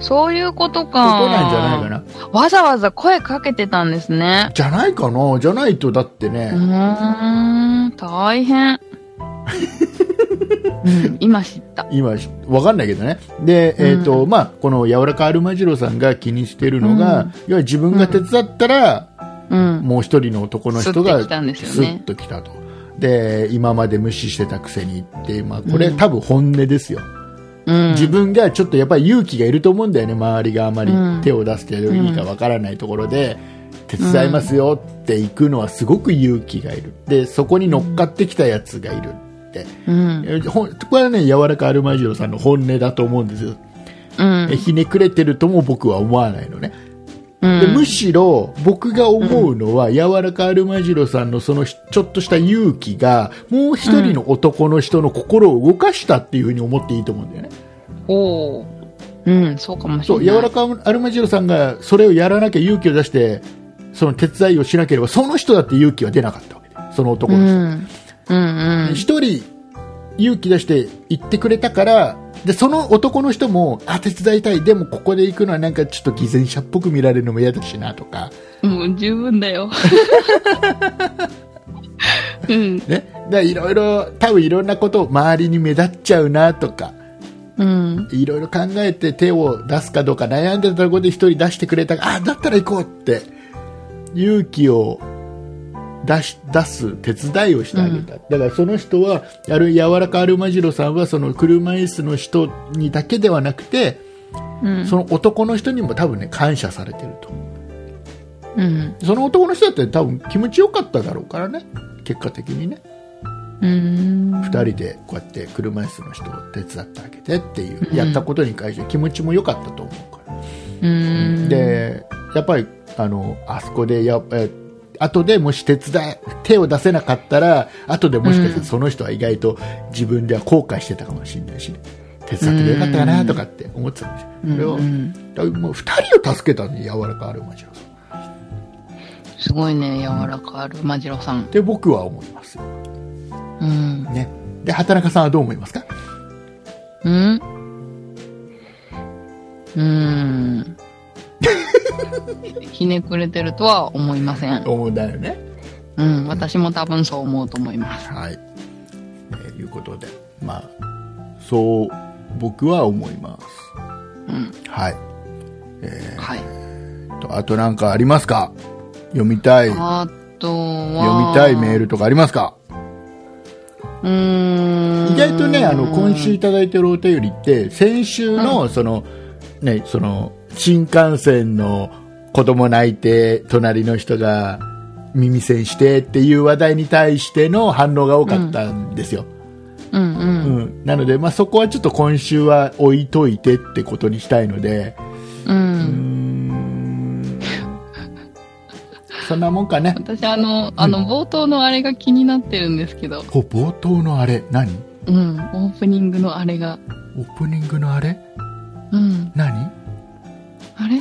Speaker 1: そういうことか。
Speaker 2: ことなんじゃないかな
Speaker 1: わざわざ声かけてたんですね。
Speaker 2: じゃないかなじゃないとだって
Speaker 1: う
Speaker 2: ね、
Speaker 1: ーん、大 *laughs* 変。うん、今知った。
Speaker 2: 今わかんないけどねで、えーとまあ、この柔らかアルマジロさんが気にしてるのが、
Speaker 1: うん
Speaker 2: 要は自分が手伝ったら、
Speaker 1: うん。
Speaker 2: もう一人の男の人が
Speaker 1: スッてきたんですよね
Speaker 2: スッと来たと。で、今まで無視してたくせにって、まあこれ、
Speaker 1: うん
Speaker 2: 多分本音ですよ。
Speaker 1: うん。
Speaker 2: 自分がちょっとやっぱり勇気がいると思うんだよね。周りがあまり
Speaker 1: うん
Speaker 2: 手を出してるいいかわからないところで、手伝いますよって行くのはすごく勇気がいる。で、そこに乗っかってきたやつがいるって。
Speaker 1: うん。
Speaker 2: えほんこれはね、柔らかアルマジロさんの本音だと思うんですよ。
Speaker 1: うん。
Speaker 2: えひねくれてるとも僕は思わないのね。
Speaker 1: うん
Speaker 2: でむしろ僕が思うのは、柔らかアルマジロさんのそのひちょっとした勇気がもう一人の男の人の心を動かしたっていうふうに思っていいと思うんだよね、
Speaker 1: おーうん、そうかもしれ
Speaker 2: そ
Speaker 1: な
Speaker 2: う
Speaker 1: い。
Speaker 2: 柔らかアルマジロさんがそれをやらなきゃ勇気を出してその手伝いをしなければその人だって勇気は出なかったわけでその男
Speaker 1: う
Speaker 2: の人
Speaker 1: ん。うん、うん。
Speaker 2: 一、人勇気出して言ってくれたからでその男の人もあ手伝いたいでもここで行くのはなんかちょっと偽善者っぽく見られるのも嫌だしなとか
Speaker 1: もう十分だ *laughs* よ。うん。
Speaker 2: ね、だいろいろ多分いろんなことを周りに目立っちゃうなとか
Speaker 1: うん。
Speaker 2: いろいろ考えて手を出すかどうか悩んでたところで一人出してくれたあだったら行こうって勇気を出し出す手伝いをしてあげた、だからその人はある柔らかアルマジロさんはその車椅子の人にだけではなくて
Speaker 1: うん。
Speaker 2: その男の人にも多分ね感謝されてると
Speaker 1: うん。
Speaker 2: その男の人だって多分気持ちよかっただろうからね結果的にね
Speaker 1: うん。
Speaker 2: 2人でこうやって車椅子の人を手伝ってあげてっていう、やったことに関して気持ちも良かったと思うから、
Speaker 1: うん。、
Speaker 2: でやっぱりあのあそこでやえ後でもし手伝い手を出せなかったら後でもしかした
Speaker 1: う
Speaker 2: らその人は意外と自分では後悔してたかもしれないしね、手伝ってくれなかったかなとかって思ってたかもしれない、
Speaker 1: う
Speaker 2: そ
Speaker 1: ん。
Speaker 2: れをだからもう2人を助けたんで柔らかあるマジロさん
Speaker 1: すごいね、柔らかある、まじろさん
Speaker 2: っ。て僕は思いますよ
Speaker 1: うん。
Speaker 2: ねで畑中さんはどう思いますか
Speaker 1: うんうん。ひねくれてるとは思いません。
Speaker 2: 思うんだよね
Speaker 1: うん。私も多分そう思うと思います。
Speaker 2: はい、えーいうことで、まあ、そう僕は思います。
Speaker 1: うん。
Speaker 2: はい。
Speaker 1: はい。
Speaker 2: とあとなんかありますか読みたい、読
Speaker 1: あとは。
Speaker 2: みたいメールとかありますか
Speaker 1: うーん。
Speaker 2: 意外とね、あの、今週いただいてるお便りって、先週の、その、ね、その、新幹線の子供泣いて、隣の人が耳栓してっていう話題に対しての反応が多かったんですよ。
Speaker 1: うんうん。
Speaker 2: うん、なので、まあ、そこはちょっと今週は置いといてってことにしたいので、
Speaker 1: うん。
Speaker 2: そんなもんかね。
Speaker 1: 私、あの、あの、冒頭のあれが気になってるんですけど、
Speaker 2: ほ冒頭のあれ、何
Speaker 1: うん、オープニングのあれが。
Speaker 2: オープニングのあれ
Speaker 1: うん。
Speaker 2: 何
Speaker 1: あれ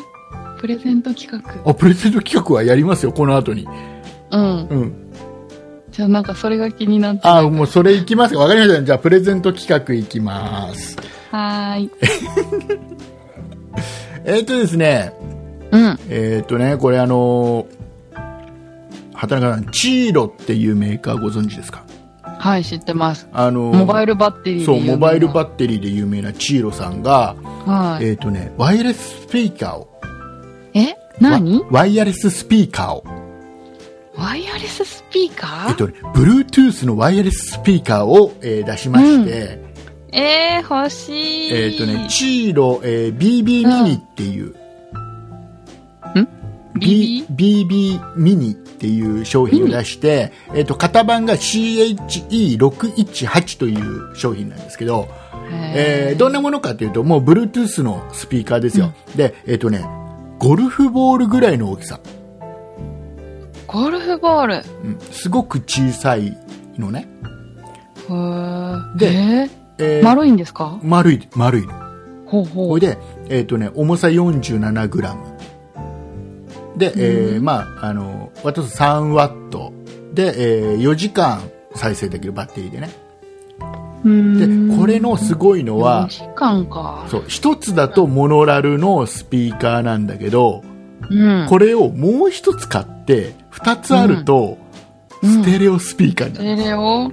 Speaker 1: プレゼント企画。
Speaker 2: あ、プレゼント企画はやりますよ、この後に。
Speaker 1: うん。
Speaker 2: うん。
Speaker 1: じゃあ、なんかそれが気になって。
Speaker 2: あ、もうそれいきますか。わかりました。じゃあ、プレゼント企画いきます。
Speaker 1: はーい。
Speaker 2: えっ、とですね、
Speaker 1: うん。
Speaker 2: えっ、とね、これあのー畑中さん、チーロっていうメーカーご存知ですか
Speaker 1: はい、知ってます。
Speaker 2: あのー
Speaker 1: モバイルバッテリー
Speaker 2: そう、モバイルバ
Speaker 1: ッ
Speaker 2: ッテリーで有名なチーロさんが、
Speaker 1: はい。
Speaker 2: えっ、とね、ワイヤレススピーカーを。
Speaker 1: え何
Speaker 2: わワイヤレススピーカーを。
Speaker 1: ワイヤレススピーカ
Speaker 2: えっ
Speaker 1: ー
Speaker 2: とね、Bluetooth のワイヤレススピーカーを、えー出しまして、
Speaker 1: えー、欲しい。
Speaker 2: えっ、とね、チーロ、えー BB ミニっていう、
Speaker 1: BB?
Speaker 2: B- BB ミニっていう商品を出して、えっ、と、型番が CHE618 という商品なんですけど、えーどんなものかというと、もう Bluetooth のスピーカーですよ。で、えっ、とね、ゴルフボールぐらいの大きさ。
Speaker 1: ゴルフボール。へ
Speaker 2: うんすごく小さいのね。
Speaker 1: ー
Speaker 2: で
Speaker 1: え
Speaker 2: え
Speaker 1: ー
Speaker 2: ー
Speaker 1: 丸いんですか
Speaker 2: 丸い、丸い。
Speaker 1: ほうほ
Speaker 2: こ
Speaker 1: う。
Speaker 2: れで、えっ、とね、重さ47グラム。で、えー
Speaker 1: うん
Speaker 2: まあ、あの、私3ワット。で、えー4時間再生できるバッテリーでね。で、これのすごいのは
Speaker 1: 4、時間か。
Speaker 2: そう、一つだとモノラルのスピーカーなんだけど、
Speaker 1: うん。
Speaker 2: これをもう一つ買って、二つあると、
Speaker 1: うん
Speaker 2: ステレオスピーカーになる。
Speaker 1: テレを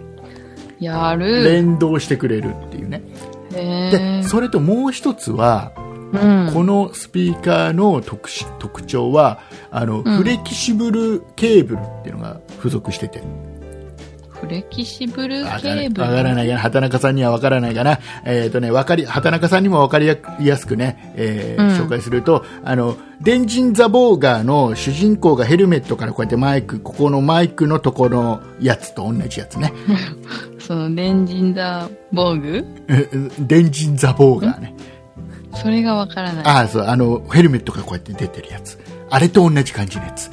Speaker 1: やる。
Speaker 2: 連動してくれるっていうね。
Speaker 1: へ
Speaker 2: で、
Speaker 1: ー
Speaker 2: それともう一つは、
Speaker 1: うん
Speaker 2: このスピーカーの特し特徴はあの、フレキシブルケーブルっていうのが付属してて。
Speaker 1: フレキシブル
Speaker 2: わか
Speaker 1: ケ
Speaker 2: ら
Speaker 1: ーブル。
Speaker 2: わからないかな。畑中さんにはわからないかな。えっ、とね、わかり、畑中さんにもわかりやすくね、えー
Speaker 1: うん
Speaker 2: 紹介すると、あの、電人ザボーガーの主人公がヘルメットからこうやってマイク、ここのマイクのところのやつと同じやつね。
Speaker 1: その、レンジンダー防具
Speaker 2: え電人ザボーガーね。
Speaker 1: それがわからない。
Speaker 2: ああ、そう、あの、ヘルメットがこうやって出てるやつ。あれと同じ感じのやつ。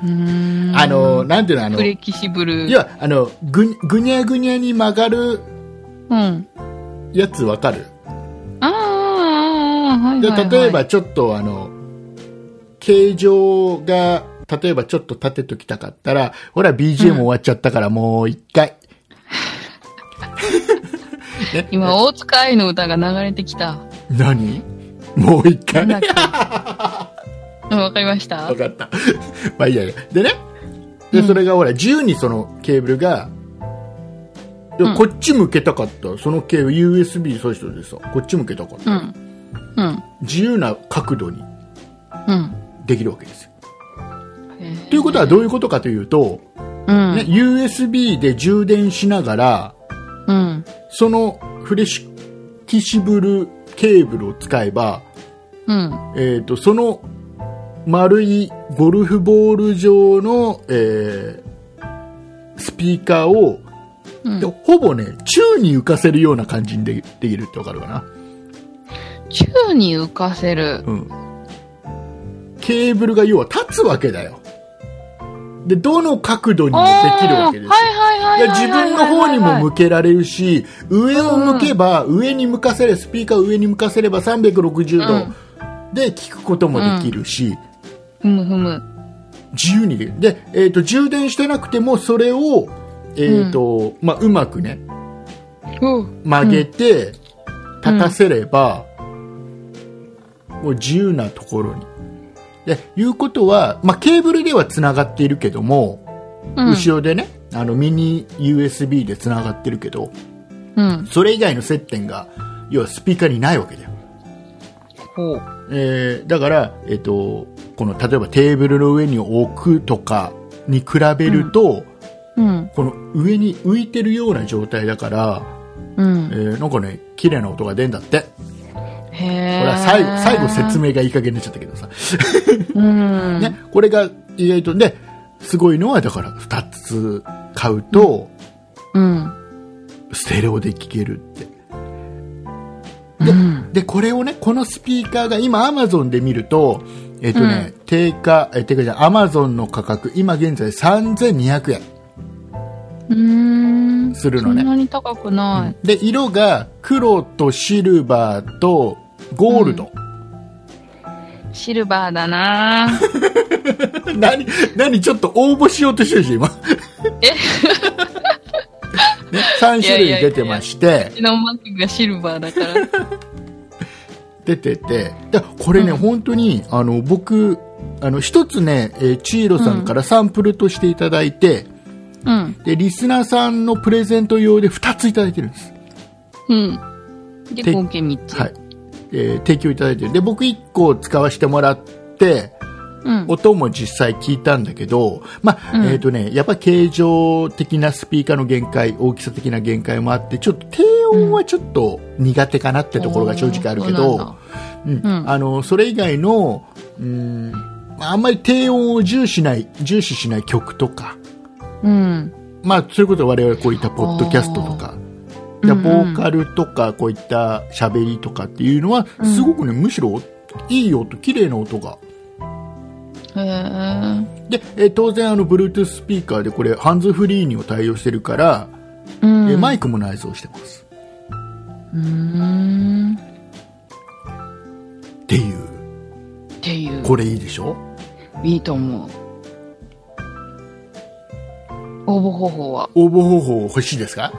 Speaker 1: うーん
Speaker 2: あの、なんていうの、あの
Speaker 1: フ、レキシブル。
Speaker 2: 要はあのぐぐにゃぐにゃに曲がる
Speaker 1: うん。
Speaker 2: やつわかる
Speaker 1: あーあー、あーはい
Speaker 2: で
Speaker 1: はいはい。
Speaker 2: 例えば、ちょっとあの形状が例えばちょっと立てときたかったらほら BGM 終わっちゃったからもう一回、ね
Speaker 1: 今、大塚愛の歌が流れてきた。
Speaker 2: 何もう一
Speaker 1: な
Speaker 2: 回
Speaker 1: んだっ
Speaker 2: *laughs*
Speaker 1: けうんわかりました
Speaker 2: わかった。 *laughs* まあいいやいいや。でね、で、
Speaker 1: うん
Speaker 2: それがほら、自由にそのケーブルが、いや
Speaker 1: うん
Speaker 2: こっち向けたかった。そのケーブル、USB そういう人でさ、こっち向けたかっ
Speaker 1: う
Speaker 2: た。
Speaker 1: ん。うん。
Speaker 2: 自由な角度に
Speaker 1: うん。
Speaker 2: できるわけですよ。
Speaker 1: へー
Speaker 2: ということはどういうことかというと、
Speaker 1: うん。
Speaker 2: ね、USB で充電しながら、
Speaker 1: うん。
Speaker 2: そのフレキシブルケーブルを使えば、
Speaker 1: うん。
Speaker 2: えー、とその丸いゴルフボール状の、えースピーカーを、
Speaker 1: うん
Speaker 2: でほぼね宙に浮かせるような感じにでできるってわかるかな、
Speaker 1: 宙に浮かせる。
Speaker 2: うん、ケーブルが要は立つわけだよでどの角度にもできるわけですよ
Speaker 1: あーはいはいはい
Speaker 2: いや
Speaker 1: はい
Speaker 2: 自
Speaker 1: はいはい
Speaker 2: 分の方にも向けられるし、上を向けば、上に向かせれば、スピーカーを上に向かせれば360
Speaker 1: う
Speaker 2: 度で聞くこともできるし、
Speaker 1: ふむふむ。
Speaker 2: 自由にできるで、えー、と充電してなくてもそれを、えーとまあ、うまくね
Speaker 1: うん
Speaker 2: 曲げて立たせれば、もう自由なところに。でいうことは、まあ、ケーブルではつながっているけども、
Speaker 1: うん
Speaker 2: 後ろでねあのミニ USB でつながってるけど
Speaker 1: うん。
Speaker 2: それ以外の接点が要はスピーカーにないわけだよ、
Speaker 1: ほう。
Speaker 2: えーだから、えー、とこの例えばテーブルの上に置くとかに比べると、
Speaker 1: うん。
Speaker 2: この上に浮いてるような状態だから、
Speaker 1: う
Speaker 2: え
Speaker 1: ん。
Speaker 2: ーなんかね、綺麗な音が出るんだって。
Speaker 1: へ
Speaker 2: こ
Speaker 1: え。
Speaker 2: れは最後、最後説明がいい加減になっちゃったけどさ。
Speaker 1: うん。
Speaker 2: ね、これが意外とね、すごいのはだから2つ買うと、
Speaker 1: うん。
Speaker 2: ステレオで聴けるって。
Speaker 1: うん。
Speaker 2: で、これをね、このスピーカーが今 Amazon で見ると、えっ、とね、定価、え定価じゃない、アマゾンの価格、今現在3200円
Speaker 1: うーん。
Speaker 2: する
Speaker 1: そ
Speaker 2: のね
Speaker 1: ん。なに高くない。
Speaker 2: で、色が黒とシルバーとゴールド。
Speaker 1: シルバーだなぁ
Speaker 2: *laughs* 何、何、ちょっと応募しようとしてるし、今。
Speaker 1: え
Speaker 2: ね、3種類出てまして、
Speaker 1: うちのマックがシルバーだから。
Speaker 2: 出てて、でこれね、
Speaker 1: うん
Speaker 2: 本当に、あの、僕、あの、一つね、えーチーロさんからサンプルとしていただいて、
Speaker 1: うん。
Speaker 2: で、リスナーさんのプレゼント用で2ついただいてるんです。
Speaker 1: うん。で、
Speaker 2: て
Speaker 1: 合計3つ。
Speaker 2: はい。えー提供いただいてる。で、僕1個使わせてもらって、
Speaker 1: うん。
Speaker 2: 音も実際聞いたんだけど、まあ、
Speaker 1: うん
Speaker 2: えっ、とね、やっぱ形状的なスピーカーの限界、大きさ的な限界もあって、ちょっと低音はちょっと苦手かなってところが正直ある
Speaker 1: お
Speaker 2: け
Speaker 1: ーそうなんだ
Speaker 2: ど、うん
Speaker 1: うん
Speaker 2: あの、それ以外の、うん、まああんまり低音を重視しない、重視しない曲とか、
Speaker 1: うん。
Speaker 2: まあ、それこそ我々こういったポッドキャストとか、
Speaker 1: あー
Speaker 2: で
Speaker 1: うん
Speaker 2: ボ
Speaker 1: うん
Speaker 2: ーカルとかこういった喋りとかっていうのは、
Speaker 1: ん
Speaker 2: すごくね、むしろいい音、綺麗な音が
Speaker 1: へえ。
Speaker 2: で、えー当然あの Bluetooth スピーカーでこれハンズフリーにも対応してるから、
Speaker 1: うん。
Speaker 2: えーマ
Speaker 1: い。
Speaker 2: イクも内蔵してます
Speaker 1: うーん。っ
Speaker 2: っていう
Speaker 1: ていう。
Speaker 2: これいいでしょ
Speaker 1: いいと思う。応募方法は
Speaker 2: 応募方法欲しいですか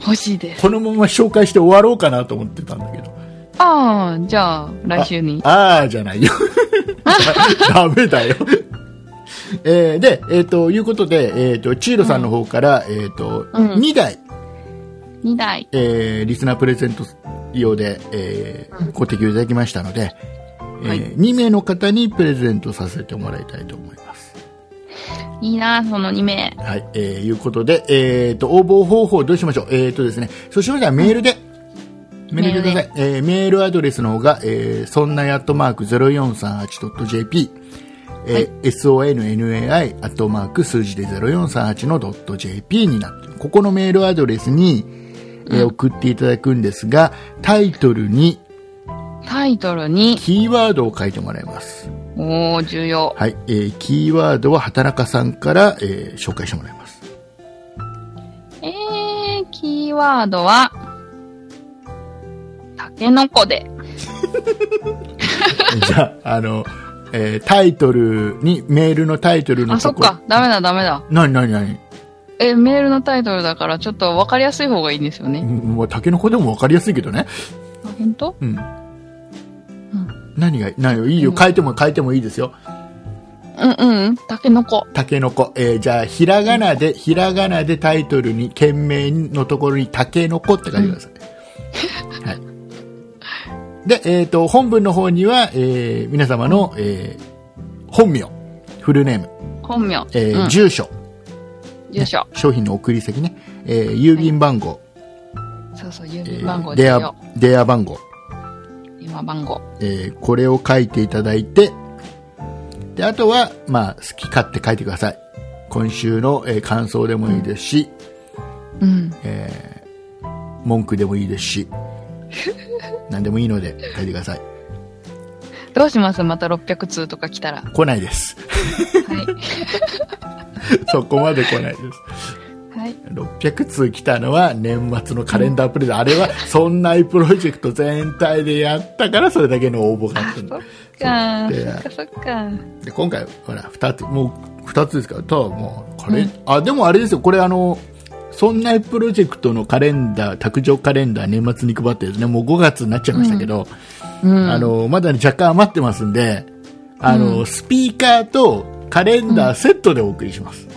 Speaker 1: 欲しいです。
Speaker 2: このまま紹介して終わろうかなと思ってたんだけど
Speaker 1: ああ、じゃあ、来週に。
Speaker 2: ああじゃないよ *laughs* ダメだよえーで、えー、ということで、えー、とチーロさんの方から、えーと
Speaker 1: うん
Speaker 2: 2台、
Speaker 1: 2台。
Speaker 2: えーリスナープレゼント用で、えーご提供いただきましたので、え
Speaker 1: はい
Speaker 2: 2名の方にプレゼントさせてもらいたいと思います。
Speaker 1: いいな、その2名。
Speaker 2: はい、えーいうことで、えー、と、応募方法どうしましょうえー、とですね、そうしましたらメールで、メールでください。えーメールアドレスの方が、えー、そんなやっとマーク 0438.jp、えー
Speaker 1: はい
Speaker 2: sonnai アットマーク数字で0438の .jp になってるここのメールアドレスに、えー送っていただくんですが、タイトルに
Speaker 1: タイトルに、
Speaker 2: キーワードを書いてもらいます。
Speaker 1: おー、重要。
Speaker 2: はい、えーキーワードは畑中さんから、えー紹介してもらいます。
Speaker 1: えー、キーワードは、タケノコで。
Speaker 2: *laughs* じゃあ、あの、えータイトルに、メールのタイトルの
Speaker 1: あ、そ
Speaker 2: と
Speaker 1: っ
Speaker 2: ころ。
Speaker 1: か。ダメだ、ダメだ。
Speaker 2: なになになに
Speaker 1: え、メールのタイトルだから、ちょっと分かりやすい方がいいんですよね。
Speaker 2: もう、タケノコでもわかりやすいけどね。
Speaker 1: あ、本当？
Speaker 2: うん。何が、何よ、いいよ。変えても変えてもいいですよ。
Speaker 1: うんうん。タケノコ。
Speaker 2: タケノコ。えーじゃあ、ひらがなで、ひらがなでタイトルに、件名のところに、タケノコって書いてください。はい。で、えっ、と、本文の方には、えー皆様の、えー本名、フルネーム、
Speaker 1: 本名。
Speaker 2: えー
Speaker 1: うん、
Speaker 2: 住所、
Speaker 1: 住所。
Speaker 2: 商品の送り先ね、えー郵便番号、
Speaker 1: そうそう、
Speaker 2: え
Speaker 1: 郵便番号
Speaker 2: ー
Speaker 1: です
Speaker 2: 電話
Speaker 1: よ。
Speaker 2: 電話番号、
Speaker 1: 電話番号。
Speaker 2: えーこれを書いていただいてであとは、まあ、好き勝手書いてください今週の、えー感想でもいいですし、
Speaker 1: うん。
Speaker 2: 文句でもいいで
Speaker 1: *laughs*
Speaker 2: すし何でもいいので書いてください
Speaker 1: どうしますまた600通とか来たら。は
Speaker 2: 来ないです *laughs*
Speaker 1: い。
Speaker 2: そこまで来ないです
Speaker 1: はい。
Speaker 2: 600通来たのは年末のカレンダープレゼント、あれはそんなプロジェクト全体でやったからそれだけの応募があったんだ
Speaker 1: か
Speaker 2: そう
Speaker 1: そっかそっか。
Speaker 2: で今回ほら2つもう2つですからただもうカレン、あでもあれですよこれあのそんなプロジェクトのカレンダー卓上カレンダー年末に配ってですねもう5月になっちゃいましたけど、
Speaker 1: うん。
Speaker 2: あのまだ、ね、若干余ってますんであの、スピーカーとカレンダーセットでお送りします、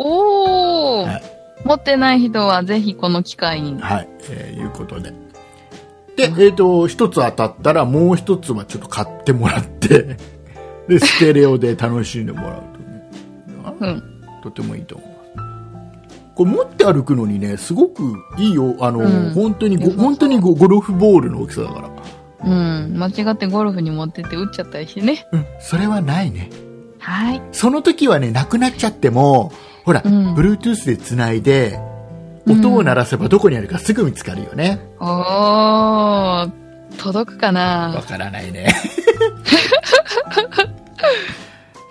Speaker 1: おー、
Speaker 2: はい
Speaker 1: 持ってない人はぜひこの機会に。
Speaker 2: はい、えーいうことでで、えっ、と1つ当たったらもう1つはちょっと買ってもらってでステレオで楽しんでもらうとね
Speaker 1: うん。
Speaker 2: とてもいいと思いますこれ持って歩くのにねすごくいいよあの、
Speaker 1: うん
Speaker 2: 本当に
Speaker 1: 良
Speaker 2: ご
Speaker 1: さそう
Speaker 2: 本当にゴゴルフボールの大きさだから、
Speaker 1: うん。間違ってゴルフに持ってって打っちゃったりしてね。
Speaker 2: うん、それはないね
Speaker 1: はい。
Speaker 2: その時はねなくなっちゃってもほら、
Speaker 1: うん
Speaker 2: Bluetooth でつないで音を鳴らせばどこにあるかすぐ見つかるよね
Speaker 1: おー、届くか *laughs*
Speaker 2: わ
Speaker 1: な
Speaker 2: からないね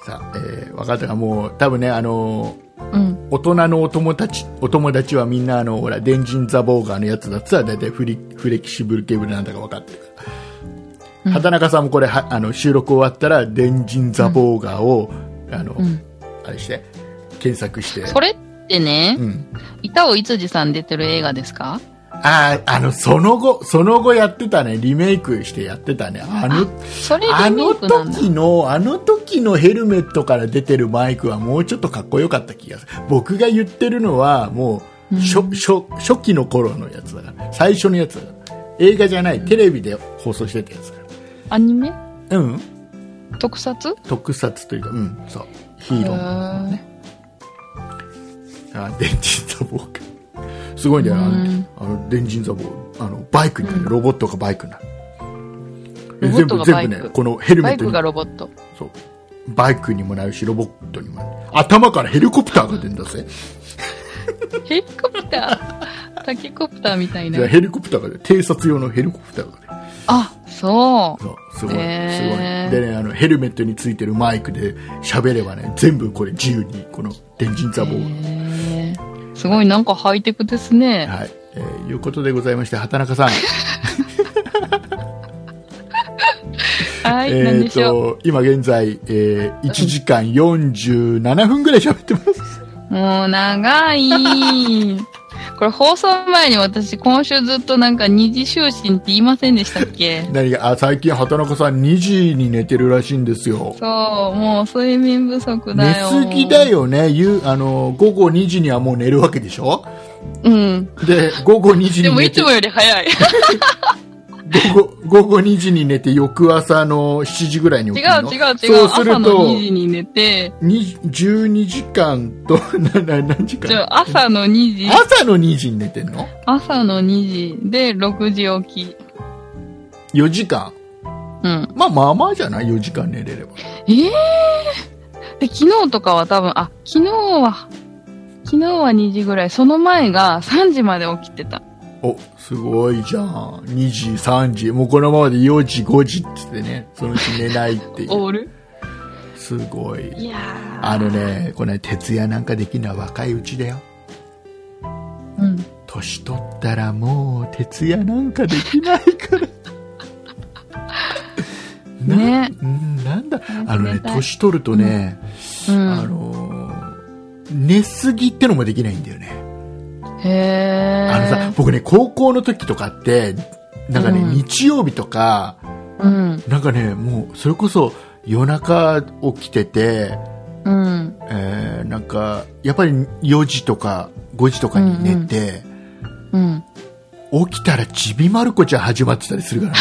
Speaker 2: さあ、えー、分かったかもう多分ねあの
Speaker 1: うん。
Speaker 2: 大人のお友達お友達はみんなあのほら電人ザボーガーのやつだったら大体フリフレキシブルケーブルなんだか分かってるから、
Speaker 1: うん
Speaker 2: 畑中さんもこれはあの収録終わったら電人ザボーガーを、あの、
Speaker 1: うん。
Speaker 2: あれして検索して
Speaker 1: それってね、
Speaker 2: うん、
Speaker 1: 板尾いつじさん出てる映画ですか
Speaker 2: あああのその後その後やってたねリメイクしてやってたねあの
Speaker 1: それ
Speaker 2: あ
Speaker 1: リメ
Speaker 2: の
Speaker 1: イクなんだ。
Speaker 2: 時の、あの時のヘルメットから出てるマイクはもうちょっとかっこよかった気がする。僕が言ってるのはもう、初、
Speaker 1: うん
Speaker 2: 初、初期の頃のやつだから。最初のやつだから。映画じゃない、テレビで放送してたやつだか
Speaker 1: アニメ
Speaker 2: ら。うん。
Speaker 1: 特撮
Speaker 2: 特撮というか、うん、そう。ヒーローの。
Speaker 1: へ
Speaker 2: あ、電人ザボーか。すごいんだよな、
Speaker 1: うん
Speaker 2: あの、電人ザボー。あの、バイクになる、ロボットがバイクになる。
Speaker 1: ロボットがバイ
Speaker 2: 全
Speaker 1: ク
Speaker 2: 部ね、このヘ
Speaker 1: ー
Speaker 2: ル
Speaker 1: バ
Speaker 2: メッ
Speaker 1: イ
Speaker 2: トに
Speaker 1: クがロボット。
Speaker 2: そう。バイクにもなるし、ロボットにもなる。頭からヘリコプターが出るんだぜ。
Speaker 1: ヘリコプター。
Speaker 2: *laughs*
Speaker 1: タケコプターみたい
Speaker 2: い
Speaker 1: な
Speaker 2: や。ヘリコプターが出る。偵察用のヘリコプターが出る。
Speaker 1: あ、そう。
Speaker 2: そう、すごい、
Speaker 1: へー
Speaker 2: すごい。でね、あの、ヘルメットについてるマイクで喋ればね、全部これ自由に、この、電人ザボーが。
Speaker 1: へーすごいなんかハイテクですね。
Speaker 2: はい。えーいうことでございまして、畑中さん。
Speaker 1: はい、
Speaker 2: え
Speaker 1: 何で
Speaker 2: ー
Speaker 1: しょう。
Speaker 2: と、今現在、えー1時間47分ぐらい喋ってます。
Speaker 1: もう長い。
Speaker 2: *laughs*
Speaker 1: これ放送前に私今週ずっとなんか二次就寝って言いませんでしたっけ
Speaker 2: 何が、あ、最近畑中さん2時に寝てるらしいんですよ。
Speaker 1: そう、もう睡眠不足
Speaker 2: 寝
Speaker 1: だよ。
Speaker 2: すぎだ。よね。ゆあの、午後2時にはもう寝るわけでしょ
Speaker 1: うん。
Speaker 2: で、午後2時
Speaker 1: で
Speaker 2: に
Speaker 1: も
Speaker 2: 寝
Speaker 1: い
Speaker 2: て
Speaker 1: つ、もより早い。
Speaker 2: 午後、午後2時に寝て、翌朝の7時ぐらいに
Speaker 1: 違
Speaker 2: 起
Speaker 1: う
Speaker 2: きるの
Speaker 1: 違う違う。
Speaker 2: そうする
Speaker 1: 朝の
Speaker 2: と、
Speaker 1: 2時に寝て、
Speaker 2: に12時間と、 *laughs* な、な、何時
Speaker 1: じゃ
Speaker 2: 間
Speaker 1: あ朝の2時、
Speaker 2: 朝の2時に寝てんの
Speaker 1: 朝の2時で6時起き。
Speaker 2: ?4 時間。
Speaker 1: うん。
Speaker 2: まあまあまあじゃない ?4 時間寝れれば。
Speaker 1: ええで、昨日とかは多分、あ、昨日は、昨日は2時ぐらい、その前が3時まで起きてた。
Speaker 2: お、すごいじゃん。2時、3時。もうこのままで4時、5時って言ってね、そのうち寝ないっていう。
Speaker 1: オール
Speaker 2: すごい。
Speaker 1: いや
Speaker 2: あのね、これ、徹夜なんかできるのは若いうちだよ。
Speaker 1: ー。うん。
Speaker 2: 年取ったらもう徹夜なんかできないから。
Speaker 1: *laughs*
Speaker 2: な
Speaker 1: ね
Speaker 2: うんなんだ、あの
Speaker 1: 冷
Speaker 2: ね、
Speaker 1: たい
Speaker 2: 年取るとね、
Speaker 1: う
Speaker 2: あ
Speaker 1: ん。
Speaker 2: のー寝すぎってのもできないんだよね。
Speaker 1: へえ。
Speaker 2: あのさ、僕ね、高校の時とかって、なんかね、
Speaker 1: うん
Speaker 2: 日曜日とか、
Speaker 1: うん。
Speaker 2: なんかね、もう、それこそ夜中起きてて、
Speaker 1: うん。
Speaker 2: えーなんか、やっぱり4時とか5時とかに寝て、
Speaker 1: うん。
Speaker 2: 起きたらちびまる子ちゃん始まってたりするからね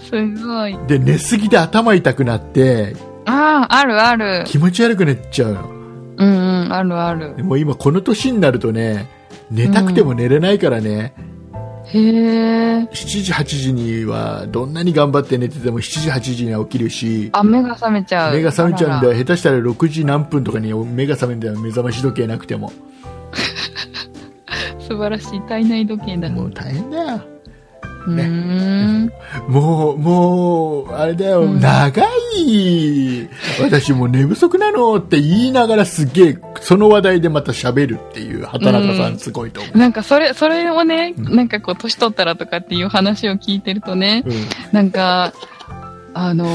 Speaker 1: すごい。
Speaker 2: でで寝すぎて頭痛くなって
Speaker 1: ああ、あるある。
Speaker 2: 気持ち悪くなっちゃうの
Speaker 1: うんうん、あるある
Speaker 2: で。も今この年になるとね寝たくても寝れないからね、
Speaker 1: へえ。
Speaker 2: 7時8時にはどんなに頑張って寝てても7時8時には起きるし
Speaker 1: あ、目が覚めちゃう。
Speaker 2: 目が覚めちゃうんだ
Speaker 1: あ
Speaker 2: よ下手したら6時何分とかに目が覚めるんだよ目覚まし時計なくても
Speaker 1: らら素晴らしい体内時計だ。
Speaker 2: もう大変だよ
Speaker 1: うーん。
Speaker 2: もう、もう、あれだよ、
Speaker 1: うん
Speaker 2: 長い、私もう寝不足なのって言いながらすげえ、その話題でまた喋るっていう、畑中さ
Speaker 1: うん
Speaker 2: んすごいと思う。
Speaker 1: なんかそれ、それをね、
Speaker 2: うん
Speaker 1: なんかこう、年取ったらとかっていう話を聞いてるとね、
Speaker 2: うん
Speaker 1: なんか、あの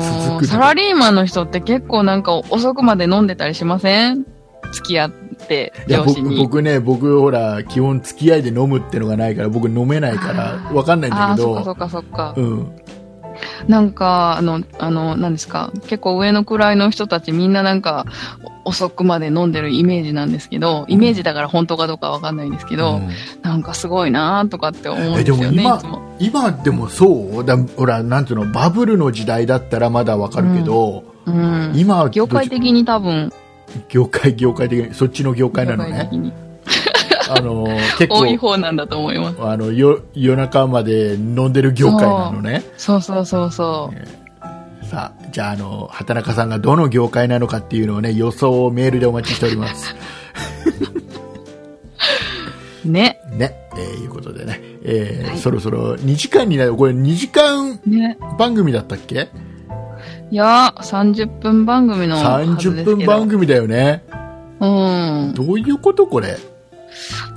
Speaker 1: ー
Speaker 2: 続くね
Speaker 1: サラリーマンの人って結構なんか遅くまで飲んでたりしません付き合って、
Speaker 2: いや
Speaker 1: 上司
Speaker 2: 僕
Speaker 1: に。
Speaker 2: 僕ね、僕ほら、基本付き合いで飲むってのがないから、僕飲めないから、わかんないん
Speaker 1: あ
Speaker 2: だ
Speaker 1: あ、
Speaker 2: け
Speaker 1: そっかそっ
Speaker 2: ど、
Speaker 1: かそっか。
Speaker 2: うん。
Speaker 1: なんか、あの、あの、何ですか、結構上の位の人たちみんななんか、お遅くまで飲んでるイメージなんですけど、イメージだから本当かどうかわかんないんですけど、
Speaker 2: うん
Speaker 1: なんかすごいなーとかって思うん
Speaker 2: え
Speaker 1: です
Speaker 2: で
Speaker 1: よ
Speaker 2: も
Speaker 1: ね、い
Speaker 2: 今
Speaker 1: つも。
Speaker 2: 今でもそうだほら、なんていうの、バブルの時代だったらまだわかるけど、
Speaker 1: うん。
Speaker 2: 今は
Speaker 1: 業界的に多分、
Speaker 2: 業界、業界的に、そっちの業界なの
Speaker 1: 業界
Speaker 2: ね
Speaker 1: 的。に
Speaker 2: あの、結構。
Speaker 1: 多い方なんだと思います。
Speaker 2: あのよ夜中まで飲んでる業界なのね
Speaker 1: そうそうそうそう。
Speaker 2: さあじゃああの畑中さんがどの業界なのかっていうのをね予想をメールでお待ちしてお
Speaker 1: *laughs*
Speaker 2: ります
Speaker 1: ね。
Speaker 2: ねえーいうことでね、えー
Speaker 1: はい
Speaker 2: そろそろ2時間になるこれ2時間
Speaker 1: ね。
Speaker 2: 番組だったっけ
Speaker 1: いやー、30分番組のはずです
Speaker 2: 30
Speaker 1: けど。
Speaker 2: 分番組だよね。
Speaker 1: うん。
Speaker 2: どういうことこれ。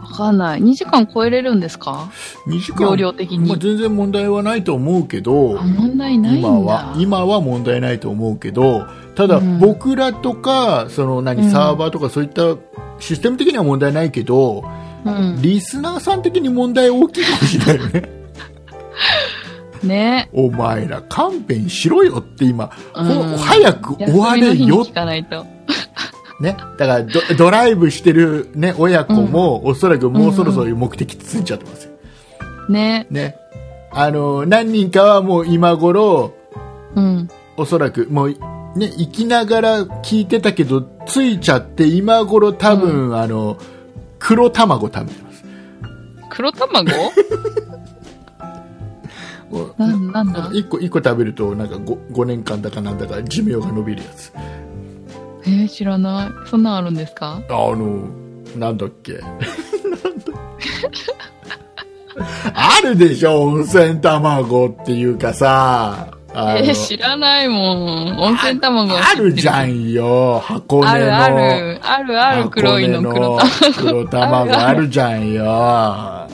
Speaker 1: わかんない。2時間超えれるんですか
Speaker 2: 2時間。
Speaker 1: 容量的に。
Speaker 2: まあ、全然問題はないと思うけど
Speaker 1: あ、問題ないんだ。
Speaker 2: 今は、今は問題ないと思うけど、ただ
Speaker 1: うん
Speaker 2: 僕らとか、その
Speaker 1: う
Speaker 2: 何、
Speaker 1: ん
Speaker 2: サーバーとかそういったシステム的には問題ないけど、
Speaker 1: うん。
Speaker 2: リスナーさん的に問題大きいかもしれないよ
Speaker 1: *laughs*
Speaker 2: ね。
Speaker 1: ね。
Speaker 2: お前ら勘弁しろよって今、こ
Speaker 1: うん
Speaker 2: う早く終われ
Speaker 1: 休みの日に
Speaker 2: よ
Speaker 1: 聞かないと。
Speaker 2: ね。だからドドライブしてるね、親子も、おそらくもうそろそろ目的ついちゃってますよ。
Speaker 1: ね。
Speaker 2: ね。あの、何人かはもう今頃、
Speaker 1: うん。
Speaker 2: おそらくもう、ね、生きながら聞いてたけどついちゃって今頃多分、あの黒卵食べてます
Speaker 1: 黒卵 *laughs* な、なん *laughs* だ
Speaker 2: 1個一個食べるとなんか 5, 5年間だかなんだか寿命が伸びるやつあ
Speaker 1: えー、知らない。そんなんあるんですか
Speaker 2: のなんだっけ *laughs* なんだあるでしょ温泉卵っていうかさあの
Speaker 1: えー、知らないもん。温泉卵は知
Speaker 2: あ
Speaker 1: って
Speaker 2: るじゃんよ箱根の
Speaker 1: あるある。あるある黒いの黒
Speaker 2: 箱
Speaker 1: 卵。
Speaker 2: 根の黒卵あるじゃんよ
Speaker 1: *laughs* は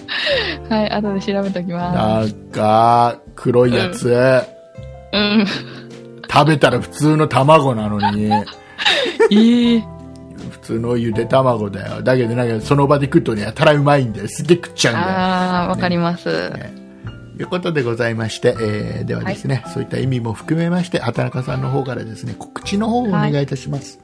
Speaker 1: い、後で調べときま
Speaker 2: なんか、黒いやつ、
Speaker 1: す。うん。
Speaker 2: 食べたら普通の卵なの
Speaker 1: *laughs*
Speaker 2: に、
Speaker 1: ええ
Speaker 2: 普通のゆで卵だよ。だけどなんかその場で食うとね、やたらうまいんだよ。すげえ食っちゃうんだよ。
Speaker 1: ああ、わかります。
Speaker 2: ということでございまして、えーではですね、そういった意味も含めまして、畑中さんの方からですね、告知の方をお願いいたします。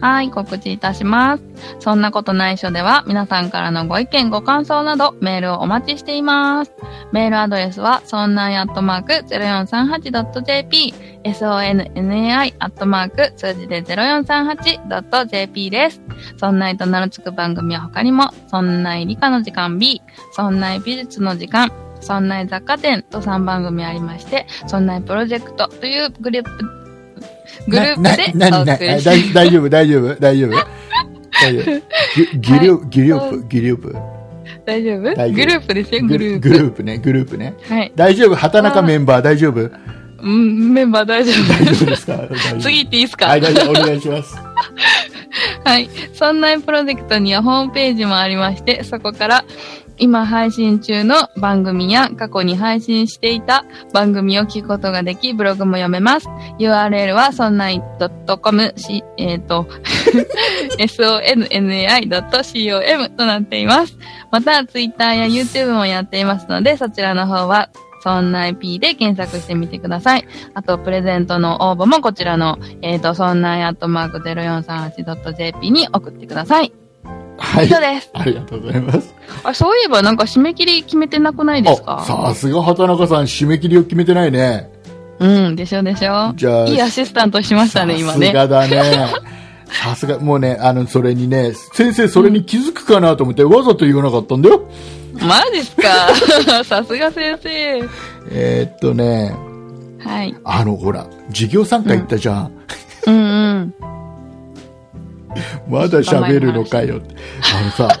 Speaker 1: はい、告知いたします。そんなことないしょでは、皆さんからのご意見、ご感想など、メールをお待ちしています。メールアドレスは、そんないアットマーク 0438.jp、sonnai アットマーク数字で 0438.jp です。そんないと名のつく番組は他にも、そんない理科の時間 B、そんない美術の時間、そんない雑貨店と3番組ありまして、そんないプロジェクトというグループ、グループで
Speaker 2: なな
Speaker 1: お
Speaker 2: な
Speaker 1: 送り
Speaker 2: な
Speaker 1: しま
Speaker 2: 大大丈夫、大丈夫、大丈夫。大丈夫。ギリュギリュ
Speaker 1: そ
Speaker 2: ープ、ギリュープ。
Speaker 1: 大丈夫グル
Speaker 2: 大丈夫
Speaker 1: ープですよ、グ
Speaker 2: グ
Speaker 1: ル
Speaker 2: ル
Speaker 1: ープ。
Speaker 2: ープね、グループね。
Speaker 1: はい。
Speaker 2: 大丈夫、畑中メンバー大丈夫
Speaker 1: うん、メンバー大丈
Speaker 2: 大
Speaker 1: 夫。
Speaker 2: 丈夫
Speaker 1: *laughs*
Speaker 2: ですか大 *laughs* 丈夫
Speaker 1: 次行っていいですか
Speaker 2: はい、大丈夫、お願い
Speaker 1: *laughs*
Speaker 2: します。
Speaker 1: はい。そんなプロジェクトにはホームページもありまして、そこから今配信中の番組や過去に配信していた番組を聞くことができ、ブログも読めます。URL はそんない .com、しえっ、と、sonnai.com となっています。また、Twitter や YouTube もやっていますので、そちらの方は、そんな IP で検索してみてください。あと、プレゼントの応募もこちらの、えっ、と、そんないアットマーク 0438.jp に送ってください。
Speaker 2: は
Speaker 1: 以
Speaker 2: い
Speaker 1: 上。です。
Speaker 2: ありがとうございます。
Speaker 1: あ、そういえばなんか締め切り決めてなくないです
Speaker 2: あ、
Speaker 1: か
Speaker 2: さすが畑中さん、締め切りを決めてないね。
Speaker 1: うん、でしょでしょ。
Speaker 2: じゃあ、
Speaker 1: いいアシスタントしましたね、今
Speaker 2: さす
Speaker 1: ね。
Speaker 2: が
Speaker 1: *laughs*
Speaker 2: だね。さすが、もうね、あの、それにね、先生、それに気づくかなと思って、わざと言わなかったんだよ。
Speaker 1: マジっすか *laughs* さすが先生。
Speaker 2: えーっとね、
Speaker 1: はい。
Speaker 2: あの、ほら、授業参加行ったじゃん。
Speaker 1: うんうん。
Speaker 2: まだ喋るのかよって。あのさ、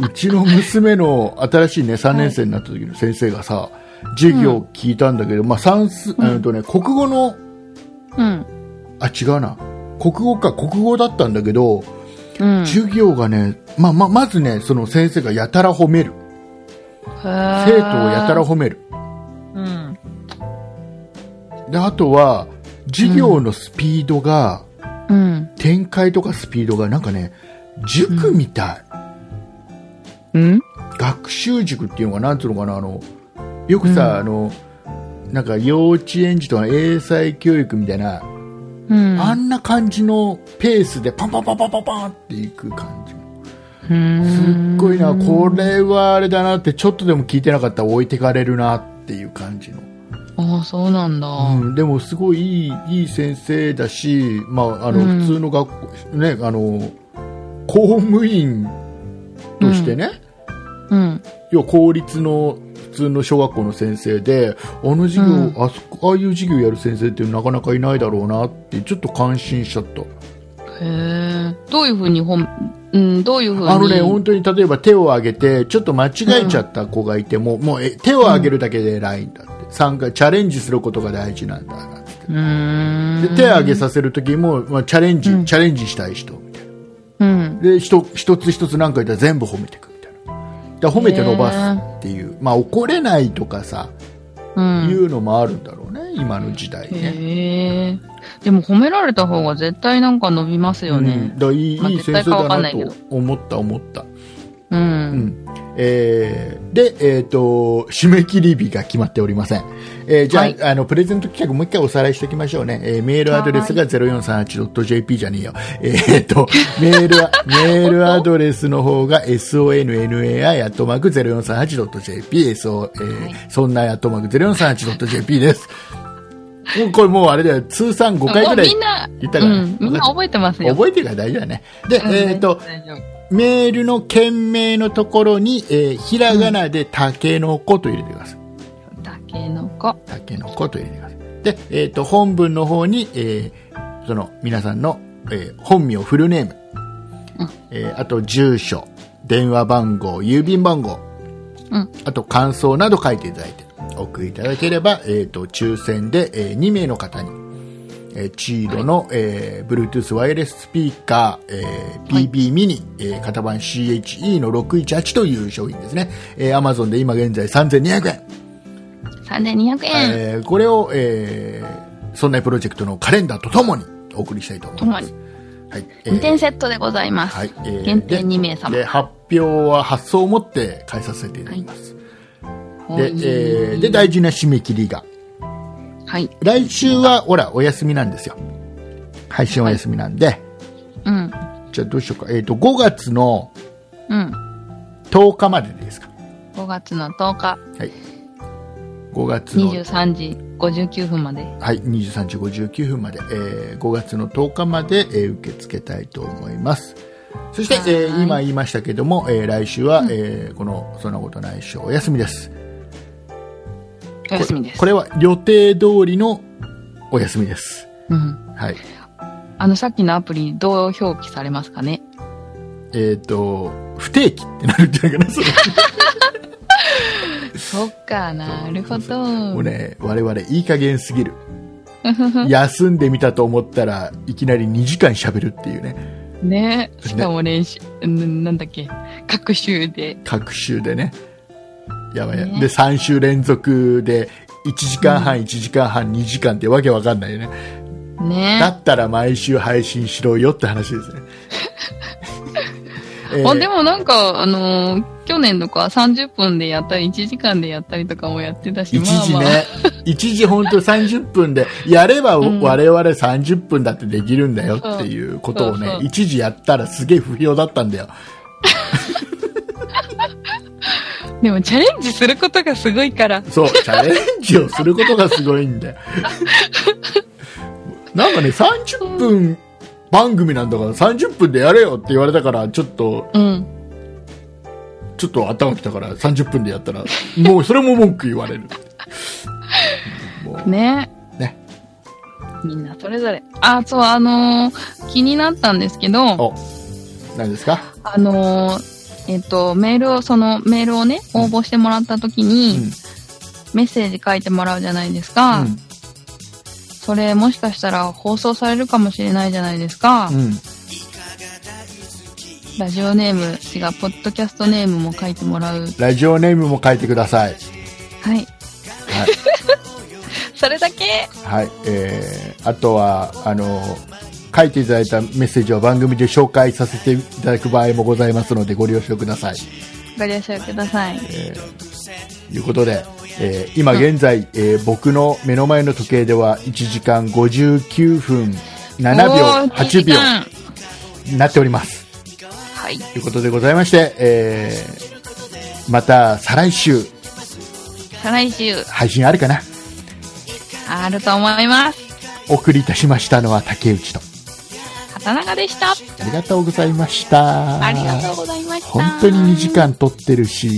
Speaker 2: うちの娘の新しいね、3年生になった時の先生がさ、授業聞いたんだけど、まあ、算数、
Speaker 1: ん
Speaker 2: えっとね、国語の、
Speaker 1: うん。
Speaker 2: あ、違うな。国語か、国語だったんだけど、
Speaker 1: うん。
Speaker 2: 授業がね、まあ、まあ、まずね、その先生がやたら褒める。生徒をやたら褒める。
Speaker 1: うん。
Speaker 2: で、あとは、授業のスピードが、
Speaker 1: うん。
Speaker 2: 展開とかスピードが、なんかね、塾みたい。
Speaker 1: うん
Speaker 2: 学習塾っていうのがなんつうのかなあのよく
Speaker 1: う
Speaker 2: さ、
Speaker 1: ん
Speaker 2: あのなんか幼稚園児とか英才教育みたいな、
Speaker 1: うん。
Speaker 2: あんな感じのペースでパンパンパンパンパンパンっていく感じすっごいなこれはあれだなってちょっとでも聞いてなかったら置いてかれるなっていう感じの、
Speaker 1: ああ、そうなんだ。
Speaker 2: うん、でもすごいいいいい先生だし、まあ、あの
Speaker 1: うん
Speaker 2: 普通の学校、ねあの公務員としてね、
Speaker 1: うん。
Speaker 2: 要は公立の普通の小学校の先生であの授業、
Speaker 1: うん
Speaker 2: あそこああいう授業やる先生ってなかなかいないだろうなってちょっと感心しちゃった、
Speaker 1: へえ。どういうふうに本、うん、どういうふうに。
Speaker 2: あのね本当に例えば手を挙げてちょっと間違えちゃった子がいても、もうえ手を挙げるだけで偉いんだって参加チャレンジすることが大事なんだなって
Speaker 1: うー
Speaker 2: で
Speaker 1: ん。
Speaker 2: 手上げさせる時も、まあ、チャレンジ、
Speaker 1: うん
Speaker 2: チャレンジしたい人みたいな
Speaker 1: うん。
Speaker 2: で一一つ一つ何回言ったら全部褒めていくみたいなだから褒めて伸ばすっていう、まあ、怒れないとかさ、
Speaker 1: うん。
Speaker 2: いうのもあるんだろうね今の時代ね。
Speaker 1: へえ。でも褒められた方が絶対なんか伸びますよ
Speaker 2: うん、
Speaker 1: ね。
Speaker 2: だからいい
Speaker 1: まあ
Speaker 2: いい
Speaker 1: 絶
Speaker 2: 先
Speaker 1: 対
Speaker 2: 生
Speaker 1: かわか
Speaker 2: だ
Speaker 1: んな
Speaker 2: ない
Speaker 1: けど
Speaker 2: と思った思った、
Speaker 1: う。
Speaker 2: うんんえーで、えー、と締め切り日が決まっておりません、えーじゃあ,、
Speaker 1: はい
Speaker 2: あのプレゼント企画もう一回おさらいしておきましょうね、えーメールアドレスが 0438.jp じゃねえよ、えー、と
Speaker 1: *laughs*
Speaker 2: メールはメールアドレスの方が sonnai.0438.jp、そうえーそんな .0438.jp ですもうこれもうあれだよ通算5回
Speaker 1: も
Speaker 2: ぐ
Speaker 1: う
Speaker 2: らい
Speaker 1: みんな、
Speaker 2: 言ったからね
Speaker 1: うん。みんな覚えてますよ。
Speaker 2: 覚えてるから大丈夫だねで、
Speaker 1: うん
Speaker 2: えっ、と、
Speaker 1: 大丈夫
Speaker 2: メールの件名のところに、えーひらがなでタケノコと入れてください。
Speaker 1: たけのこ。
Speaker 2: タケノコと入れてください。で、えっ、と、本文の方に、えーその、皆さんの、えー本名、フルネーム、
Speaker 1: うん
Speaker 2: えーあと、住所、電話番号、郵便番号、
Speaker 1: うん
Speaker 2: あと、感想など書いていただいて、お送りいただければ、えっ、と、抽選で、え2名の方に、えーチードの、えー Bluetooth ワイヤレススピーカー、え
Speaker 1: はい
Speaker 2: PB ミニ、えー型番 CHE の618という商品ですね。えー Amazon で今現在3200円。
Speaker 1: 3200円。
Speaker 2: えーこれを、えー、そんなプロジェクトのカレンダーとともにお送りしたいと思います。はい。えー
Speaker 1: 2点セットでございます。
Speaker 2: はい。えー
Speaker 1: 限定
Speaker 2: で
Speaker 1: 2名様
Speaker 2: で、。発表は発送を持って返させていただきます。
Speaker 1: ほい
Speaker 2: で、えーで、大事な締め切りが。
Speaker 1: はい。
Speaker 2: 来週は、ほら、お休みなんですよ。配信お休みなんで。
Speaker 1: うん。
Speaker 2: じゃあどうしようか。えっ、と、5月の
Speaker 1: うん。
Speaker 2: 10日まででいいですか。
Speaker 1: 5月の10日、
Speaker 2: はい。5月の、
Speaker 1: 23時59分まで。
Speaker 2: はい、23時59分まで、えー5月の10日まで、えー受け付けたいと思います。そして、えー
Speaker 1: はい
Speaker 2: 今言いましたけども、えー来週は、えーこの、そんなことないっしょ、お休みです。
Speaker 1: お休みです。
Speaker 2: これは予定通りのお休みです。
Speaker 1: うん。
Speaker 2: はい。
Speaker 1: あの、さっきのアプリ、どう表記されますかね
Speaker 2: えっ、と、不定期ってなるんじゃないかな、それ。
Speaker 1: そっか、なるほど。
Speaker 2: もうね、我々いい加減すぎる。休んでみたと思ったらいきなり2時間喋るっていうね、
Speaker 1: ねしかも練習、うんなんだっけ、各週で。
Speaker 2: 各週でね。やばいや、
Speaker 1: ね
Speaker 2: で、3週連続で1時間半、1時間半、2時間ってわけわかんないよね。だ
Speaker 1: ね
Speaker 2: ったら毎週配信しろよって話です
Speaker 1: *laughs*
Speaker 2: ね。えー
Speaker 1: あ、でもなんか、あのー去年とかは30分でやったり、1時間でやったりとかもやってたし、
Speaker 2: 一時
Speaker 1: まあまあ、
Speaker 2: ね、一時本当30分で、やれば
Speaker 1: ん
Speaker 2: 我々30分だってできるんだよっていうこと
Speaker 1: そ
Speaker 2: を
Speaker 1: う
Speaker 2: ね
Speaker 1: そ、う
Speaker 2: 一時やったらすげえ不評だったんだよ。
Speaker 1: でもチャレンジすることがすごいから、
Speaker 2: そう、チャレンジをすることがすごいん *laughs* だよ。なんかね、30分番組なんだから30分でやれよって言われたから、ちょっと、
Speaker 1: うん。
Speaker 2: ちょっと頭きたから30分でやったら、もうそれも文句言わ *laughs* れる。もう
Speaker 1: ね
Speaker 2: ね
Speaker 1: みんなそれぞれ。あ、そう、あのー気になったんですけど、
Speaker 2: お、何ですか
Speaker 1: あのーえっと、メールを、そのメールをね、応募してもらった時
Speaker 2: う
Speaker 1: に、
Speaker 2: ん。
Speaker 1: メッセージ書いてもらうじゃないですか。それもしかしたら放送されるかもしれないじゃないですか。
Speaker 2: うん。うん。
Speaker 1: ラジオネーム、違う、ポッドキャストネームも書いてもらう。
Speaker 2: ラジオネームも書いてください。
Speaker 1: はい。
Speaker 2: はい。
Speaker 1: それだけ
Speaker 2: はい、えーあとはあの書いていただいたメッセージを番組で紹介させていただく場合もございますのでご了承ください。
Speaker 1: ご了承ください。
Speaker 2: ということで、えー今現在、えー僕の目の前の時計では1時間59分7
Speaker 1: お
Speaker 2: 秒
Speaker 1: ー
Speaker 2: 8
Speaker 1: 時
Speaker 2: 秒
Speaker 1: 間
Speaker 2: になっております。
Speaker 1: はい。
Speaker 2: ということでございまして、えーまた再来週
Speaker 1: 再来週、
Speaker 2: 配信あるかな
Speaker 1: あると思います。
Speaker 2: お送りいたしましたのは竹内と
Speaker 1: 畑中でした。
Speaker 2: ありがとうございました。
Speaker 1: ありがとうございました。
Speaker 2: 本当に2時間撮ってるし。